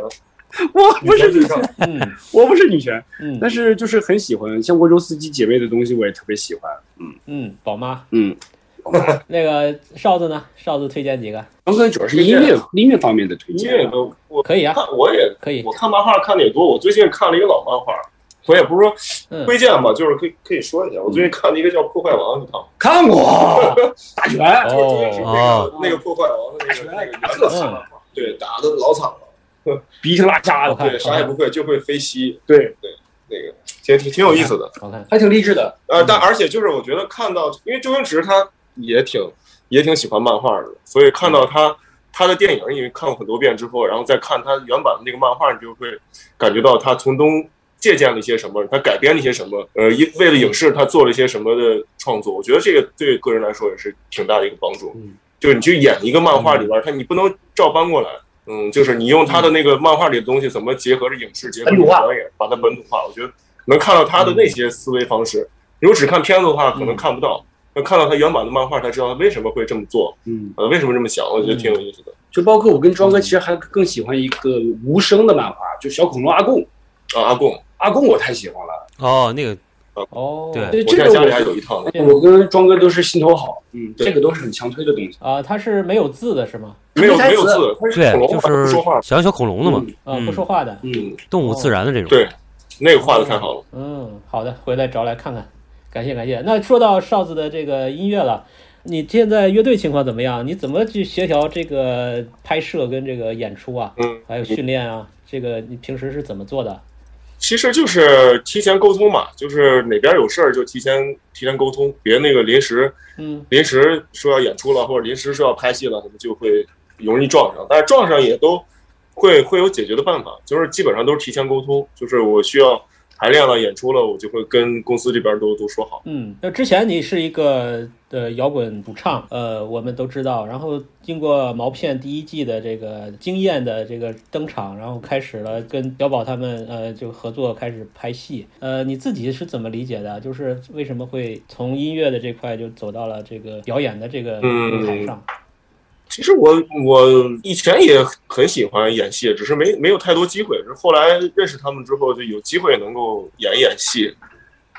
H: 我不是
G: 女
H: 女
G: 权至上。
E: 嗯
H: 我不是女权，
E: 嗯
H: 但是就是很喜欢，像欧洲司机姐妹的东西我也特别喜欢。
E: 嗯，宝妈
H: 嗯，
E: 那个少子呢？少子推荐几个？
H: 刚哥主要是音乐音乐方面的推
G: 音
H: 荐
G: 乐，都我
E: 可以啊，
G: 看我也
E: 可以
G: 我看漫画看的也多，我最近看了一个老漫画，我也不是
E: 嗯
G: 说推荐吧，就是可以可以说一下，我最近看了一个叫《破坏王》的漫
H: 看过大 全，
G: 画，就是中间是那
C: 哦
G: 个那个破坏王的那个啊那个原作漫画，对，打的老惨了，
H: 鼻涕拉
E: 好
H: 痂的，
E: 嗯看
G: 对，啥也不会，就会飞膝，
H: 对，
G: 那个挺挺挺有意思的。
E: 好看。
H: 还挺励志的。
G: 呃，但而且就是我觉得看到，因为周星驰他也挺也挺喜欢漫画的，所以看到他他的电影，因为看过很多遍之后，然后再看他原版的那个漫画，你就会感觉到他从中借鉴了一些什么，他改编了一些什么，呃，因为了影视他做了一些什么的创作。我觉得这个对个人来说也是挺大的一个帮助。
H: 嗯
G: 就是你去演一个漫画里边，他你不能照搬过来。嗯，就是你用他的那个漫画里的东西，怎么结合着影视，结合着
H: 本土化
G: 表演，把它本土化。我觉得能看到他的那些思维方式。如果只看片子的话，可
H: 嗯
G: 能看不到。那看到他原版的漫画，才知道他为什么会这么做，
H: 嗯，
G: 呃，为什么这么想，我觉得挺有意思的。
H: 就包括我跟庄
G: 嗯
H: 哥其实还更喜欢一个无声的漫画，就小恐龙阿贡，
G: 啊，阿贡，
H: 阿贡我太喜欢了。
C: 哦，那个
E: 哦，
C: 对
H: 对
G: 我
H: 这
G: 在
H: 个
G: 家里还有
H: 我
G: 一套呢。
H: 我跟庄哥都是心头好，嗯，
G: 嗯对
H: 这个都是很强推的东西。
E: 啊，它是没有字的是吗？
G: 没有
H: 没台词
G: 没有字，它
C: 对
G: 是恐，龙
C: 就
G: 嘛不
C: 是
G: 说话。
C: 想要小恐龙的嘛，
E: 啊，不
C: 嗯
E: 说话的。
H: 嗯，
C: 动物自然的这种。
G: 对，那个画的太好了。
E: 嗯，好的，回来找来看看，感谢感谢。那说到哨子的这个音乐了，你现在乐队情况怎么样？你怎么去协调这个拍摄跟这个演出啊？
G: 嗯，
E: 还有训练啊？这个你平时是怎么做的？
G: 其实就是提前沟通嘛，就是哪边有事儿就提前提前沟通，别那个临时
E: 嗯
G: 临时说要演出了，或者临时说要拍戏了，什么就会容易撞上。但是撞上也都会会有解决的办法，就是基本上都是提前沟通。就是我需要排练了、演出了，我就会跟公司这边都都说好。
E: 嗯，那之前你是一个呃摇滚主唱，呃，我们都知道。然后经过毛片第一季的这个惊艳的这个登场，然后开始了跟小宝他们呃就合作开始拍戏。呃，你自己是怎么理解的？就是为什么会从音乐的这块就走到了这个表演的这个
G: 嗯
E: 舞台上？
G: 其实我我以前也很喜欢演戏，只是没没有太多机会。是后来认识他们之后，就有机会能够演演戏。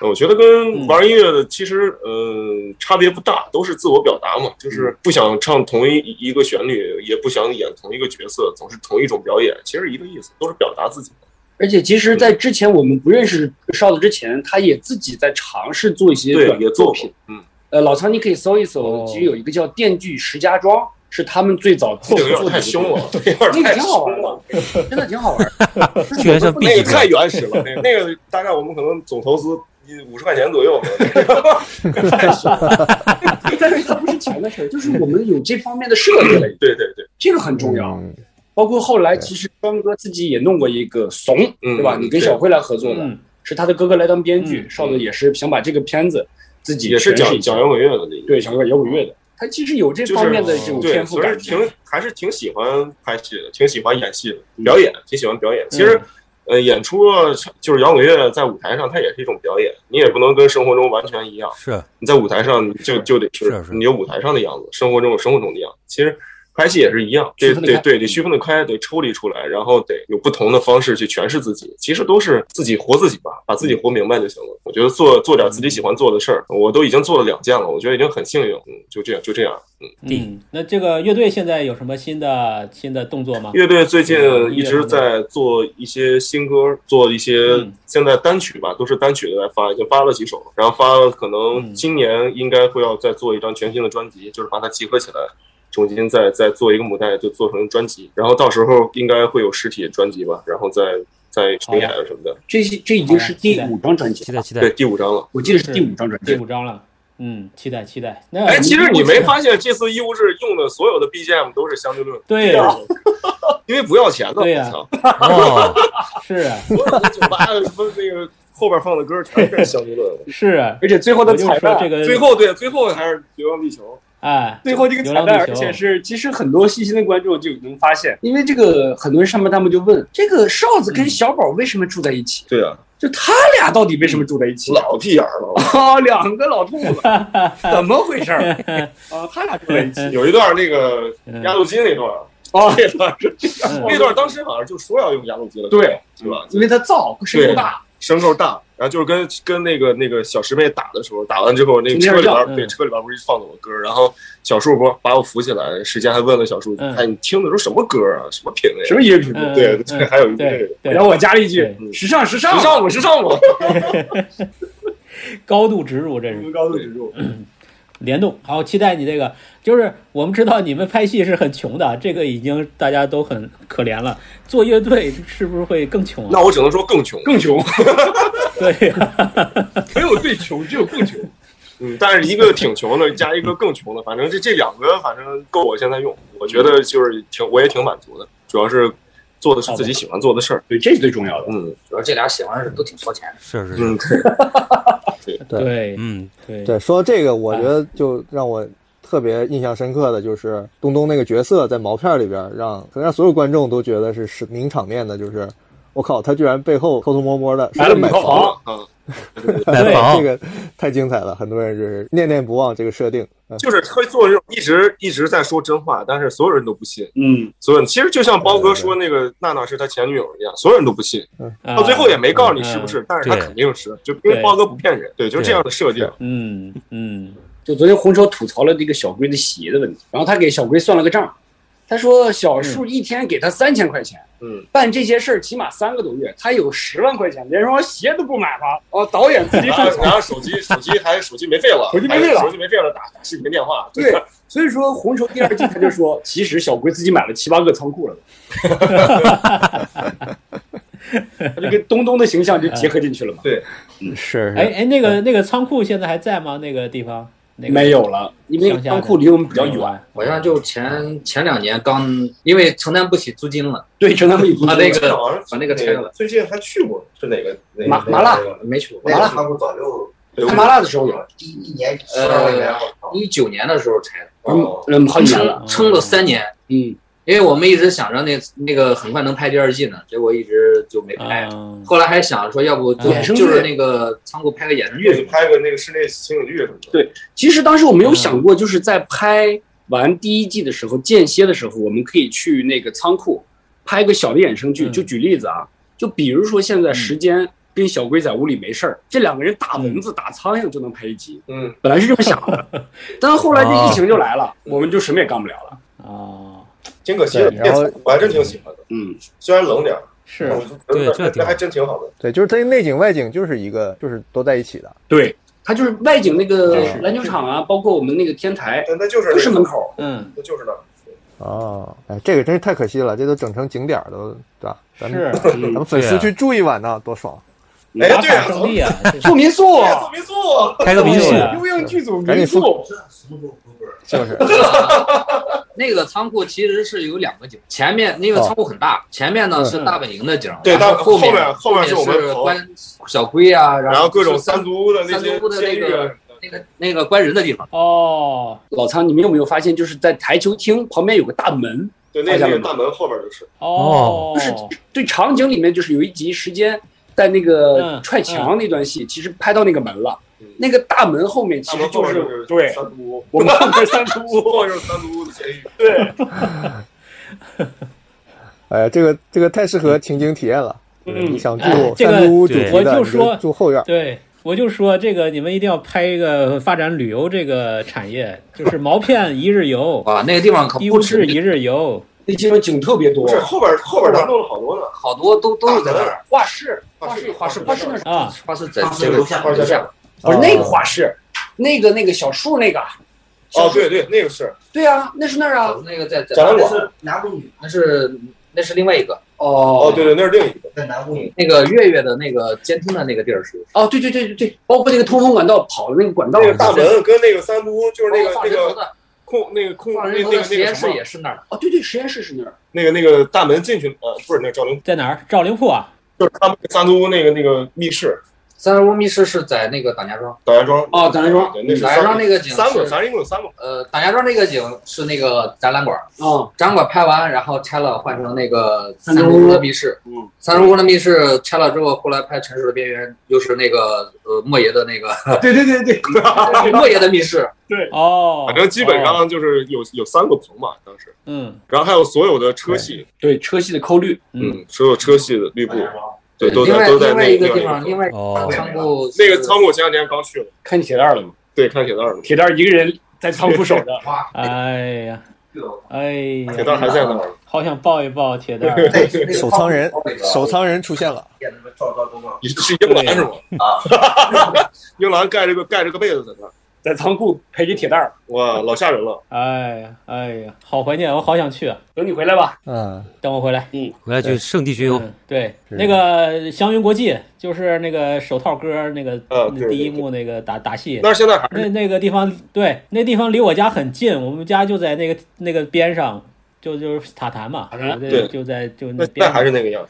G: 呃我觉得跟玩音乐的其实呃差别不大，都是自我表达嘛，就是不想唱同一一个旋律，也不想演同一个角色，总是同一种表演，其实一个意思，都是表达自己。
H: 而且其实，在之前我们不认识哨子之前，他也自己在尝试做一些
G: 对哦
H: 短
G: 也做
H: 作
G: 过
H: 品。
G: 嗯，
H: 呃，老仓你可以搜一搜，其实有一个叫《电锯石家庄》，是他们最早做
G: 这个有
H: 做
G: 点
H: 的。
G: 太凶了， 这有
H: 那
G: 点
H: 个
G: 太
H: 挺好玩的，
G: 真的
H: 挺好 玩。
C: 居然像 B
G: 那
C: 级
G: 个啊
C: 片
G: 太原始了，那个那个大概我们可能总投资五十块钱左右。
H: 但是它不是钱的事儿，就是我们有这方面的设备了，
G: 对对对，
H: 这个很重
G: 嗯
H: 要。
D: 嗯
H: 包括后来，其实关哥自己也弄过一个怂，
G: 嗯
H: 对嗯吧？你跟小辉来合作
G: 嗯
H: 的，是他的哥哥来当编剧，少子也是想把这个片子自己
G: 也
H: 诠释
G: 是讲
H: 一下
G: 讲摇滚乐的那个，
H: 对讲摇滚乐的，他其实有这方面的这种
G: 对
H: 天赋感
G: 所以挺还是挺喜欢拍戏的，挺喜欢演戏的，表演挺喜欢表演。其实，
H: 嗯
G: 呃，演出啊就是摇滚乐在舞台上，它也是一种表演，你也不能跟生活中完全一样。
C: 是
G: 你在舞台上你就就得是你有舞台上的样子，生活中有生活中的样子。其实拍戏也是一样，
H: 区
G: 得
H: 分得
G: 得
H: 开
G: 对得区分得开，得抽离出来，然后得有不同的方式去诠释自己。其实都是自己活自己吧，把自己活明白就行了。我觉得做做点自己喜欢做的事儿，我都已经做了两件了，我觉得已经很幸运。嗯，就这样，就这样。嗯，
E: 嗯，那这个乐队现在有什么新的新的动作吗？
G: 乐队最近
E: 嗯
G: 一直
E: 音乐方面嗯
G: 在做一些新歌，做一些现在单曲吧，都是单曲的来发，已经发了几首了。然后发了，可
E: 嗯
G: 能今年应该会要再做一张全新的专辑，就是把它集合起来，重新再再做一个母带，就做成专辑。然后到时候应该会有实体专辑吧，然后再再巡演什么
E: 哦
G: 的。
H: 这些这已
E: 哎
H: 经是第五张专辑，期
C: 待期
G: 对，第五张了。
H: 我记得是第五张专辑，
E: 第五张了，嗯，期待期待。那
G: 哎，其实你没发现这次义务制用的所有的 BGM 都是相对论？
E: 对呀、
G: 啊因为不要钱的，
E: 对
G: 我
E: 呀
G: 操！
E: 哦，是啊，
G: 酒吧什么那个后边放的歌全是相对论了。
E: 是啊，
H: 而且最后的
E: 我就
H: 彩
E: 说
H: 蛋
E: 这个
G: 最后对，最后还是《流浪地球
E: 哎，
H: 最后这个
E: 流
H: 彩
E: 浪
H: 蛋，
E: 地
H: 而
E: 球
H: 且是其实很多细心的观众就能发现，嗯因为这个很多人上面弹幕就问，这个哨子跟小宝为什么住在一起》。？
G: 对啊，
H: 就他俩到底为什么住在一起？
G: 老屁眼儿了。
H: 啊，两个老兔子，怎么回事儿？ 啊，他俩住在 一起。
G: 有一段那个
E: 嗯
G: 压路机那段，
H: 哦，
G: 那段是那段当时好像就说要用压路机了，
H: 对
G: 对吧？
H: 因为他造声
G: 对
H: 音大，，
G: 声够大，然后就是跟跟那个那个小师妹打的时候，打完之后那个车
H: 中间
G: 里边
H: 叫
G: 对
H: 嗯
G: 车里边不是放的我歌，然后小树不把我扶起来，时间还问了小树，哎，你听的都什么歌啊？什么品味？
H: 什么音频？
E: 嗯
G: 对对，还有一个这个，
H: 然后我加了一句：时尚，时尚，
G: 时尚舞时 尚舞。
E: 高度植入，这是
G: 高度植入，
E: 联动。好，期待你这个。就是我们知道你们拍戏是很穷的，这个已经大家都很可怜了。做乐队是不是会更穷啊？
G: 那我只能说更穷，
H: 更穷。
E: 对呀、
H: 没有最穷，只有更穷。
G: 嗯，但是一个挺穷的，加一个更穷的，反正这这两个反正够我现在用，我觉得就是挺我也挺满足的，主要是做的是自己喜欢做的事儿，
H: 对，这是最重要的。
G: 嗯，
L: 主要这俩喜欢的人都挺掏钱的。
C: 是是
G: 嗯，
E: 对，
C: 嗯，
E: 对
D: 对，说到这个，我觉得就让我特别印象深刻的就是东东那个角色在毛片里边儿让，可能让所有观众都觉得是是名场面的，就是我靠，他居然背后偷偷摸摸的
H: 买了五
D: 买
H: 套
D: 房，
G: 嗯，
C: 买房
D: 这个太精彩了，很多人就是念念不忘这个设定。嗯
G: 就是他做这种一直一直在说真话，但是所有人都不信，
H: 嗯，
G: 所有人其实就像包哥说那个娜娜是他前女友一样，所有人都不信，
E: 啊
G: 到最后也没告诉你是不是
E: 嗯，
G: 但是他
E: 对
G: 肯定是，就因为包哥不骗人，对，就是这样的设定，
E: 嗯嗯，
H: 就昨天红手吐槽了这个小龟的鞋的问题，然后他给小龟算了个账，他说小树一天给他三千块钱，
G: 嗯，
H: 办这些事儿起码三个多月，他有十万块钱，连双鞋都不买吗？哦，导演 自己
G: 然
H: 上
G: 后然
H: 床。
G: 后手机手机还手机没费了，
H: 手
G: 哎
H: 机没费了
G: 还手机没费了，打打视频电话，
H: 对，所以说红绸第二季他就 说，其实小龟自己买了七八个仓库了，他就跟东东的形象就结合进去了嘛。
G: 对，
D: 是
E: 哎哎，那个那个仓库现在还在吗？那个地方那个
H: 没有了，因为
K: 乡下的
H: 仓库离我们比较远。
K: 好像就前前两年刚因为承担不起租金了，
H: 对，承担不起租金
K: 把
H: 了
K: 啊那个把那个拆了。
G: 最近还去过是哪个？哪个
K: 麻麻辣
G: 哪个
K: 没去过
G: 那
K: 哦麻
G: 个
K: 辣
G: 仓库早就
K: 看麻辣的时候
G: 有，
K: 第一年
G: 呃
K: 呃一九年的时候拆的，
H: 嗯嗯好几年
E: 哦
H: 了
K: 撑撑了三年，
H: 嗯，
K: 因为我们一直想着那那个很快能拍第二季呢，结果一直就没
E: 啊
K: 拍。后来还想着说，要不就
H: 衍生剧
K: 就是那个仓库拍个衍生剧，
G: 拍个那个室内情景剧什么的。
H: 对，其实当时我
D: 嗯
H: 没有想过，就是在拍完第一季的时候，间歇的时候，我们可以去那个仓库拍个小的衍
D: 嗯
H: 生剧。就举例子啊，就比如说现在时间跟小龟在屋里没事
D: 嗯
H: 儿，这两个人打蚊子、打苍蝇就能拍一集。
G: 嗯，
H: 本来是这么想 的，但后来这疫情就来
D: 啊
H: 了，
G: 哦
H: 我们就什么也干不了了。
E: 哦
G: 挺可惜的，
D: 对然后
G: 我还真挺喜欢的。
H: 嗯，
G: 虽然冷点儿，
E: 是
G: 我就觉得这还真挺好的。
D: 对，就是它内景外景就是一个，就是都在一起的。
H: 对，它就是外景那个篮球场啊，包括我们那个天台，
D: 哎
G: 那就是
H: 都是门口。
E: 嗯，
G: 那就是那。
D: 哦，哎，这个真是太可惜了，这都整成景点儿都，对吧？咱们
E: 是啊
D: 咱们粉丝去住一晚呢，多爽！
G: 哎对啊种地啊
H: 住民宿
G: 哎住民宿，
D: 开个民宿
H: 优映剧组
D: 赶
H: 民
D: 紧
H: 宿
D: 复，就是
K: 那个仓库其实是有两个景，前面因为仓库很大，前面呢
G: 嗯
K: 是大本营的景，
G: 对
K: 然
G: 大
K: 后后
G: 后面后面
K: 是
G: 是我们头
K: 关小龟啊，
G: 然后各种
K: 是
G: 三足的那些
K: 三足的那
G: 监狱啊
K: 个那个那个关人的地方。
E: 哦，
H: 老仓，你们有没有发现，就是在台球厅旁边有个大门？
G: 对，那
H: 发现
G: 那
H: 了
G: 个
H: 吗
G: 大门后边就是。
H: 哦就是对场景里面，就是有一集时间在那个
G: 嗯
H: 踹墙那段戏，其实拍到那个门了。那个大门后面其实
G: 大门后面
H: 是
G: 就是
H: 对
G: 三屋
H: 我们后面三租屋，
G: 后面 就是三租屋的监狱。对，
D: 哎呀，这个这个太适合情景体验了。
E: 嗯
D: 你想住
E: 哎这个
D: 三屋主题的，
E: 我就
D: 你
E: 说
D: 住后院
G: 啊
D: 儿。，
E: 对，我就说这个，你们一定要拍一个发展旅游这个产 业，就是毛片一日游
K: 啊，那个地方可
E: 义
K: 不
E: 乌
K: 止
E: 市一日游，
H: 那地方景特别多
G: 不是后边后边咱弄了好多呢，
K: 好多都都是在那儿
H: 画室，
G: 画室
H: 画室画室那是
E: 啊，
K: 画室在
H: 画室
K: 这个
H: 楼下
G: 哦
K: 楼
H: 楼下不是那个画室，那个那个小树那个。啊
G: 哦，对对，那个是
H: 对啊，那是那儿啊，
K: 那个在
G: 展览馆，
K: 南宫女，那是那是另外一个。
H: 哦
G: 哦，对对，那是另一个。
K: 在南宫女那个月月的那个监听的那个地儿是
H: 哦，对对对对对，包括那个通风管道跑的那个管道，
G: 那个大门跟那个三不屋，就是那
H: 哦
G: 个那个空那个空
H: 放
G: 那
H: 人
G: 那
H: 头的
G: 个那个
H: 实验室
G: 什么
H: 也
K: 是那儿
H: 哦，对对，实验室是那儿。
G: 那个那个大门进去呃不是那个赵灵
E: 在哪儿？赵灵铺啊，
G: 就是他们三都那个那个密室，
K: 三屋密室是在那个党家庄。
G: 党家庄
H: 哦，党家庄
G: 对那是
K: 党
G: 三
K: 家庄那个景
G: 三个
K: 是
G: 咱一共有三个，
K: 呃，党家庄那个景是那个展览馆，
H: 哦，
K: 展览馆拍完，然后拆了，换成那个
H: 三
K: 三
H: 中
K: 中
H: 屋
K: 屋的密室。
H: 嗯，
K: 三中屋的密室拆了之后，后来拍《城市的边缘》，又是那个呃莫言的那个，
H: 对对对
K: 对，哦莫言的密室。
H: 对
E: 哦
G: 反正基本上就是有有三个棚吧，当时，
E: 嗯，
G: 然后还有所有的车系，
H: 对车系的抠绿，
G: 嗯，所有车系的绿布，对，都
K: 另
G: 在
K: 外
G: 都在
K: 另外
G: 那
K: 一个地
G: 方
K: 方，，另外一
G: 哦
K: 个仓库
G: 那个仓库前两天刚去了，
H: 看铁蛋了吗？
G: 对，看铁蛋了，
H: 铁蛋一个人在仓库守着
E: 哎呀，哎呀，
G: 铁蛋还在那
H: 啊
G: 儿，
E: 好想抱一抱铁蛋
D: 守仓人，守仓人出现了。
G: 你是英兰是吗？啊， 英兰盖着个盖着个被子在那儿，
H: 在仓库陪着铁蛋儿，
G: 哇，老吓人了。
E: 哎呀，哎呀，好怀念，我好想去啊！
H: 等你回来吧，
D: 嗯，
E: 等我回来。
H: 嗯，
C: 回来去圣地巡游，
E: 对，
C: 是
E: 那个祥云国际就是那个手套歌那个、
G: 呃
E: 那
G: 对
E: 第一幕那个打打戏，
G: 那是现在还是
E: 那那个地方对，那地方离我家很近，我们家就在那个那个边上，就就是塔坛嘛，我在
H: 对
E: 就在就
G: 那
E: 边上
G: 还是那个样。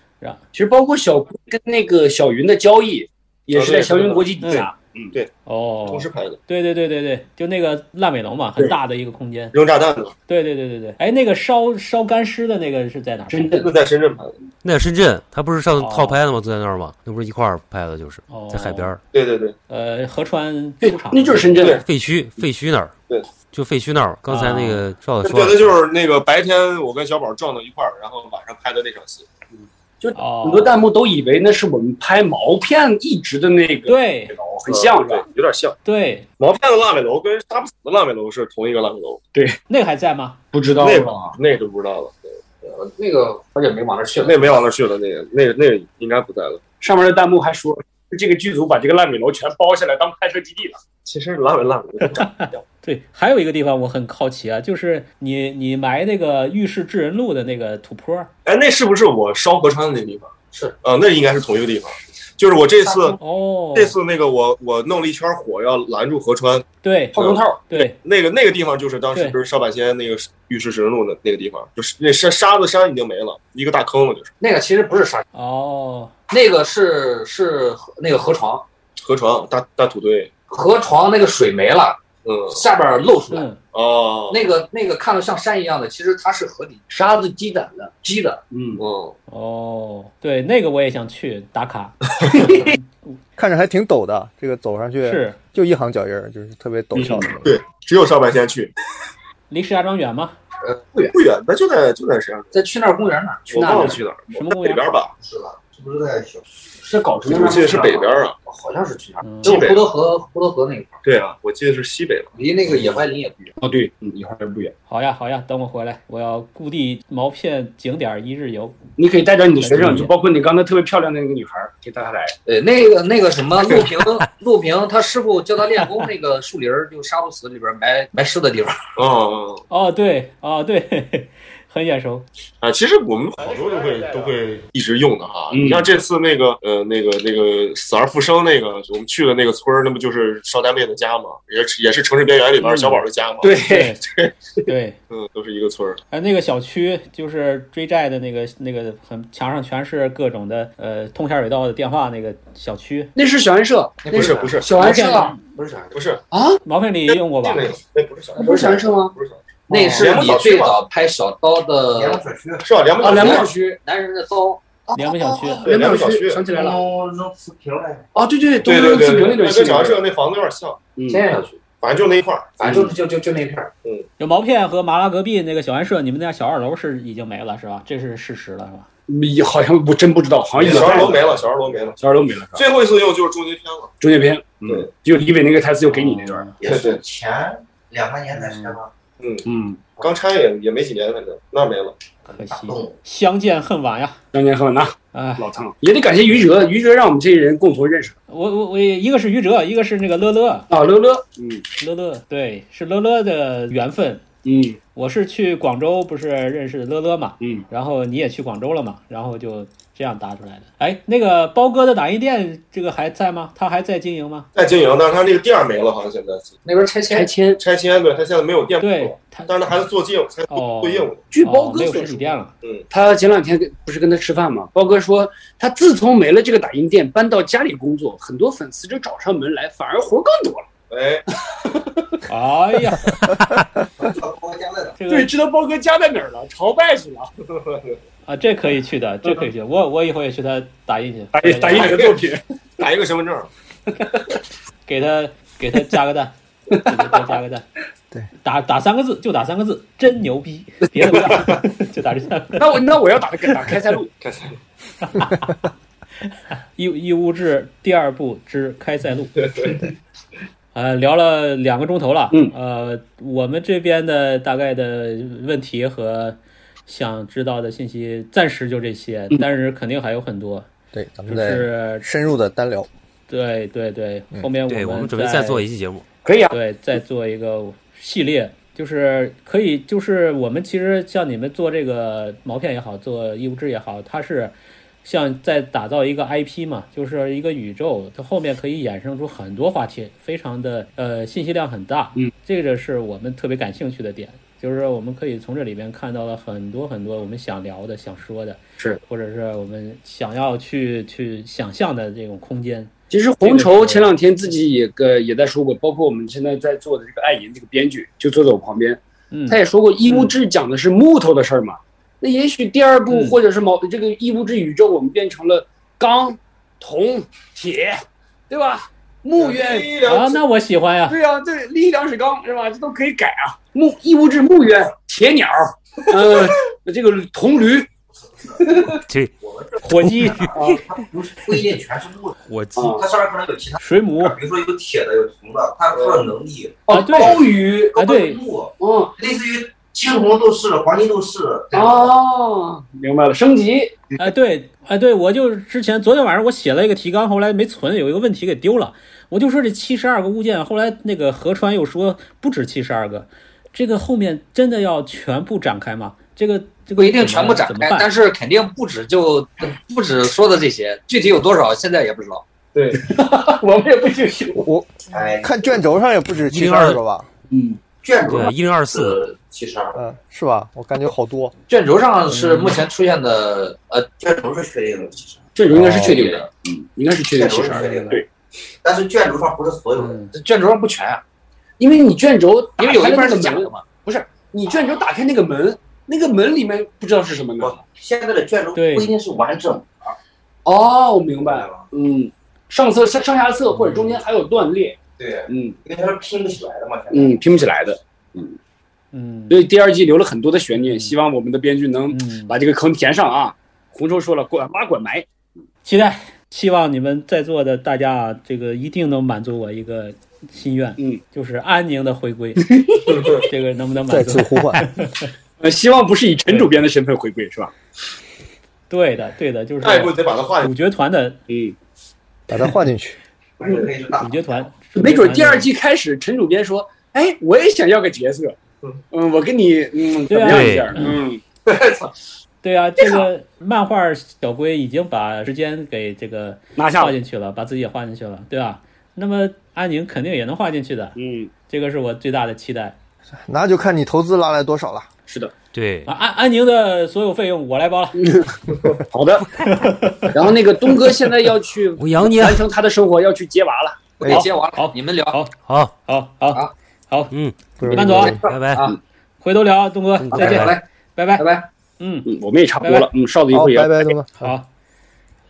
H: 其实包括小龟跟那个小云的交易，也是在祥云国际底下。
G: 嗯，对，
E: 哦，
G: 同时拍的，
E: 对对对对对，就那个烂尾楼嘛，很大的一个空间。
G: 扔炸弹的，
E: 对对对对对，哎，那个烧烧干尸的那个是在哪儿？
H: 深
G: 那在深圳拍的。
C: 那深圳，他不是上
E: 哦
C: 套拍的吗？就在那儿吗？那不是一块儿拍的，就是在海边儿。
G: 对对对，
E: 呃，河川猪场，
C: 废墟，废墟那儿，
G: 对，
C: 就废墟那儿。刚才那个赵
G: 我
C: 子
G: 觉
C: 说了，
G: 得就是那个白天我跟小宝撞到一块儿，然后晚上拍的那场戏。
H: 就
E: 哦
H: 很多弹幕都以为那是我们拍毛片一直的那个，
E: 对，
H: 很像是吧？
G: 啊有点像。
E: 对，
G: 毛片的烂尾楼跟杀不死的烂尾楼是同一个烂尾楼，
H: 对，
E: 那个还在吗？
H: 不知道
G: 那
H: 了
G: 个那个就不知道了。
K: 呃那个好久没往那儿去了，
G: 那没往那儿去了，那个那个那个应该不在了。
H: 上面的弹幕还说，这个剧组把这个烂尾楼全包下来当拍摄基地了。
G: 其实烂尾烂尾楼长得一样
E: 对，还有一个地方我很好奇啊，就是你你埋那个浴室智人路的那个土坡，
G: 哎，那是不是我烧河川的那地方？
K: 是
G: 啊，那应该是同一个地方。就是我这次
E: 哦，
G: 这次那个我我弄了一圈火要拦住河川，
E: 对，
G: 套龙套，
E: 对，
G: 那个那个地方就是当时不是烧半仙那个玉石石路的那个地方，就是那沙沙子山已经没了，一个大坑了，就是
L: 那个其实不是沙
E: 哦，
L: 那个是是那个河床，
G: 河床大大土堆，
L: 河床那个水没了，
G: 嗯，
L: 下边露出来，
E: 嗯
G: 哦，
L: 那个那个看着像山一样的，其实它是河底沙子积攒的，积的，
G: 嗯
L: 哦
E: 哦，对，那个我也想去打卡，
D: 看着还挺陡的，这个走上去
E: 是
D: 就一行脚印儿，就是特别陡峭的。
G: 对，只有上半仙去，
E: 离石家庄远吗？
G: 呃，不远不远，那就在就在石家庄，
L: 在去那儿公园那儿，
G: 我
E: 那
G: 忘了
E: 边
G: 去哪儿，
E: 什么公园
G: 北边吧，
L: 是吧？是不是在小？是搞什
G: 我记得是北边啊，
L: 好像是去哪儿？
E: 嗯
L: 就是胡德河胡德河那一块儿，
G: 对啊，我记得是西北吧，
L: 离那个野外林也不远。
H: 哦，对，嗯，一会儿也不远。
E: 好呀好呀，等我回来，我要故地毛片景点儿一日游。
H: 你可以带着你的学生，就包括你刚才特别漂亮的那个女孩，可以带她来。
L: 对，呃那个那个什 么陆平，陆平他师傅教他练功那个树林儿，就杀不死里边儿埋埋尸的地方。
G: 哦哦，哦
E: 哦，对，哦对， 很眼熟。
G: 啊，其实我们好多都会都会一直用的哈。
H: 嗯
G: 你像这次那个呃那个那个死而复生那个，我们去的那个村儿，那不就是邵丹妹的家嘛，也是也是城市边缘里
H: 嗯
G: 边小宝的家嘛。，
E: 对对，
G: 嗯，都是一个村儿。
E: 哎，那个小区就是追债的那个那个很墙上全是各种的呃通下水道的电话那个小区，
H: 那是小安社，
G: 不是不是
H: 小安社啊，
L: 不是啥，
G: 不是，
E: 毛片里也用过吧？
G: 那个那不是小，
H: 那不是小安社吗？
G: 不是小，
L: 那是你最早拍小刀的
G: 是吧？梁
H: 啊
G: 木
L: 梁
H: 梁木
L: 小区男人的刀，
E: 联盟小区，
G: 对梁木小
H: 区
G: 区，
H: 想起来了，
K: 嗯
L: 扔瓷瓶来，
H: 哦，对对
G: 对
H: 东
G: 对
H: 方自
G: 对
H: 评那
G: 对，
H: 种嗯
G: 那跟小
H: 小
G: 安社那房子有点像，
K: 嗯
L: 天然小区，
G: 反正就那一块儿。
L: 嗯反正就就就就那片儿。
E: 有毛片和麻辣隔壁那个小安社，你们那小二楼是已经没了是吧？这是事实了是吧？
H: 也好像我真不知道，好像啊有
G: 小二楼没了，小二楼没了。
H: 小二楼没了，是吧
G: 最后一次用就是中间篇了。
H: 中间篇，
G: 对，
H: 就李伟那个台词就给你那段儿，
G: 对对，
L: 前两三年在石家庄
H: 嗯，
G: 刚拆也也没几年，反正那没了。
E: 可惜，相见恨晚呀！
H: 当年很晚呐，
E: 哎，
H: 老汤也得感谢于哲，于哲让我们这些人共同认识
E: 我我我，一个是于哲，一个是那个乐乐，
H: 啊，乐乐，嗯
E: 乐乐对，是乐乐的缘分。
H: 嗯
E: 我是去广州，不是认识乐乐嘛，
H: 嗯，
E: 然后你也去广州了嘛，然后就这样搭出来的。哎，那个包哥的打印店这个还在吗？他还在经营吗？
G: 在经营，但是他那个店儿没了，好像现在是
L: 那边拆迁
H: 拆，迁，
G: 拆迁，对，他现在没有店铺
E: 对
G: 了，，
E: 他
G: 但是他还是做业务，还
E: 哦
G: 做业务。
H: 据包
E: 哦、没
H: 哥
E: 有
H: 所
E: 实
H: 说
E: 体，店了。
H: 他前两天跟不是跟他吃饭吗？包哥说，他自从没了这个打印店，搬到家里工作，很多粉丝就找上门来，反而活儿更多了。
G: 哎，
E: 哎呀，这
H: 对，
E: 个
H: 知道包哥家在哪儿了，朝拜去了，
E: 啊，这可以去的，这可以去。我我以后也去他打印去，
H: 打印打印你的作品。
G: 打一个身份证，
E: 给他给他加个蛋，给他多加个蛋。
D: 对，
E: 打打三个字就打三个字，真牛逼，别的不要， 就打这三个。
H: 那我那我要打个打开塞露，
G: 看看
E: 义义乌志第二部之开塞露。呃，聊了两个钟头了，
H: 嗯
E: 呃，我们这边的大概的问题和想知道的信息暂时就这些，但是肯定还有很多，
D: 对，咱
E: 就
D: 们再
E: 是
D: 深入的单聊。
E: 对对对，后面
C: 对我
E: 们
C: 们准备再
E: 再
C: 做一期节目，
H: 可以啊。
E: 对，再做一个系列，就是可以，就是我们其实像你们做这个毛片也好，做义务志也好，它是像在打造一个 IP 嘛，就是一个宇宙，它后面可以衍生出很多话题，非常的呃信息量很大，
H: 嗯，
E: 这个是我们特别感兴趣的点。就是我们可以从这里边看到了很多很多我们想聊的、想说的，
H: 是，
E: 或者是我们想要去去想象的这种空间。
H: 其实红绸前两天自己也个也在说过，包括我们现在在做的这个艾银这个编剧，就坐在我旁边，
E: 嗯，
H: 他也说过《义乌志》讲的是木头的事儿嘛。那也许第二部
E: 嗯
H: 或者是某这个《义乌志》宇宙，我们变成了钢、铜、铁，对吧？木鸢，
E: 啊，那我喜欢呀，
H: 对呀、对，力量是钢是吧？这都可以改啊。木义乌志木鸢、铁鸟，呃， 这个铜驴，
C: 这
E: 火鸡、
G: 嗯
L: 它不是不一定全是木的，
C: 我记
H: 啊
L: 它上面可能有其他，
E: 水母，
L: 比如说有铁的，有铜的，它它的能力，
H: 哦，
E: 啊对
H: 鲍鱼，
E: 啊对
L: 木，
H: 嗯，
L: 类似于青铜斗士、黄金斗士，
H: 哦，明白了，升级，
E: 哎，对，哎，对，我就是之前昨天晚上我写了一个提纲，后来没存，有一个问题给丢了。我就说这七十二个物件，后来那个河川又说不止七十二个，这个后面真的要全部展开吗？这个这个
L: 不一定全部展
E: 怎么
L: 开
E: 办，
L: 但是肯定不止就不止说的这些，具体有多少现在也不知道。
F: 对，
L: 我们也不清楚。
D: 我看卷轴上也不止七十二个吧？
L: 嗯，哎卷轴
C: 一零二
L: 四七十二，
D: 嗯，是吧？我感觉好 多。
L: 卷轴上是目前出现的，呃，卷轴是确定的，其实
H: 这种应该是确定
L: 哦
H: 的，嗯，应该是确定
L: 卷轴
H: 七
L: 是
H: 十二
L: 确定的
H: 对，
L: 但是卷轴上不是所有的，卷轴上不全啊，
H: 因为你卷轴打
L: 因为
H: 开
L: 有一
H: 那
L: 半
H: 个
L: 是假的
H: 门
L: 嘛，
H: 不是你卷轴打开那个门，那个门里面不知道是什么呢？
L: 现在的卷轴
H: 不一定
L: 是完整的。
H: 哦，我明白了，嗯，上侧上上下侧或者中间还有断裂，
L: 对，
H: 嗯，
L: 因为它是拼不起来的嘛，现在
H: 嗯，拼不起来的，嗯
E: 嗯，
H: 所以第二季留了很多的悬念，希望我们的编剧能把这个坑填上啊。红州说了，管挖管埋，
E: 期待，希望你们在座的大家啊，这个一定能满足我一个心愿，
H: 嗯，
E: 就是安宁的 回归，这个能不能
H: 再
E: 满足？
H: 次呼唤，呃，希望不是以陈主编的身份回归是吧？
E: 对的，对的，就是
H: 哎不得把它换
E: 主角团的，
H: 嗯，
D: 把它换进去。
E: 主角团，
H: 没准第二季开始，陈主编说：“哎，我也想要个角色，嗯，我跟你嗯
E: 对
H: 怎么
E: 啊
H: 样一下？
E: 对
H: 嗯，
E: 对啊，这个漫画小龟已经把时间给这个
H: 拿下了
E: 画进去了，把自己也画进去了，对吧？那么安宁肯定也能画进去的，
H: 嗯，
E: 这个是我最大的期待。
D: 那就看你投资拉来多少了。
H: 是的，
C: 对，
E: 啊安安宁的所有费用我来包了，
H: 好的。然后那个东哥现在要去
C: 我养你啊
H: 完成他的生活，要去接娃了。
L: 我给接完了，你们聊。
E: 好，
G: 啊
C: 好，
E: 好，好，好，
C: 嗯，
E: 班总，
C: 拜拜，
E: 回头聊，啊东哥，再见，
H: 好嘞
E: 嗯拜拜，
L: 拜拜，
E: 嗯，
H: 嗯，我们也差不多了，嗯，哨子一
D: 好，
H: 会儿也
D: 拜拜，东哥。
E: 好，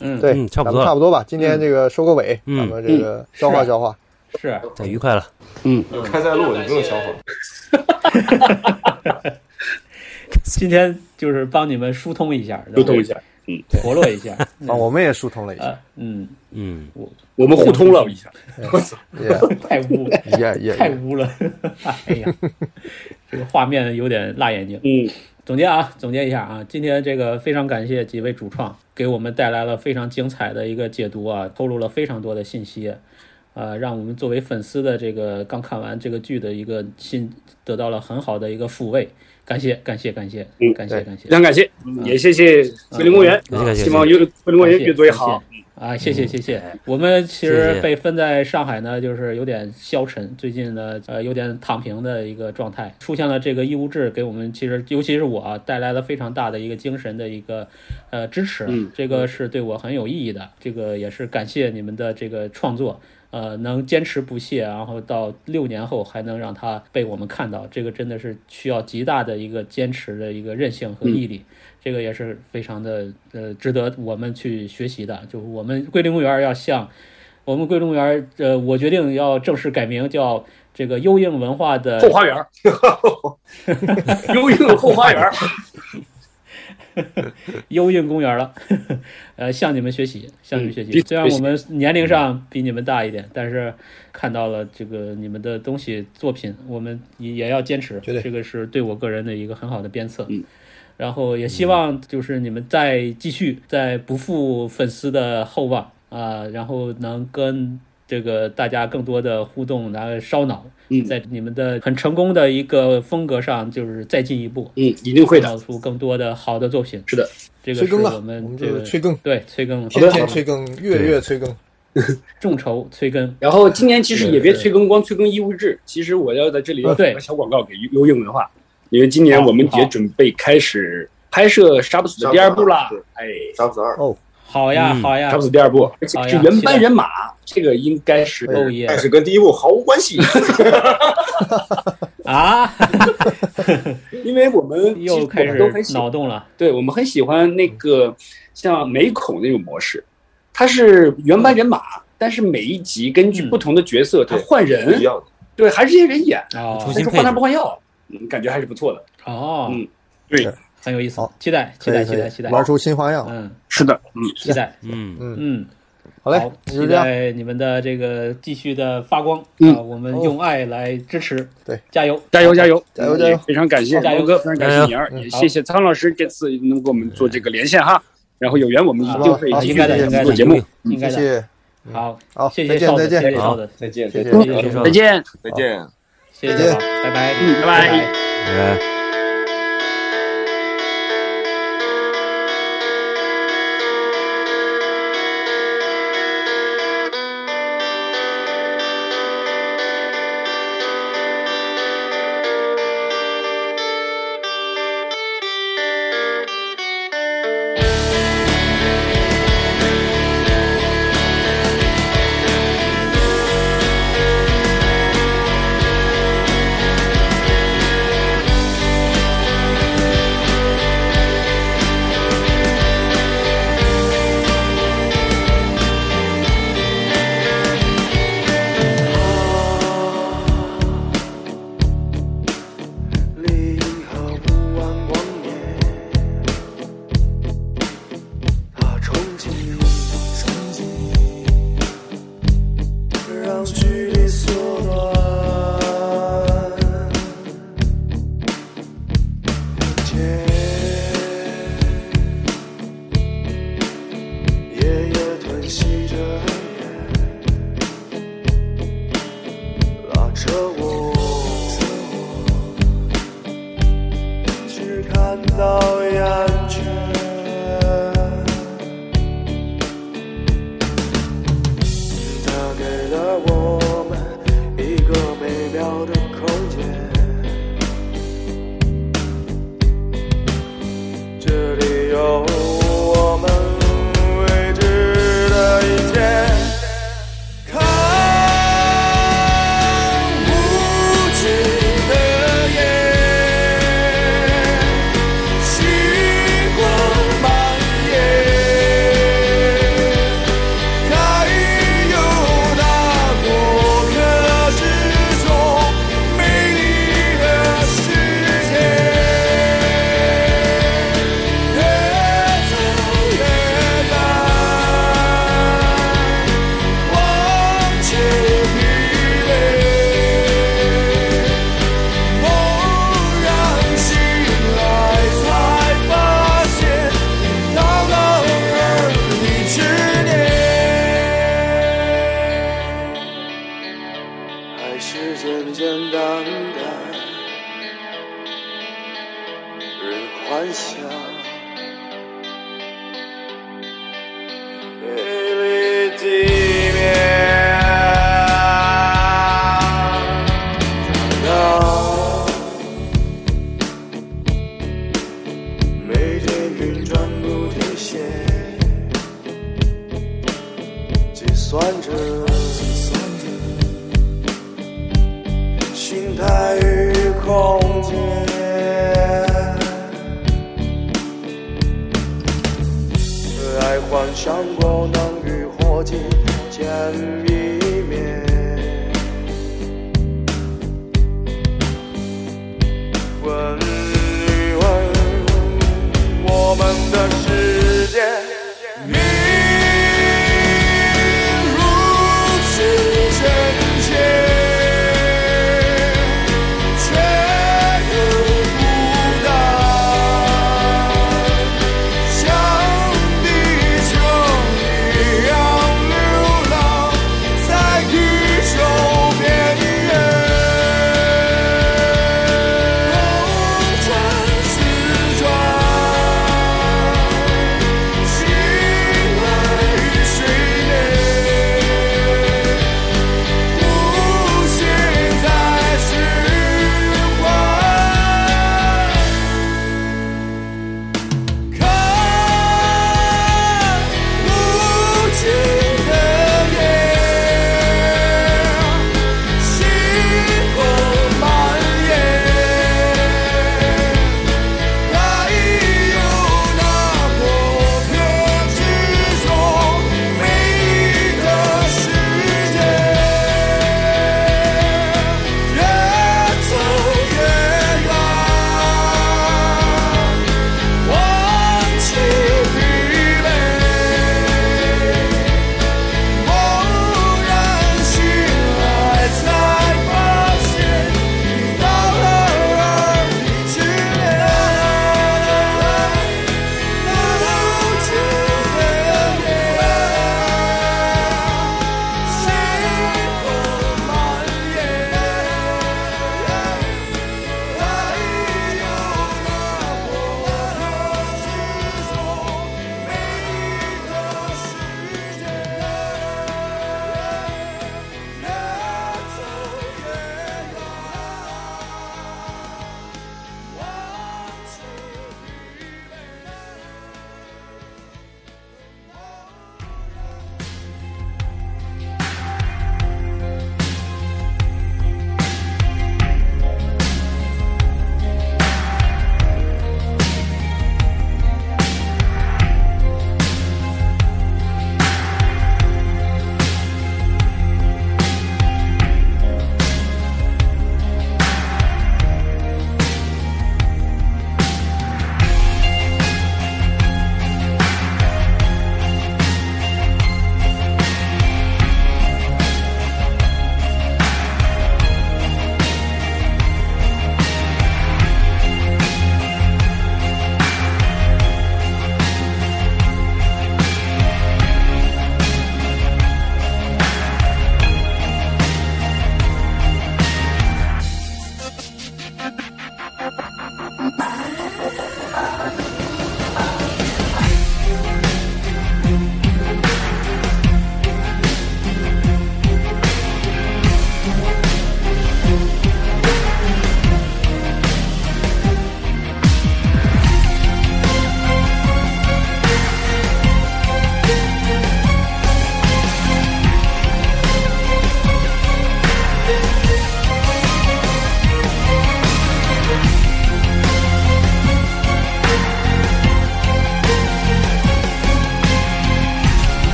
E: 嗯
D: 对，
C: 嗯差不
D: 咱
C: 多
D: 们差不多吧。今天这个收个尾，
C: 嗯
D: 咱们这个
C: 嗯
D: 消化
C: 是
D: 消化。
E: 是，
C: 太愉快了。
H: 嗯，
G: 有开塞露，你不用消化。
E: 今天就是帮你们 疏通一下，
H: 沟通一下，嗯，
E: 活络一下，
D: 啊，我们也疏通了一下，
E: 嗯
C: 嗯，
E: 我
H: 我们互通了一下。
E: 我操
D: 嗯
E: 太 污了，
D: 也也
E: 太污了， 哎呀，这个画面有点辣眼睛。
H: 嗯，
E: 总结啊，总结一下啊，今天这个非常感谢几位主创给我们带来了非常精彩的一个解读啊，透露了非常多的信息，呃，让我们作为粉丝的这个刚看完这个剧的一个心得到了很好的一个抚慰，感谢感谢感谢，感谢感谢
H: 非，常感谢，也谢谢桂林公园啊
C: 嗯感谢感，谢
H: 希望越桂林公园越做越好。
E: 啊，谢谢谢谢，我们
C: 嗯
E: 其
C: 哎谢
E: 实
C: 谢
E: 被分在上海呢，就是有点消沉，最近呢，呃，有点躺平的一个状态，出现了这个义务制，给我们其实，尤其是我啊、带来了非常大的一个精神的一个呃支持，
H: 嗯
E: 这个是对我很有意义的，这个也是感谢你们的这个创作，呃，能坚持不懈，然后到六年后还能让它被我们看到，这个真的是需要极大的一个坚持的一个韧性
C: 嗯
E: 和毅力。这个也是非常的呃值得我们去学习的。就我们桂林公园儿要向我们桂林公园儿，呃，我决定要正式改名叫这个优映文化的
H: 后花园， 优映后花园，
E: 优韵公园了， 呃，向你们学习，向你们学习。
H: 嗯
E: 虽然我们年龄上比你们大一点，但是看到了这个你们的东西作品，我们也也要坚持。这个是对我个人的一个很好的鞭策。
H: 嗯。
E: 然后也希望就是你们再继续，在不负粉丝的厚望啊、然后能跟这个大家更多的互动，然后烧脑，
H: 嗯
E: 在你们的很成功的一个风格上，就是再进一步，
H: 嗯，一定会
E: 创
H: 的，
E: 造出更多的好的作品。
H: 是的，
E: 这个
D: 催
E: 是
D: 更了啊
E: 我
D: 我们
E: 们
D: 就
E: 这个
D: 是催更
E: 对催更，
D: 天天催更，月月催更。
E: 众筹催更，
H: 然后今年其实也
E: 对
H: 别
E: 对
H: 催更，光催更义务制。其实我要在这里要
E: 对
H: 打个小广告给优映文化，因为今年我们也准备开始拍摄《杀不死》的第二部啦。哎，《
G: 杀不死二》
D: 哦，
E: 好呀好呀
H: 杀不死》第二部，而且
E: 啊哦好呀
H: 是原
E: 期待
H: 班人马，这个应该是
E: 哦耶
G: 但是跟第一部毫无关 系。
E: 啊，
H: 因为我们其实
E: 又开
H: 我们都很
E: 始
H: 喜
E: 脑嗯洞了，
H: 对我们很喜欢那个像美恐那种模式，它是原
E: 嗯
H: 班人马，但是每一集根据不同的角色，它换人
G: 一样的，
H: 对，还是这些人演，
E: 哦
C: 重
H: 但
C: 新
H: 是
C: 配
H: 换汤
C: 置
H: 不，换药，嗯，感觉还是不错的。
E: 哦，
H: 嗯，对，
E: 很有意思，期待期待期待期待，
D: 玩出新花样。
E: 嗯，
H: 是的，嗯，
E: 期待，
C: 嗯
D: 嗯，
E: 嗯，
D: 好嘞，那就
E: 期
D: 这样。
E: 待你们的这个继续的发光
H: 嗯
E: 啊，我们用爱来支持，
D: 对，
E: 加油，
H: 加油加油嗯
D: 加油加油
H: 非常感谢
E: 加油嗯
H: 龙哥，非常感
C: 加油
H: 谢你儿，也谢谢苍老师这次能给我们做这个连线哈。然后有缘我们一
E: 嗯
D: 好
H: 定会
D: 好
H: 继
E: 应该的应该
H: 续
E: 的
H: 做节目。
E: 应该
D: 谢
E: 的，
D: 谢，
E: 好，
D: 好，
E: 谢
D: 再
E: 谢
D: 见
E: 邵
D: 再
E: 子，谢
D: 见
E: 谢，邵子，
G: 再见，
D: 谢
G: 再
D: 谢
E: 谢
G: 见，
E: 谢邵
H: 再
E: 子，
H: 见，
G: 再见。
E: 谢谢邵子，拜拜，
H: 嗯，拜拜。
C: 拜拜。
K: 看到厌倦。他给了我们一个美妙的空间，这里有我们未知的一切。看无尽的夜，虚光蔓延，还有那过客之中美丽的世界，越走越难，忘却疲惫。猛然醒来，才发现刚刚而已之年，还是简简单单人幻想。美丽地面，到每天运转不停歇，计算着心态与空间。爱幻想过能与伙计见面。